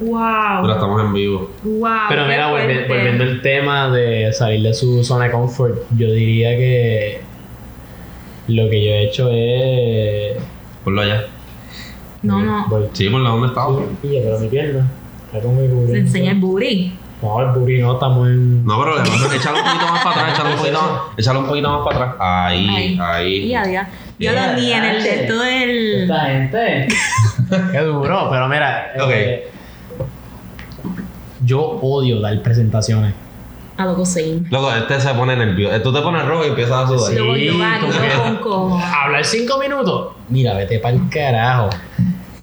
[SPEAKER 3] Wow.
[SPEAKER 2] Pero estamos en vivo.
[SPEAKER 3] Wow.
[SPEAKER 1] Pero
[SPEAKER 3] Ah, qué
[SPEAKER 1] mira, volvi-
[SPEAKER 3] fuerte.
[SPEAKER 1] volviendo al tema de salir de su zona de confort, yo diría que lo que yo he hecho es.
[SPEAKER 2] Ponlo allá.
[SPEAKER 3] No, no.
[SPEAKER 1] Vol-
[SPEAKER 2] Sí, por la donde estaba.
[SPEAKER 1] Pilla, pero mi pierna. Está como que
[SPEAKER 3] Se
[SPEAKER 1] cubriendo.
[SPEAKER 3] enseña el booty.
[SPEAKER 1] No, el booty no, estamos en.
[SPEAKER 3] Mm.
[SPEAKER 2] No, pero le vas a echar un poquito más para atrás, echarlo un poquito más, echarlo un poquito más para atrás. Ahí,
[SPEAKER 3] Ahí.
[SPEAKER 2] ahí.
[SPEAKER 3] Y adiós. Yo lo vi en el de todo el.
[SPEAKER 1] Esta gente. Qué duro, pero mira.
[SPEAKER 2] Ok.
[SPEAKER 1] eh, yo odio dar presentaciones.
[SPEAKER 3] A lo coseín.
[SPEAKER 2] Luego, este se pone nervioso. Tú te pones rojo y empiezas a sudar.
[SPEAKER 1] Sí.
[SPEAKER 3] Luego yo
[SPEAKER 1] como que- Ah,
[SPEAKER 3] yo con cojo.
[SPEAKER 1] Hablar cinco minutos. Mira, vete para el carajo.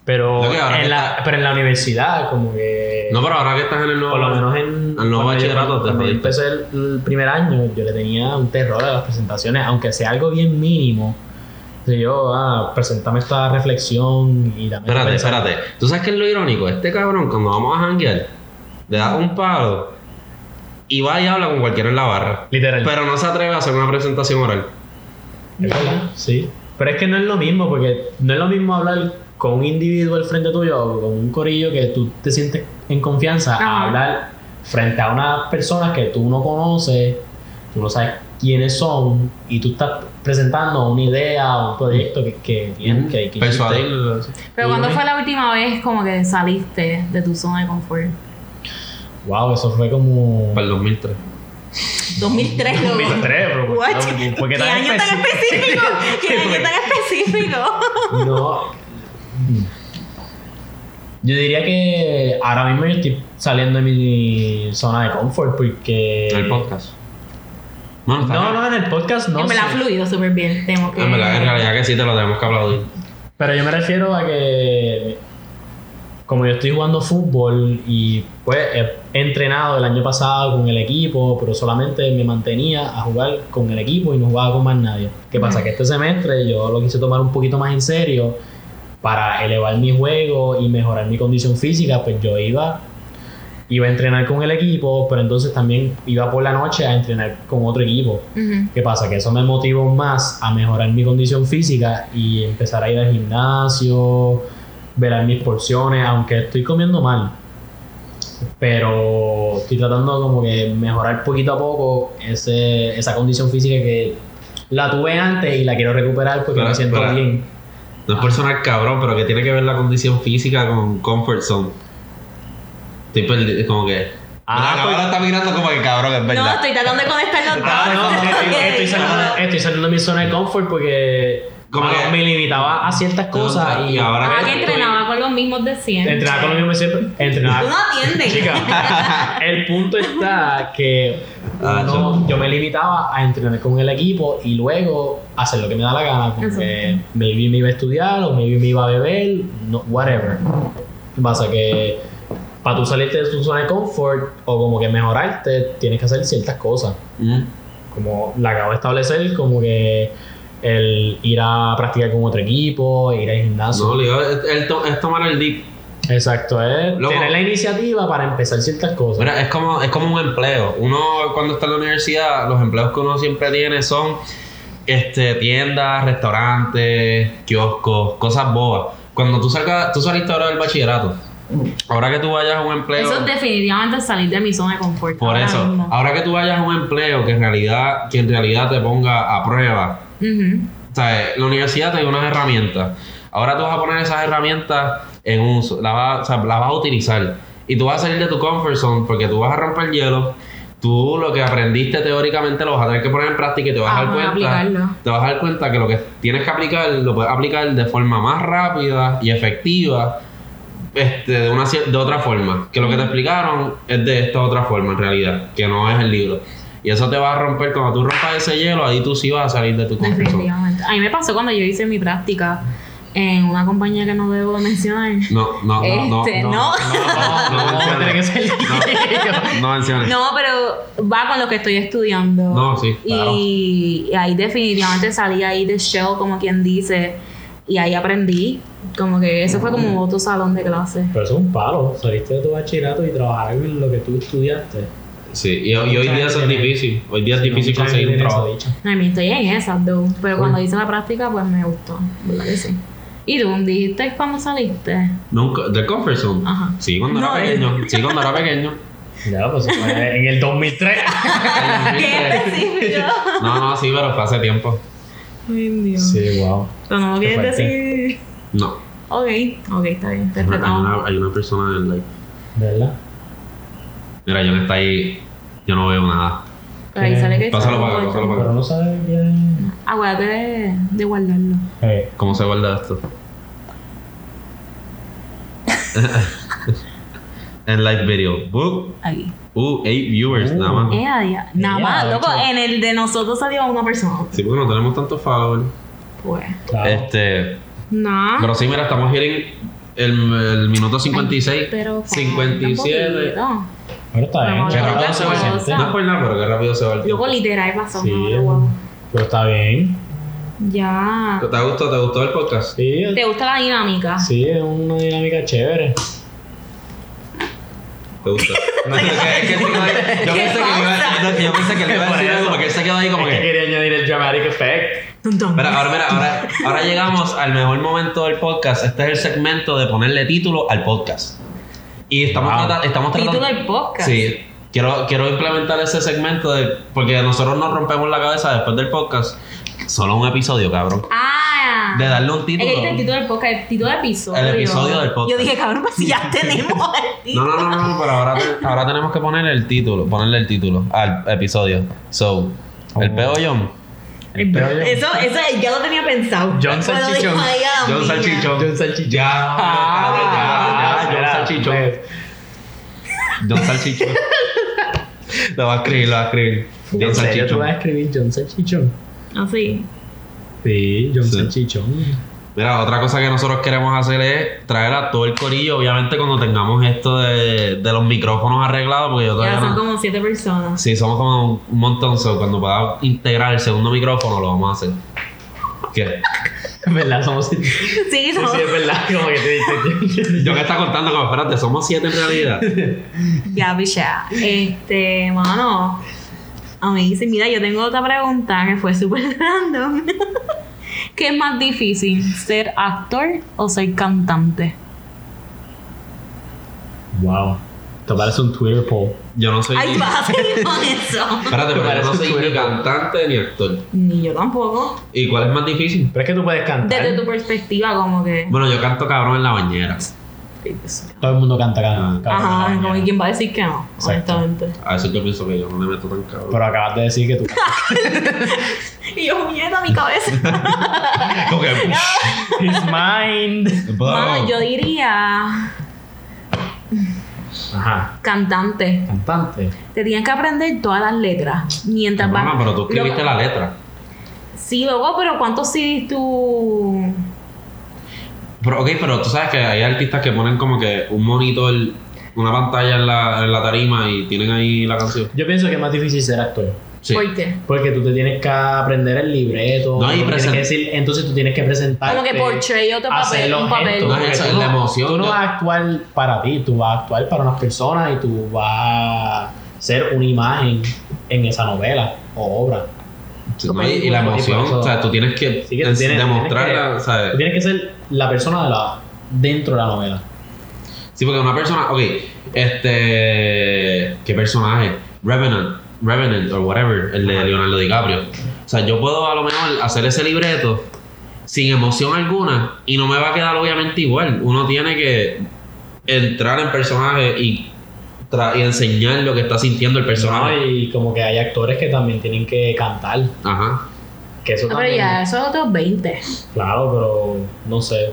[SPEAKER 1] Pero,
[SPEAKER 2] Lo que ahora que
[SPEAKER 1] en la,
[SPEAKER 2] está-
[SPEAKER 1] pero en la universidad, como que.
[SPEAKER 2] No, pero ahora que estás en el nuevo.
[SPEAKER 1] por lo menos en.
[SPEAKER 2] Al nuevo
[SPEAKER 1] cuando yo-
[SPEAKER 2] bachillerato te
[SPEAKER 1] cuando yo
[SPEAKER 2] jodiste.
[SPEAKER 1] empecé el, el primer año, yo le tenía un terror a las presentaciones, aunque sea algo bien mínimo. Entonces yo, ah, presentame esta reflexión y también.
[SPEAKER 2] Espérate, espérate. ¿Tú sabes qué es lo irónico? Este cabrón, cuando vamos a janguear, le da un palo y va y habla con cualquiera en la barra.
[SPEAKER 1] Literal.
[SPEAKER 2] Pero no se atreve a hacer una presentación oral.
[SPEAKER 1] Es verdad, Sí. Pero es que no es lo mismo, porque no es lo mismo hablar con un individuo al frente tuyo o con un corillo que tú te sientes en confianza a
[SPEAKER 3] Ajá.
[SPEAKER 1] hablar frente a unas personas que tú no conoces, tú no sabes quiénes son y tú estás presentando una idea o un proyecto que, que
[SPEAKER 2] Mm,
[SPEAKER 1] tienes que, que
[SPEAKER 2] Persuadir.
[SPEAKER 1] hiciste.
[SPEAKER 3] Pero
[SPEAKER 1] Y
[SPEAKER 3] ¿cuándo
[SPEAKER 1] uno-
[SPEAKER 3] fue la última vez como que saliste de tu zona de confort?
[SPEAKER 1] Wow, eso fue como...
[SPEAKER 2] Para el 2003.
[SPEAKER 4] 2003 luego.
[SPEAKER 1] 2003, bro,
[SPEAKER 4] What?
[SPEAKER 1] porque- porque
[SPEAKER 4] ¿Qué
[SPEAKER 1] tan
[SPEAKER 4] año tan
[SPEAKER 1] específico.
[SPEAKER 4] específico? ¿Qué año tan específico?
[SPEAKER 1] No. Yo diría que ahora mismo yo estoy saliendo de mi zona de confort porque.
[SPEAKER 2] El podcast. No, no está
[SPEAKER 1] Eh, No,
[SPEAKER 2] bien.
[SPEAKER 1] no, en el podcast no.
[SPEAKER 4] me la ha
[SPEAKER 1] sé.
[SPEAKER 4] fluido súper bien, tengo
[SPEAKER 1] Ah,
[SPEAKER 4] que...
[SPEAKER 2] En verdad, en realidad que sí te lo tenemos que aplaudir.
[SPEAKER 1] Pero yo me refiero a que. Como yo estoy jugando fútbol y pues he entrenado el año pasado con el equipo, pero solamente me mantenía a jugar con el equipo y no jugaba con más nadie. ¿Qué pasa? Que este semestre yo lo quise tomar un poquito más en serio para elevar mi juego y mejorar mi condición física, pues yo iba iba a entrenar con el equipo, pero entonces también iba por la noche a entrenar con otro equipo.
[SPEAKER 3] Ujú.
[SPEAKER 1] ¿Qué pasa? Que eso me motivó más a mejorar mi condición física y empezar a ir al gimnasio, velar mis porciones, aunque estoy comiendo mal. Pero estoy tratando como que mejorar poquito a poco ese, esa condición física que la tuve antes y la quiero recuperar porque
[SPEAKER 2] Espera,
[SPEAKER 1] me siento
[SPEAKER 2] espera.
[SPEAKER 1] bien.
[SPEAKER 2] No
[SPEAKER 1] Ah.
[SPEAKER 2] es personal cabrón, pero que tiene que ver la condición física con comfort zone. Estoy perdido, como que.
[SPEAKER 1] Ah,
[SPEAKER 2] Ah, ahora está mirando como que cabrón, es
[SPEAKER 4] No,
[SPEAKER 2] verdad.
[SPEAKER 4] estoy tratando de conectar los
[SPEAKER 1] Ah,
[SPEAKER 4] dos.
[SPEAKER 1] no, estoy,
[SPEAKER 4] Ok.
[SPEAKER 1] estoy saliendo, estoy saliendo de mi zona de confort porque
[SPEAKER 2] Como
[SPEAKER 1] Bueno,
[SPEAKER 2] que-
[SPEAKER 1] me limitaba a ciertas cosas y ahora
[SPEAKER 2] ahora
[SPEAKER 3] Ah,
[SPEAKER 2] que
[SPEAKER 3] que
[SPEAKER 2] estoy-
[SPEAKER 3] entrenaba con los mismos de siempre.
[SPEAKER 1] entrenaba con lo mismo siempre.
[SPEAKER 4] Tú no
[SPEAKER 1] Entrenaba.
[SPEAKER 4] atiendes.
[SPEAKER 1] Chica, el punto está que
[SPEAKER 2] Ah,
[SPEAKER 1] uno- yo me limitaba a entrenar con el equipo y luego hacer lo que me da la gana. Porque maybe me iba a estudiar o maybe me iba a beber, no, whatever. Pasa que para tú salirte de tu zona de confort o como que mejorarte, tienes que hacer ciertas cosas
[SPEAKER 2] Mm.
[SPEAKER 1] como la acabo de establecer, como que el ir a practicar con otro equipo, ir al gimnasio.
[SPEAKER 2] No, obligado, es, es to- es tomar el dip.
[SPEAKER 1] Exacto, es
[SPEAKER 2] Loco.
[SPEAKER 1] tener la iniciativa para empezar ciertas cosas.
[SPEAKER 2] Mira, es como, es como un empleo. Uno cuando está en la universidad, los empleos que uno siempre tiene son este, tiendas, restaurantes, kioscos, cosas bobas. Cuando tú salgas, tú saliste ahora del bachillerato. Ahora que tú vayas a un empleo.
[SPEAKER 3] Eso es definitivamente salir de mi zona de confort.
[SPEAKER 2] Por
[SPEAKER 3] ahora
[SPEAKER 2] eso,
[SPEAKER 1] Ah.
[SPEAKER 3] mismo.
[SPEAKER 2] ahora que tú vayas a un empleo que en realidad, que en realidad te ponga a prueba,
[SPEAKER 3] Ujú.
[SPEAKER 2] o sea, la universidad te da unas herramientas. Ahora tú vas a poner esas herramientas en uso, las vas, o sea, las vas a utilizar. Y tú vas a salir de tu comfort zone porque tú vas a romper el hielo. Tú lo que aprendiste teóricamente lo vas a tener que poner en práctica y te vas a dar
[SPEAKER 3] Ajá,
[SPEAKER 2] cuenta.
[SPEAKER 3] aplicarlo.
[SPEAKER 2] Te vas a dar cuenta que lo que tienes que aplicar lo puedes aplicar de forma más rápida y efectiva. Este, de, una, cier- de otra forma. Que lo que te explicaron es de esta otra forma en realidad, que no es el libro. Y eso te va a romper, cuando tú rompas ese hielo, ahí tú sí vas a salir de tu comfort zone.
[SPEAKER 3] Definitivamente. A mí me pasó cuando yo hice mi práctica en una compañía que no debo mencionar.
[SPEAKER 2] No, no, no,
[SPEAKER 3] Este,
[SPEAKER 2] no,
[SPEAKER 4] no.
[SPEAKER 2] No, no,
[SPEAKER 1] No,
[SPEAKER 2] menciones.
[SPEAKER 1] tiene que ser-
[SPEAKER 2] no, no menciones.
[SPEAKER 3] No, pero va con lo que estoy estudiando.
[SPEAKER 2] No, sí, claro.
[SPEAKER 3] Y ahí definitivamente salí ahí de shell, como quien dice. Y ahí aprendí. Como que eso fue como otro salón de clase.
[SPEAKER 1] Pero eso es un palo, saliste de tu bachillerato y trabajar en lo que tú estudiaste.
[SPEAKER 2] Sí, y, y hoy día eso es difícil. Hoy día es
[SPEAKER 1] Si no,
[SPEAKER 2] difícil
[SPEAKER 1] mucha
[SPEAKER 2] conseguir un
[SPEAKER 1] gente tiene
[SPEAKER 2] trabajo.
[SPEAKER 1] esa dicha.
[SPEAKER 3] A mí estoy en esas, dude. Pero cuando hice la práctica, pues me gustó. ¿Verdad que sí? ¿Y tú dijiste cuando saliste?
[SPEAKER 2] Nunca, del comfort zone.
[SPEAKER 3] Ajá.
[SPEAKER 2] Sí, cuando era
[SPEAKER 4] No,
[SPEAKER 2] pequeño. Sí, cuando era pequeño.
[SPEAKER 1] Ya, pues fue en el 2003.
[SPEAKER 4] Qué específico.
[SPEAKER 2] No, no, sí, pero fue hace tiempo.
[SPEAKER 3] Ay, Dios.
[SPEAKER 1] sí, wow.
[SPEAKER 4] Pero no lo
[SPEAKER 1] Qué
[SPEAKER 4] quieres
[SPEAKER 1] fuerte.
[SPEAKER 4] decir.
[SPEAKER 2] No.
[SPEAKER 4] Ok.
[SPEAKER 3] Ok, está bien. Te
[SPEAKER 2] Hay
[SPEAKER 3] respetamos.
[SPEAKER 2] una, hay una persona en el live.
[SPEAKER 1] ¿Verdad?
[SPEAKER 2] Mira, John está ahí. Yo no veo nada.
[SPEAKER 3] Pero ahí sale que
[SPEAKER 2] Eh, Pásalo para acá, pásalo para
[SPEAKER 1] Pero no sabes quién.
[SPEAKER 3] Acuérdate de, de guardarlo.
[SPEAKER 1] Eh,
[SPEAKER 2] ¿Cómo se guarda esto? en live video. Book.
[SPEAKER 3] Aquí.
[SPEAKER 2] Uh, eight viewers, nada
[SPEAKER 1] Uh.
[SPEAKER 2] más.
[SPEAKER 3] Eh, adiós. Nada
[SPEAKER 1] Ya,
[SPEAKER 3] más,
[SPEAKER 1] de
[SPEAKER 3] loco,
[SPEAKER 1] hecho.
[SPEAKER 3] en el de nosotros salió una persona.
[SPEAKER 2] Sí, porque no tenemos tantos followers.
[SPEAKER 3] Pues,
[SPEAKER 1] claro.
[SPEAKER 2] Este.
[SPEAKER 3] nada.
[SPEAKER 2] Pero sí, mira, estamos here en el, el minuto 56.
[SPEAKER 3] Pero. falta
[SPEAKER 2] 57.
[SPEAKER 3] poquito.
[SPEAKER 1] Bueno, está bien.
[SPEAKER 3] Vamos
[SPEAKER 2] Qué
[SPEAKER 3] a
[SPEAKER 2] rápido
[SPEAKER 3] hablar
[SPEAKER 2] se
[SPEAKER 3] de
[SPEAKER 2] va el
[SPEAKER 3] cosas.
[SPEAKER 2] tiempo. No es por nada, pero qué rápido se va el tiempo.
[SPEAKER 3] Loco, literal, pasó.
[SPEAKER 1] Sí.
[SPEAKER 3] una hora, guau.
[SPEAKER 1] Pero está bien.
[SPEAKER 3] Ya.
[SPEAKER 2] ¿Te gustó, ¿Te gustó el podcast?
[SPEAKER 1] Sí,
[SPEAKER 3] ¿Te gusta la dinámica?
[SPEAKER 1] sí, es una dinámica chévere.
[SPEAKER 2] ¿Te gustó? No, es que- es que él se quedó ahí. yo, pensé que le iba, no, yo pensé que le iba a decir algo porque él se quedó ahí como
[SPEAKER 1] Es que
[SPEAKER 2] que...
[SPEAKER 1] quería añadir el dramatic effect.
[SPEAKER 3] Tum, tum.
[SPEAKER 2] Mira, ahora, mira, ahora, ahora llegamos al mejor momento del podcast. Este es el segmento de ponerle título al podcast. Y estamos,
[SPEAKER 1] Wow.
[SPEAKER 2] trata- estamos tratando...
[SPEAKER 3] Título del podcast.
[SPEAKER 2] Sí, quiero, quiero implementar ese segmento de. Porque nosotros nos rompemos la cabeza después del podcast. Solo un episodio, cabrón.
[SPEAKER 3] Ah.
[SPEAKER 2] De darle un
[SPEAKER 3] Es
[SPEAKER 2] título.
[SPEAKER 3] que dijiste el título del podcast, el título del episodio.
[SPEAKER 2] El episodio del podcast.
[SPEAKER 4] Yo dije, cabrón, pues si ya tenemos al tío.
[SPEAKER 2] No, no, no, no, no, pero ahora, te- ahora tenemos que poner el título, ponerle el título al episodio. So, el
[SPEAKER 1] Oh.
[SPEAKER 2] peo John.
[SPEAKER 1] El peor
[SPEAKER 4] Eso, eso ya lo tenía pensado.
[SPEAKER 1] John
[SPEAKER 4] Pero dijo,
[SPEAKER 1] Salchichón.
[SPEAKER 4] "Ay, a la
[SPEAKER 2] John
[SPEAKER 4] mía".
[SPEAKER 2] Salchichón.
[SPEAKER 1] John Salchichón. Ah,
[SPEAKER 2] Ya, ya, ya, John Salchichón. John Salchichón. Lo vas a escribir, lo vas a escribir. John
[SPEAKER 1] ¿En serio tú
[SPEAKER 2] Salchichón.
[SPEAKER 1] vas a escribir John Salchichón?
[SPEAKER 3] Así.
[SPEAKER 1] Sí, John
[SPEAKER 2] Sí.
[SPEAKER 1] Salchichón.
[SPEAKER 2] Mira, otra cosa que nosotros queremos hacer es traer a todo el corillo, obviamente cuando tengamos esto de, de los micrófonos arreglados, porque yo
[SPEAKER 3] Ya
[SPEAKER 2] todavía
[SPEAKER 3] son
[SPEAKER 2] no...
[SPEAKER 3] como siete personas.
[SPEAKER 2] Sí, somos como un, un montón, so cuando pueda integrar el segundo micrófono lo vamos a hacer. ¿Qué?
[SPEAKER 1] ¿Verdad? Somos. Sí, sí,
[SPEAKER 4] Sí, no.
[SPEAKER 1] es verdad. Como que te dice.
[SPEAKER 2] Yo que está contando como, espérate, somos siete en realidad.
[SPEAKER 3] Ya, picha.
[SPEAKER 4] Este, mano. A mí dice, mira, yo tengo otra pregunta que fue súper random.
[SPEAKER 3] ¿Qué es más difícil, ser actor o ser cantante?
[SPEAKER 1] Wow. Te parece un Twitter poll.
[SPEAKER 2] Yo no soy...
[SPEAKER 4] Ay,
[SPEAKER 2] ni,
[SPEAKER 4] vas a seguir con eso.
[SPEAKER 2] espérate, pero yo no soy ni
[SPEAKER 1] Parece-
[SPEAKER 2] cantante ni actor.
[SPEAKER 4] Ni yo tampoco.
[SPEAKER 2] ¿Y cuál es más difícil?
[SPEAKER 1] Pero es que tú puedes cantar.
[SPEAKER 3] Desde tu perspectiva, como que.
[SPEAKER 2] Bueno, yo canto cabrón en la bañera.
[SPEAKER 1] Todo el mundo canta cada. cada
[SPEAKER 3] Ajá,
[SPEAKER 1] mañana.
[SPEAKER 3] como, ¿y quién va a decir que no?
[SPEAKER 1] Exacto.
[SPEAKER 3] Honestamente.
[SPEAKER 2] A eso yo pienso que yo no me meto tan cabrón.
[SPEAKER 1] Pero acabas de decir que tú.
[SPEAKER 4] Y yo, mierda, mi cabeza.
[SPEAKER 2] Como que,
[SPEAKER 1] His mind.
[SPEAKER 3] Bueno, yo diría
[SPEAKER 1] Ajá.
[SPEAKER 3] cantante.
[SPEAKER 1] Cantante.
[SPEAKER 3] Te tienes que aprender todas las letras. Mientras vas.
[SPEAKER 2] Bueno, pero tú escribiste
[SPEAKER 3] Lo-
[SPEAKER 2] la letra.
[SPEAKER 3] Sí, luego, pero ¿cuántos CDs tú.?
[SPEAKER 2] Pero, ok, pero tú sabes que hay artistas que ponen como que un monitor, una pantalla en la, en la tarima y tienen ahí la canción.
[SPEAKER 1] Yo pienso que es más difícil ser actor.
[SPEAKER 2] Sí.
[SPEAKER 3] ¿Por qué?
[SPEAKER 1] Porque tú te tienes que aprender el libreto.
[SPEAKER 2] No, y
[SPEAKER 1] tú tienes
[SPEAKER 2] present-
[SPEAKER 1] que decir, entonces tú tienes que presentar.
[SPEAKER 3] Como que portray otro papel, un papel.
[SPEAKER 2] No, eso es la emoción,
[SPEAKER 1] Tú no
[SPEAKER 2] yo-
[SPEAKER 1] vas a actuar para ti, tú vas a actuar para unas personas y tú vas a ser una imagen en esa novela o obra.
[SPEAKER 2] Sí, ¿no? Y, y la emoción, o sea, tú tienes que,
[SPEAKER 1] Así que tú
[SPEAKER 2] es-
[SPEAKER 1] tienes-
[SPEAKER 2] demostrarla,
[SPEAKER 1] tienes que-
[SPEAKER 2] ¿sabes?
[SPEAKER 1] Tú tienes que ser la persona de la, dentro de la novela.
[SPEAKER 2] Sí, porque una persona, ok, este, ¿qué personaje? Revenant, Revenant o whatever, el de Leonardo DiCaprio. O sea, yo puedo a lo mejor hacer ese libreto sin emoción alguna y no me va a quedar obviamente igual. Uno tiene que entrar en personaje y, tra- y enseñar lo que está sintiendo el personaje.
[SPEAKER 1] No, y como que hay actores que también tienen que cantar.
[SPEAKER 2] Ajá.
[SPEAKER 1] Que eso
[SPEAKER 3] No, pero
[SPEAKER 1] también-
[SPEAKER 3] ya, eso es otros 20.
[SPEAKER 1] Claro, pero no sé.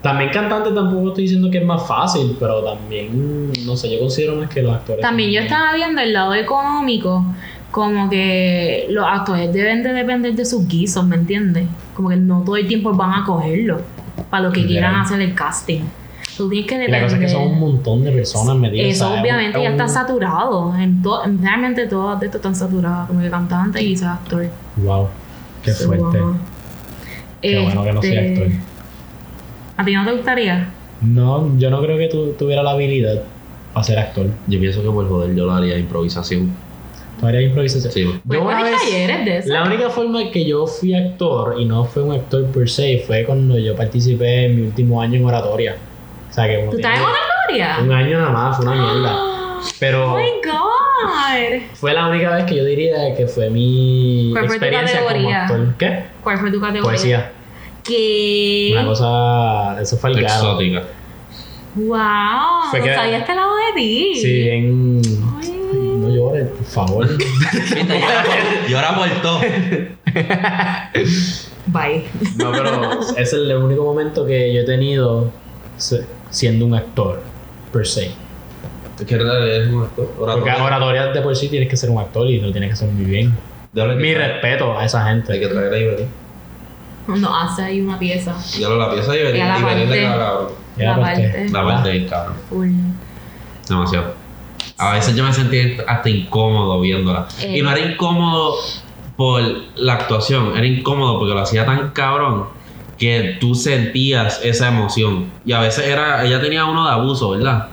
[SPEAKER 1] También cantante tampoco estoy diciendo que es más fácil, pero también, no sé, yo considero más que los actores.
[SPEAKER 3] También yo estaba viendo el lado económico, como que los actores deben de depender de sus guisos, ¿me entiendes? Como que no todo el tiempo van a cogerlo para lo que quieran
[SPEAKER 1] Claro.
[SPEAKER 3] hacer el casting. Tú tienes que
[SPEAKER 1] Y
[SPEAKER 3] depender.
[SPEAKER 1] la cosa es que son un montón de personas medidas.
[SPEAKER 3] Eso obviamente ya está saturado. En to- en- realmente todas de esto están saturadas, como que cantante y quizás actor.
[SPEAKER 1] Wow, qué
[SPEAKER 3] So,
[SPEAKER 1] fuerte.
[SPEAKER 3] ajá.
[SPEAKER 1] Qué bueno que no soy
[SPEAKER 3] Este,
[SPEAKER 1] actor.
[SPEAKER 3] ¿A ti no te gustaría?
[SPEAKER 1] No, yo no creo que tú tuviera la habilidad para ser actor.
[SPEAKER 2] Yo pienso que por joder yo lo haría improvisación.
[SPEAKER 1] Tú harías improvisación.
[SPEAKER 2] Sí.
[SPEAKER 3] Pues
[SPEAKER 1] Yo una
[SPEAKER 3] hay
[SPEAKER 1] vez-
[SPEAKER 3] talleres de eso.
[SPEAKER 1] La única forma que yo fui actor y no fue un actor per se fue cuando yo participé en mi último año en oratoria. O sea que uno
[SPEAKER 3] ¿Tú estás en
[SPEAKER 1] tiene-
[SPEAKER 3] oratoria?
[SPEAKER 1] un año nada más, fue una mierda. Pero
[SPEAKER 3] Oh my god.
[SPEAKER 1] fue la única vez que yo diría que fue mi
[SPEAKER 3] ¿Cuál fue tu
[SPEAKER 1] experiencia como
[SPEAKER 3] categoría?
[SPEAKER 1] actor. ¿Qué?
[SPEAKER 3] ¿Cuál fue tu categoría?
[SPEAKER 1] Poesía. Una
[SPEAKER 3] ¿Qué?
[SPEAKER 1] cosa, eso fue el garo.
[SPEAKER 2] Exótica.
[SPEAKER 3] ¡Wow!
[SPEAKER 1] Fue
[SPEAKER 3] no
[SPEAKER 1] que-
[SPEAKER 3] sabía este lado de ti.
[SPEAKER 1] Sí, en...
[SPEAKER 3] Ay.
[SPEAKER 1] No llores, por favor.
[SPEAKER 2] y ahora vuelto.
[SPEAKER 3] Bye.
[SPEAKER 1] No, pero es el único momento que yo he tenido se- siendo un actor, per se.
[SPEAKER 2] Es que eres un actor.
[SPEAKER 1] Porque oratoria de por sí tienes que ser un actor y lo tienes que hacer muy bien. Mi respeto a esa
[SPEAKER 2] Hay
[SPEAKER 1] gente.
[SPEAKER 2] que traer a Iberín.
[SPEAKER 3] No, hace ahí una pieza.
[SPEAKER 2] Ya lo la pieza Iberín.
[SPEAKER 3] Ya la
[SPEAKER 2] Iberín
[SPEAKER 3] parte.
[SPEAKER 2] de cabrón.
[SPEAKER 1] Ya
[SPEAKER 3] La
[SPEAKER 1] la corté.
[SPEAKER 3] parte.
[SPEAKER 2] La parte del cabrón.
[SPEAKER 3] Full.
[SPEAKER 2] Demasiado. A veces yo me sentí hasta incómodo viéndola.
[SPEAKER 3] Eh.
[SPEAKER 2] Y no era incómodo por la actuación, era incómodo porque lo hacía tan cabrón que tú sentías esa emoción. Y a veces era, ella tenía uno de abuso, ¿verdad?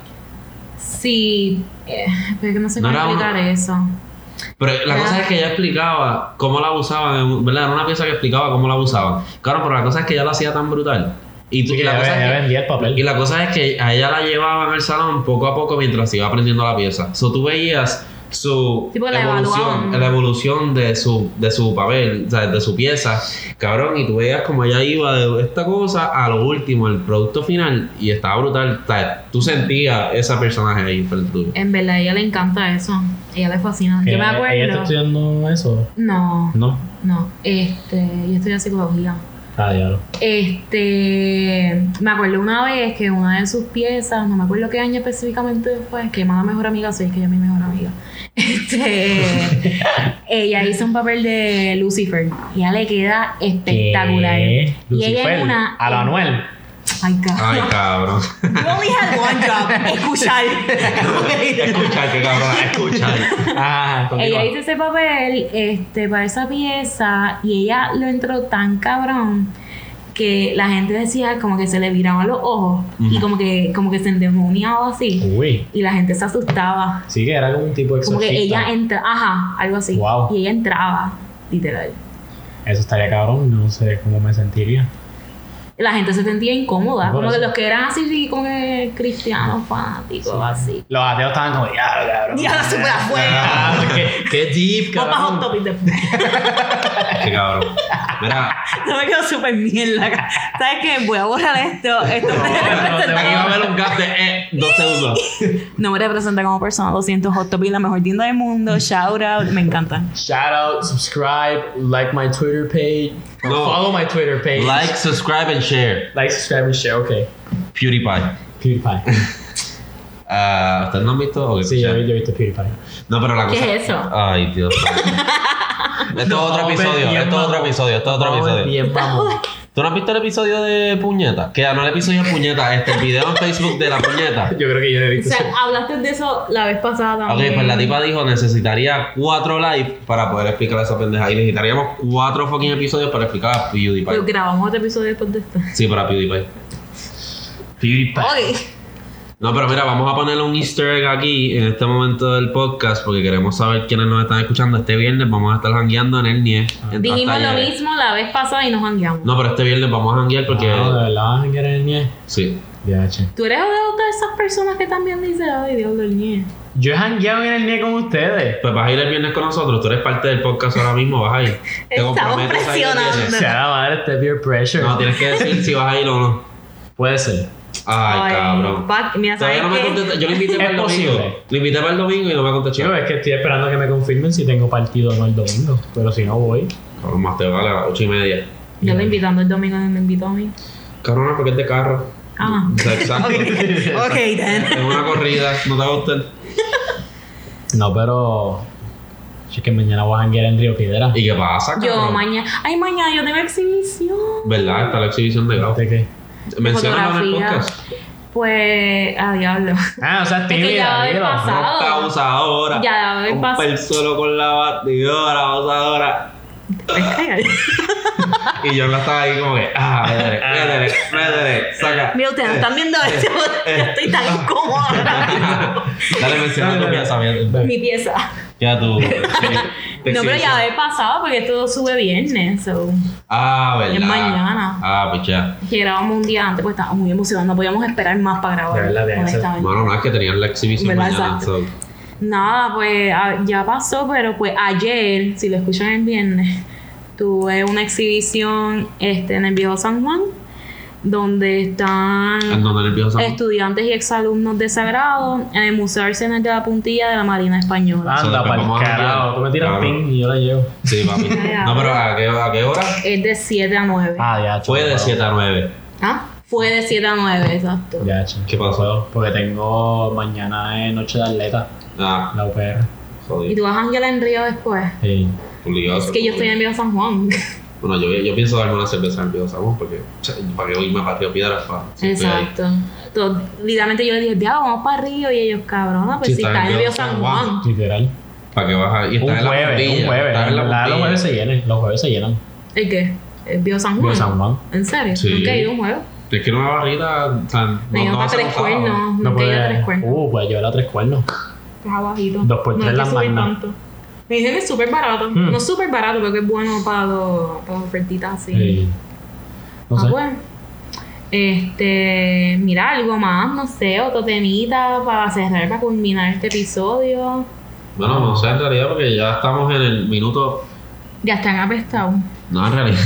[SPEAKER 3] Sí. eh, pero que no sé
[SPEAKER 2] No
[SPEAKER 3] cómo
[SPEAKER 2] era
[SPEAKER 3] explicar eso.
[SPEAKER 2] Pero la
[SPEAKER 3] Ah.
[SPEAKER 2] cosa es que ella explicaba cómo la abusaban, en- ¿verdad? Era una pieza que explicaba cómo la abusaban. Claro, pero la cosa es que ella lo hacía tan brutal. Y, tú,
[SPEAKER 1] Sí,
[SPEAKER 2] y la
[SPEAKER 1] ya,
[SPEAKER 2] cosa es
[SPEAKER 1] ve-
[SPEAKER 2] que-
[SPEAKER 1] ya vendía el papel.
[SPEAKER 2] Y la cosa es que a ella la llevaban al salón poco a poco mientras iba aprendiendo la pieza. So, tú veías su
[SPEAKER 3] Tipo, la
[SPEAKER 2] evolución,
[SPEAKER 3] evaluaban.
[SPEAKER 2] la evolución de su, de su papel, o sea, de su pieza, cabrón, y tú veías como ella iba de esta cosa a lo último, el producto final, y estaba brutal. O sea, tú sentías ese personaje ahí frente tuyo.
[SPEAKER 3] En verdad, a ella le encanta eso. Ella le fascina.
[SPEAKER 1] Que
[SPEAKER 3] Yo me
[SPEAKER 1] Ella está
[SPEAKER 3] acuerdo.
[SPEAKER 1] estudiando eso.
[SPEAKER 3] No,
[SPEAKER 1] No.
[SPEAKER 3] no. Este, yo estudié psicología.
[SPEAKER 1] Ah, diablo.
[SPEAKER 3] Este, me acuerdo una vez que una de sus piezas, no me acuerdo qué año específicamente fue, que mala mejor amiga, soy que ella es mi mejor amiga. Este, ella hizo un papel de Lucifer y ella le queda espectacular.
[SPEAKER 1] ¿Qué?
[SPEAKER 3] Y ella
[SPEAKER 1] Lucifer,
[SPEAKER 3] es una.
[SPEAKER 1] A la Anuel.
[SPEAKER 3] Ay, cabrón.
[SPEAKER 2] Ay, cabrón.
[SPEAKER 4] You only had one job, escuchar.
[SPEAKER 2] escucha, que cabrón, escucha.
[SPEAKER 1] Ah,
[SPEAKER 3] Ella hizo ese papel este, para esa pieza y ella lo entró tan cabrón que la gente decía como que se le viraban los ojos y
[SPEAKER 2] Ujú.
[SPEAKER 3] como que, como que se endemoniaba así.
[SPEAKER 1] Uy.
[SPEAKER 3] y la gente se asustaba.
[SPEAKER 1] Sí que era como un tipo
[SPEAKER 3] Como
[SPEAKER 1] exorcista.
[SPEAKER 3] que ella entra, ajá, algo así.
[SPEAKER 1] Wow.
[SPEAKER 3] Y ella entraba, literal.
[SPEAKER 1] Eso estaría cabrón, no sé cómo me sentiría.
[SPEAKER 3] la gente se sentía incómoda.
[SPEAKER 1] Por
[SPEAKER 3] Como que
[SPEAKER 1] eso.
[SPEAKER 3] los que eran así, sí, como que cristianos, fanáticos, así.
[SPEAKER 1] Los ateos estaban como, ya, cabrón.
[SPEAKER 4] Diablo, súper afuera.
[SPEAKER 1] Ah, qué, qué deep,
[SPEAKER 4] Vamos para Hot
[SPEAKER 1] cabrón.
[SPEAKER 4] Topic después.
[SPEAKER 2] Qué cabrón. Mira,
[SPEAKER 4] No me quedo súper mierda. ¿Sabes qué? Voy a borrar esto. Esto
[SPEAKER 2] no,
[SPEAKER 4] me
[SPEAKER 2] no, tengo que ir a
[SPEAKER 4] representa.
[SPEAKER 2] ver un gap de eh, dos segundos.
[SPEAKER 4] como- No me representa como persona. Lo siento, Hot Topic, la mejor tienda del mundo. Shout out. Me encanta.
[SPEAKER 1] Shout out, subscribe, like my Twitter page.
[SPEAKER 2] No.
[SPEAKER 1] Follow my Twitter page.
[SPEAKER 2] Like, subscribe and share.
[SPEAKER 1] like subscribe and share, ok.
[SPEAKER 2] PewDiePie.
[SPEAKER 1] PewDiePie.
[SPEAKER 2] Ah, ¿Ustedes no han visto? Ok,
[SPEAKER 1] Sí, yo,
[SPEAKER 2] ya.
[SPEAKER 1] yo he visto PewDiePie.
[SPEAKER 2] No, pero la cosa.
[SPEAKER 3] ¿Qué es eso?
[SPEAKER 2] Ay, Dios. Esto es
[SPEAKER 1] No,
[SPEAKER 2] otro
[SPEAKER 1] hombre,
[SPEAKER 2] episodio,
[SPEAKER 1] bien
[SPEAKER 2] esto es otro
[SPEAKER 1] mamón.
[SPEAKER 2] episodio, esto es otro
[SPEAKER 1] Vamos,
[SPEAKER 2] episodio.
[SPEAKER 1] Bien, vamos.
[SPEAKER 2] ¿Tú no has visto el episodio de Puñeta? Que no el episodio de Puñeta, este el video en Facebook de la Puñeta.
[SPEAKER 1] Yo creo que yo no he
[SPEAKER 3] O
[SPEAKER 1] visto
[SPEAKER 3] sea,
[SPEAKER 1] eso.
[SPEAKER 3] hablaste de eso la vez pasada
[SPEAKER 2] Ok,
[SPEAKER 3] también.
[SPEAKER 2] pues la tipa dijo necesitaría cuatro lives para poder explicar esa pendeja. Y necesitaríamos cuatro fucking episodios para explicar a
[SPEAKER 3] Pues
[SPEAKER 2] PewDiePie.
[SPEAKER 3] grabamos otro episodio después de este.
[SPEAKER 2] Sí, para PewDiePie. PewDiePie.
[SPEAKER 4] Ok.
[SPEAKER 2] No, pero mira, vamos a ponerle un easter egg aquí en este momento del podcast porque queremos saber quiénes nos están escuchando. Este viernes vamos a estar jangueando en el NIE. en
[SPEAKER 3] Dijimos lo
[SPEAKER 2] Talleres.
[SPEAKER 3] mismo la vez pasada y nos hangueamos.
[SPEAKER 2] No, pero este viernes vamos a janguear porque...
[SPEAKER 1] No, de verdad vas a querer el nie.
[SPEAKER 2] Sí.
[SPEAKER 1] DH.
[SPEAKER 3] Tú eres una de esas personas que también dice, ay, Dios del nie.
[SPEAKER 1] Yo he hangueado en el nie con ustedes.
[SPEAKER 2] Pues vas a ir el viernes con nosotros. Tú eres parte del podcast ahora mismo, vas a ir. Te
[SPEAKER 4] Estamos
[SPEAKER 2] comprometes a ir el viernes.
[SPEAKER 1] O sea, la madre, este peer pressure.
[SPEAKER 2] No, tienes que decir si vas a ir o no.
[SPEAKER 1] Puede ser.
[SPEAKER 2] Ay, cabrón.
[SPEAKER 4] Pac, mira, ¿sabes
[SPEAKER 2] Todavía no me
[SPEAKER 4] qué?
[SPEAKER 2] contestó. Yo lo invité
[SPEAKER 1] Es
[SPEAKER 2] para el domingo.
[SPEAKER 1] posible.
[SPEAKER 2] Lo invité para el domingo y no me contestó.
[SPEAKER 1] Chico, es que estoy esperando que me confirmen si tengo partido o no el domingo. Pero si no voy.
[SPEAKER 2] Cabrón, más te vale a las ocho y media.
[SPEAKER 3] Yo lo invitando el domingo y me invitó a mí.
[SPEAKER 2] Cabrona, porque es de carro.
[SPEAKER 3] Ah.
[SPEAKER 2] O sea, exacto.
[SPEAKER 4] Ok, then.
[SPEAKER 2] Es una corrida, no te va a gustar.
[SPEAKER 1] No, pero. Es que mañana voy a hanguear en Río Piedra.
[SPEAKER 2] ¿Y qué pasa,
[SPEAKER 3] Yo
[SPEAKER 2] cabrón?
[SPEAKER 3] mañana, ay, mañana yo tengo exhibición.
[SPEAKER 2] ¿Verdad? Está la exhibición de Gao.
[SPEAKER 1] ¿De qué?
[SPEAKER 2] Menciónalo en el
[SPEAKER 3] Fotografía.
[SPEAKER 2] podcast.
[SPEAKER 3] Pues, a diablo.
[SPEAKER 1] Ah, o sea,
[SPEAKER 3] que
[SPEAKER 1] tímida.
[SPEAKER 3] ya va a haber
[SPEAKER 1] dilo.
[SPEAKER 3] pasado.
[SPEAKER 2] No estamos ahora.
[SPEAKER 3] Ya la vez
[SPEAKER 2] Un
[SPEAKER 3] pasada.
[SPEAKER 2] pel solo con la batidora, vamos ahora. Y yo la estaba ahí como que, ah, métele, métele, métele, saca.
[SPEAKER 4] Mira, ustedes no están viendo esto. Yo estoy tan incómoda ahora mismo.
[SPEAKER 2] Dale, pues, menciona tu pensamiento.
[SPEAKER 4] Mi pieza.
[SPEAKER 2] Ya tú. sí, te
[SPEAKER 3] No, pero
[SPEAKER 2] exhibes.
[SPEAKER 3] ya la vez pasada porque esto sube viernes. So.
[SPEAKER 2] Ah, verdad.
[SPEAKER 3] Es mañana.
[SPEAKER 2] Ah, pues ya.
[SPEAKER 3] Que grabamos un día antes, pues estábamos muy emocionados. No podíamos esperar más para grabar.
[SPEAKER 1] De verdad, de
[SPEAKER 3] honestamente.
[SPEAKER 2] Bueno, no es que tenían la exhibición
[SPEAKER 3] ¿Verdad?
[SPEAKER 2] mañana.
[SPEAKER 3] Exacto.
[SPEAKER 2] so.
[SPEAKER 3] Nada, pues a- ya pasó, pero pues ayer, si lo escuchan el viernes, tuve una exhibición este, en el viejo San Juan, donde están
[SPEAKER 2] ¿En dónde nervioso?
[SPEAKER 3] estudiantes y exalumnos de Sagrado en el Museo Arsenal de la Puntilla de la Marina Española.
[SPEAKER 2] Eso
[SPEAKER 1] Ah, Anda,
[SPEAKER 2] después vamos
[SPEAKER 1] pa'l
[SPEAKER 2] a
[SPEAKER 1] carajo.
[SPEAKER 2] hanguear.
[SPEAKER 1] Tú me tiras
[SPEAKER 2] Claro.
[SPEAKER 1] ping y yo la llevo.
[SPEAKER 2] Sí, papi. No, pero ¿a qué, a qué hora?
[SPEAKER 3] Es de 7 a 9.
[SPEAKER 1] Ah, ya,
[SPEAKER 2] Fue de
[SPEAKER 1] chaval.
[SPEAKER 2] 7 a 9.
[SPEAKER 3] ¿Ah? Fue de 7 a 9, exacto.
[SPEAKER 1] Ya, chaval.
[SPEAKER 2] ¿Qué pasó?
[SPEAKER 1] Porque tengo mañana es noche de atleta,
[SPEAKER 2] Ah,
[SPEAKER 1] la UPR.
[SPEAKER 3] ¿Y
[SPEAKER 2] jodido.
[SPEAKER 3] tú vas a Ángela en Río después?
[SPEAKER 1] Sí.
[SPEAKER 2] Obligado.
[SPEAKER 3] Es que yo estoy en Viejo San Juan.
[SPEAKER 2] Bueno, yo, yo pienso darme una cerveza en Viejo Sabón porque o sea, para que hoy me partió piedras para. si estoy ahí.
[SPEAKER 3] Exacto. Entonces, literalmente yo le dije, diablo, vamos para Río. Y ellos, cabrona, pues
[SPEAKER 2] Sí,
[SPEAKER 3] si está en Viejo San Juan.
[SPEAKER 1] Literal.
[SPEAKER 2] Para que vas ahí.
[SPEAKER 1] Un
[SPEAKER 2] Estás en la
[SPEAKER 1] jueves,
[SPEAKER 2] puntilla,
[SPEAKER 1] un jueves.
[SPEAKER 2] estás en la
[SPEAKER 1] La- los
[SPEAKER 2] puntilla.
[SPEAKER 1] jueves se llenan. Los jueves se llenan.
[SPEAKER 3] ¿El qué? ¿El Bio San Juan?
[SPEAKER 1] Los San Juan.
[SPEAKER 3] ¿En serio?
[SPEAKER 2] Sí.
[SPEAKER 3] Nunca he ido a un juego.
[SPEAKER 2] Es que una barrita. O sea, no,
[SPEAKER 3] Me
[SPEAKER 2] no
[SPEAKER 3] llevan
[SPEAKER 2] va a
[SPEAKER 3] para
[SPEAKER 2] ser
[SPEAKER 3] tres
[SPEAKER 2] un sábado.
[SPEAKER 3] cuernos. Nunca he ido a tres cuernos.
[SPEAKER 1] Uh, pues llevar a tres cuernos.
[SPEAKER 3] Está abajito.
[SPEAKER 1] Dos por
[SPEAKER 3] No
[SPEAKER 1] tres
[SPEAKER 3] hay que
[SPEAKER 1] las
[SPEAKER 3] subir
[SPEAKER 1] mandan.
[SPEAKER 3] tanto. Me dicen que es súper barato.
[SPEAKER 1] Hmm.
[SPEAKER 3] No es súper barato, pero que es bueno para, los- para las ofertitas así.
[SPEAKER 1] Sí. No
[SPEAKER 3] Ah,
[SPEAKER 1] sé.
[SPEAKER 3] bueno. Este, mira, algo más, no sé, otro temita para cerrar, para culminar este episodio.
[SPEAKER 2] Bueno, no sé en realidad porque ya estamos en el minuto.
[SPEAKER 3] Ya están apestados.
[SPEAKER 2] No, en realidad.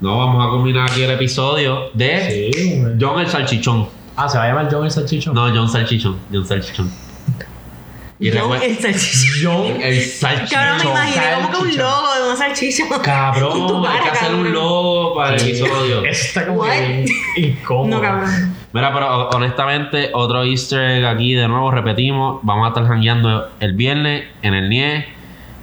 [SPEAKER 2] no, vamos a combinar aquí el episodio de
[SPEAKER 1] Sí, güey.
[SPEAKER 2] John el Salchichón.
[SPEAKER 1] Ah, se va a llamar John el Salchichón.
[SPEAKER 2] No, John Salchichón. John Salchichón. Y
[SPEAKER 4] Yo,
[SPEAKER 2] recuerda.
[SPEAKER 4] el salchichón.
[SPEAKER 1] John
[SPEAKER 2] El Salchichón.
[SPEAKER 4] Cabrón, me imaginé como que un logo de una salchicha.
[SPEAKER 2] Cabrón,
[SPEAKER 4] Tu
[SPEAKER 2] hay
[SPEAKER 4] cara,
[SPEAKER 2] que hacer un
[SPEAKER 4] cabrón.
[SPEAKER 2] logo para el episodio.
[SPEAKER 1] Eso está como
[SPEAKER 4] What?
[SPEAKER 1] que incómodo.
[SPEAKER 4] No, cabrón.
[SPEAKER 2] Mira, pero honestamente, otro easter egg aquí de nuevo, repetimos, vamos a estar jangueando el viernes en el NIE.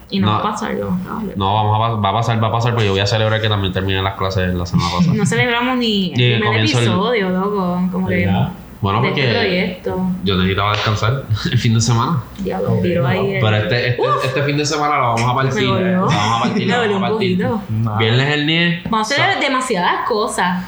[SPEAKER 3] Y no, va
[SPEAKER 2] No.
[SPEAKER 3] a pasar algo.
[SPEAKER 2] No, vamos a, pas- va a pasar, va a pasar, pero yo voy a celebrar que también terminé las clases la semana pasada.
[SPEAKER 3] No celebramos ni el
[SPEAKER 2] Y
[SPEAKER 3] primer
[SPEAKER 2] comienza el-
[SPEAKER 3] episodio, loco. Como que
[SPEAKER 1] ¿Verdad?
[SPEAKER 2] Bueno,
[SPEAKER 3] de este
[SPEAKER 2] porque
[SPEAKER 3] proyecto.
[SPEAKER 2] yo necesitaba descansar el fin de semana.
[SPEAKER 3] Ya lo tiró ahí. el-
[SPEAKER 2] Pero este, este, este fin de semana lo vamos a partir.
[SPEAKER 3] Me dolió.
[SPEAKER 2] Lo vamos a partir,
[SPEAKER 3] Me
[SPEAKER 2] lo
[SPEAKER 3] dolió
[SPEAKER 2] vamos
[SPEAKER 3] un
[SPEAKER 2] a partir.
[SPEAKER 3] poquito.
[SPEAKER 1] No.
[SPEAKER 2] Viernes el NIE.
[SPEAKER 3] Vamos a hacer demasiadas cosas.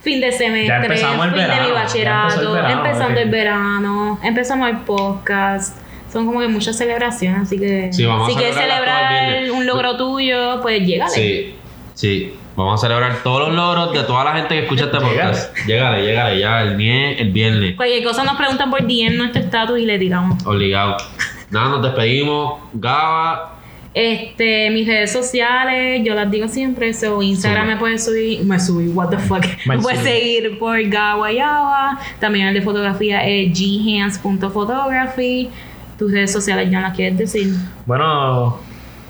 [SPEAKER 3] Fin de semestre,
[SPEAKER 1] Ya empezamos el
[SPEAKER 3] fin de mi
[SPEAKER 1] verano, ya empezó el
[SPEAKER 3] bachillerato,
[SPEAKER 1] verano,
[SPEAKER 3] empezando
[SPEAKER 1] madre.
[SPEAKER 3] el verano, empezamos el podcast. Son como que muchas celebraciones, así que
[SPEAKER 2] Sí, vamos a
[SPEAKER 3] si quieres
[SPEAKER 2] celebrarlas todas el
[SPEAKER 3] celebrar
[SPEAKER 2] viernes.
[SPEAKER 3] un logro tuyo, pues llégale.
[SPEAKER 2] Sí, sí. Vamos a celebrar todos los logros de toda la gente que escucha este podcast. Llegale, llegale, ya el, mie- el viernes.
[SPEAKER 3] Cualquier cosa nos preguntan por DM nuestro estatus y le tiramos.
[SPEAKER 2] Obligado. Nada, nos despedimos. Gaba.
[SPEAKER 3] Este, mis redes sociales, yo las digo siempre, so Instagram
[SPEAKER 2] Sube.
[SPEAKER 3] me puedes subir, me subí, what the fuck.
[SPEAKER 1] Me
[SPEAKER 3] Me puedes
[SPEAKER 1] sube.
[SPEAKER 3] seguir por Gawayaba, también el de fotografía es ghands.photography. Tus redes sociales ya las quieres decir.
[SPEAKER 1] Bueno,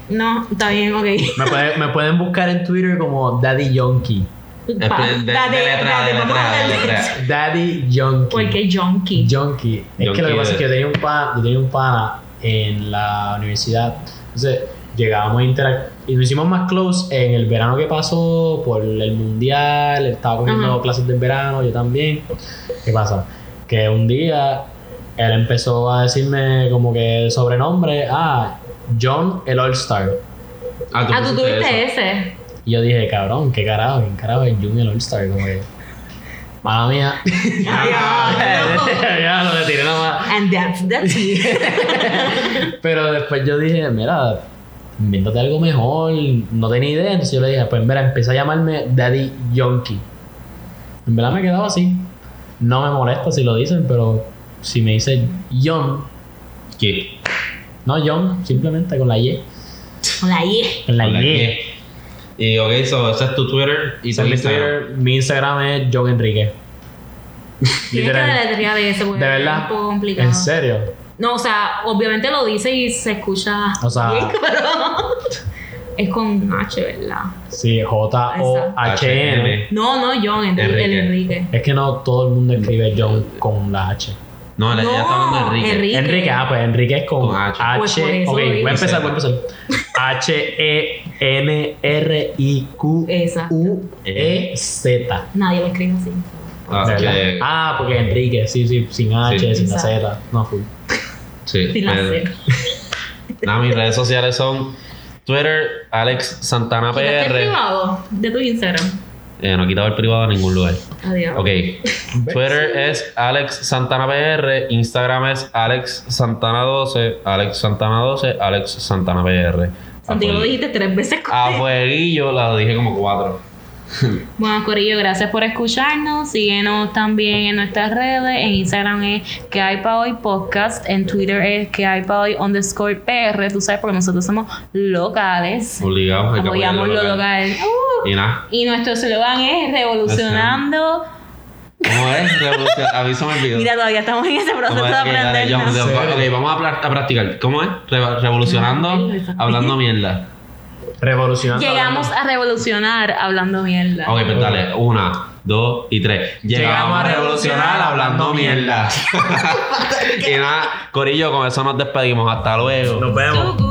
[SPEAKER 3] No, está bien, ok.
[SPEAKER 1] me, puede- me pueden buscar en Twitter como Daddy Yonky.
[SPEAKER 3] Pa,
[SPEAKER 2] Espe- este, de-
[SPEAKER 3] date,
[SPEAKER 2] de letra,
[SPEAKER 3] date,
[SPEAKER 2] de
[SPEAKER 3] vamos
[SPEAKER 2] letra,
[SPEAKER 3] a
[SPEAKER 2] de
[SPEAKER 3] darle.
[SPEAKER 2] letra.
[SPEAKER 1] Daddy Yonky.
[SPEAKER 3] Porque junkie.
[SPEAKER 1] Yonki. Es
[SPEAKER 2] Yonki
[SPEAKER 1] que lo que pasa
[SPEAKER 2] de-
[SPEAKER 1] es que yo tenía un pana, yo tenía un pana en la universidad. Entonces, llegábamos a interactuar. Y nos hicimos más close en el verano que pasó por el mundial. Él estaba cogiendo
[SPEAKER 3] Ajá.
[SPEAKER 1] clases de verano, yo también. ¿Qué pasa? Que un día él empezó a decirme como que el sobrenombre, ah, John el All Star.
[SPEAKER 3] Ah,
[SPEAKER 2] Ah,
[SPEAKER 3] tú
[SPEAKER 2] pusiste
[SPEAKER 3] tuviste
[SPEAKER 2] eso.
[SPEAKER 3] ese.
[SPEAKER 1] Y yo dije, cabrón, qué carajo, qué carajo es John el All Star, como que. Mala mía.
[SPEAKER 2] Ah,
[SPEAKER 1] ya lo retiré nomás.
[SPEAKER 3] And that's that's it.
[SPEAKER 1] Pero después yo dije, mira, invéntate algo mejor. No tenía idea. Entonces yo le dije, pues mira, empieza a llamarme Daddy Yonky. En verdad me quedaba así. No me molesta si lo dicen, pero si me dice Yon,
[SPEAKER 2] ¿Qué?
[SPEAKER 1] no Yon, simplemente con la Y.
[SPEAKER 3] La Y.
[SPEAKER 1] Con la,
[SPEAKER 2] Hola,
[SPEAKER 1] y.
[SPEAKER 2] ¿qué? Y ok, so, ese es tu Twitter y
[SPEAKER 1] Ese es
[SPEAKER 2] tu
[SPEAKER 1] mi
[SPEAKER 2] Instagram.
[SPEAKER 1] Twitter. Mi Instagram es John Enrique.
[SPEAKER 3] Tienes que
[SPEAKER 1] Literal.
[SPEAKER 3] deletrear de ese
[SPEAKER 1] De
[SPEAKER 3] porque es
[SPEAKER 1] verdad.
[SPEAKER 3] un poco complicado.
[SPEAKER 1] En serio.
[SPEAKER 3] No, o sea, obviamente lo dice y se escucha.
[SPEAKER 1] O
[SPEAKER 2] Ah.
[SPEAKER 1] sea-
[SPEAKER 3] bien, pero es con H, ¿verdad?
[SPEAKER 1] Sí, J-O-H-N.
[SPEAKER 3] No, no, John, Enrique.
[SPEAKER 2] Enrique.
[SPEAKER 3] El Enrique.
[SPEAKER 1] Es que no todo el mundo escribe John con la H.
[SPEAKER 2] No, la, ya está hablando de Enrique.
[SPEAKER 3] Enrique.
[SPEAKER 1] Enrique, ah, pues Enrique es con
[SPEAKER 2] Con H.
[SPEAKER 1] H.
[SPEAKER 3] Pues por eso E
[SPEAKER 1] ok,
[SPEAKER 3] lo
[SPEAKER 1] voy
[SPEAKER 3] dije.
[SPEAKER 1] a empezar, voy a empezar.
[SPEAKER 3] E
[SPEAKER 1] H-E-N-R-I-Q-U-E-Z.
[SPEAKER 3] Nadie lo escribe así.
[SPEAKER 2] Así
[SPEAKER 1] ¿Verdad?
[SPEAKER 2] que-
[SPEAKER 1] Ah, porque Enrique, sí, sí, sin H,
[SPEAKER 2] Sí.
[SPEAKER 1] sin la Z. No, full.
[SPEAKER 2] Sí.
[SPEAKER 3] Ah, Sí, la
[SPEAKER 2] pero-
[SPEAKER 3] sé.
[SPEAKER 2] Nada, mis redes sociales son Twitter, Alex Santana
[SPEAKER 3] Quítate el
[SPEAKER 2] PR.
[SPEAKER 3] privado de tu Instagram.
[SPEAKER 2] Eh, no he quitado el privado en ningún lugar.
[SPEAKER 3] Adiós.
[SPEAKER 2] Ok. Twitter es Alex Santana PR. Instagram es Alex Santana 12. Alex Santana 12. Alex Santana PR.
[SPEAKER 3] Contigo lo
[SPEAKER 2] Afueguillo.
[SPEAKER 3] dijiste tres veces. con-
[SPEAKER 2] A fueguillo la dije como cuatro.
[SPEAKER 3] Bueno, Corillo, gracias por escucharnos. Síguenos también en nuestras redes. En Instagram es que hay pa' hoy podcast. En Twitter es que hay pa' hoy underscore PR. Tú sabes, porque nosotros somos locales.
[SPEAKER 2] Obligamos a
[SPEAKER 3] Apoyamos lo local. Uh,
[SPEAKER 2] Y nada.
[SPEAKER 3] Y nuestro eslogan es revolucionando.
[SPEAKER 2] ¿Cómo es? Revolución. A mí se me olvidó.
[SPEAKER 3] Mira, todavía estamos en ese proceso
[SPEAKER 2] ¿Cómo
[SPEAKER 3] de
[SPEAKER 2] es? Que dale, yo-
[SPEAKER 3] aprendernos.
[SPEAKER 2] Ok, vamos a, pla- a practicar. ¿Cómo es? Re- revolucionando, hablando mierda.
[SPEAKER 1] Revolucionando.
[SPEAKER 3] Llegamos a revolucionar hablando mierda.
[SPEAKER 2] Ok, pues dale, una, dos y tres. Llegamos a revolucionar hablando mierda. y nada, Corillo, con eso nos despedimos. Hasta luego.
[SPEAKER 1] Nos vemos.
[SPEAKER 3] Tucu.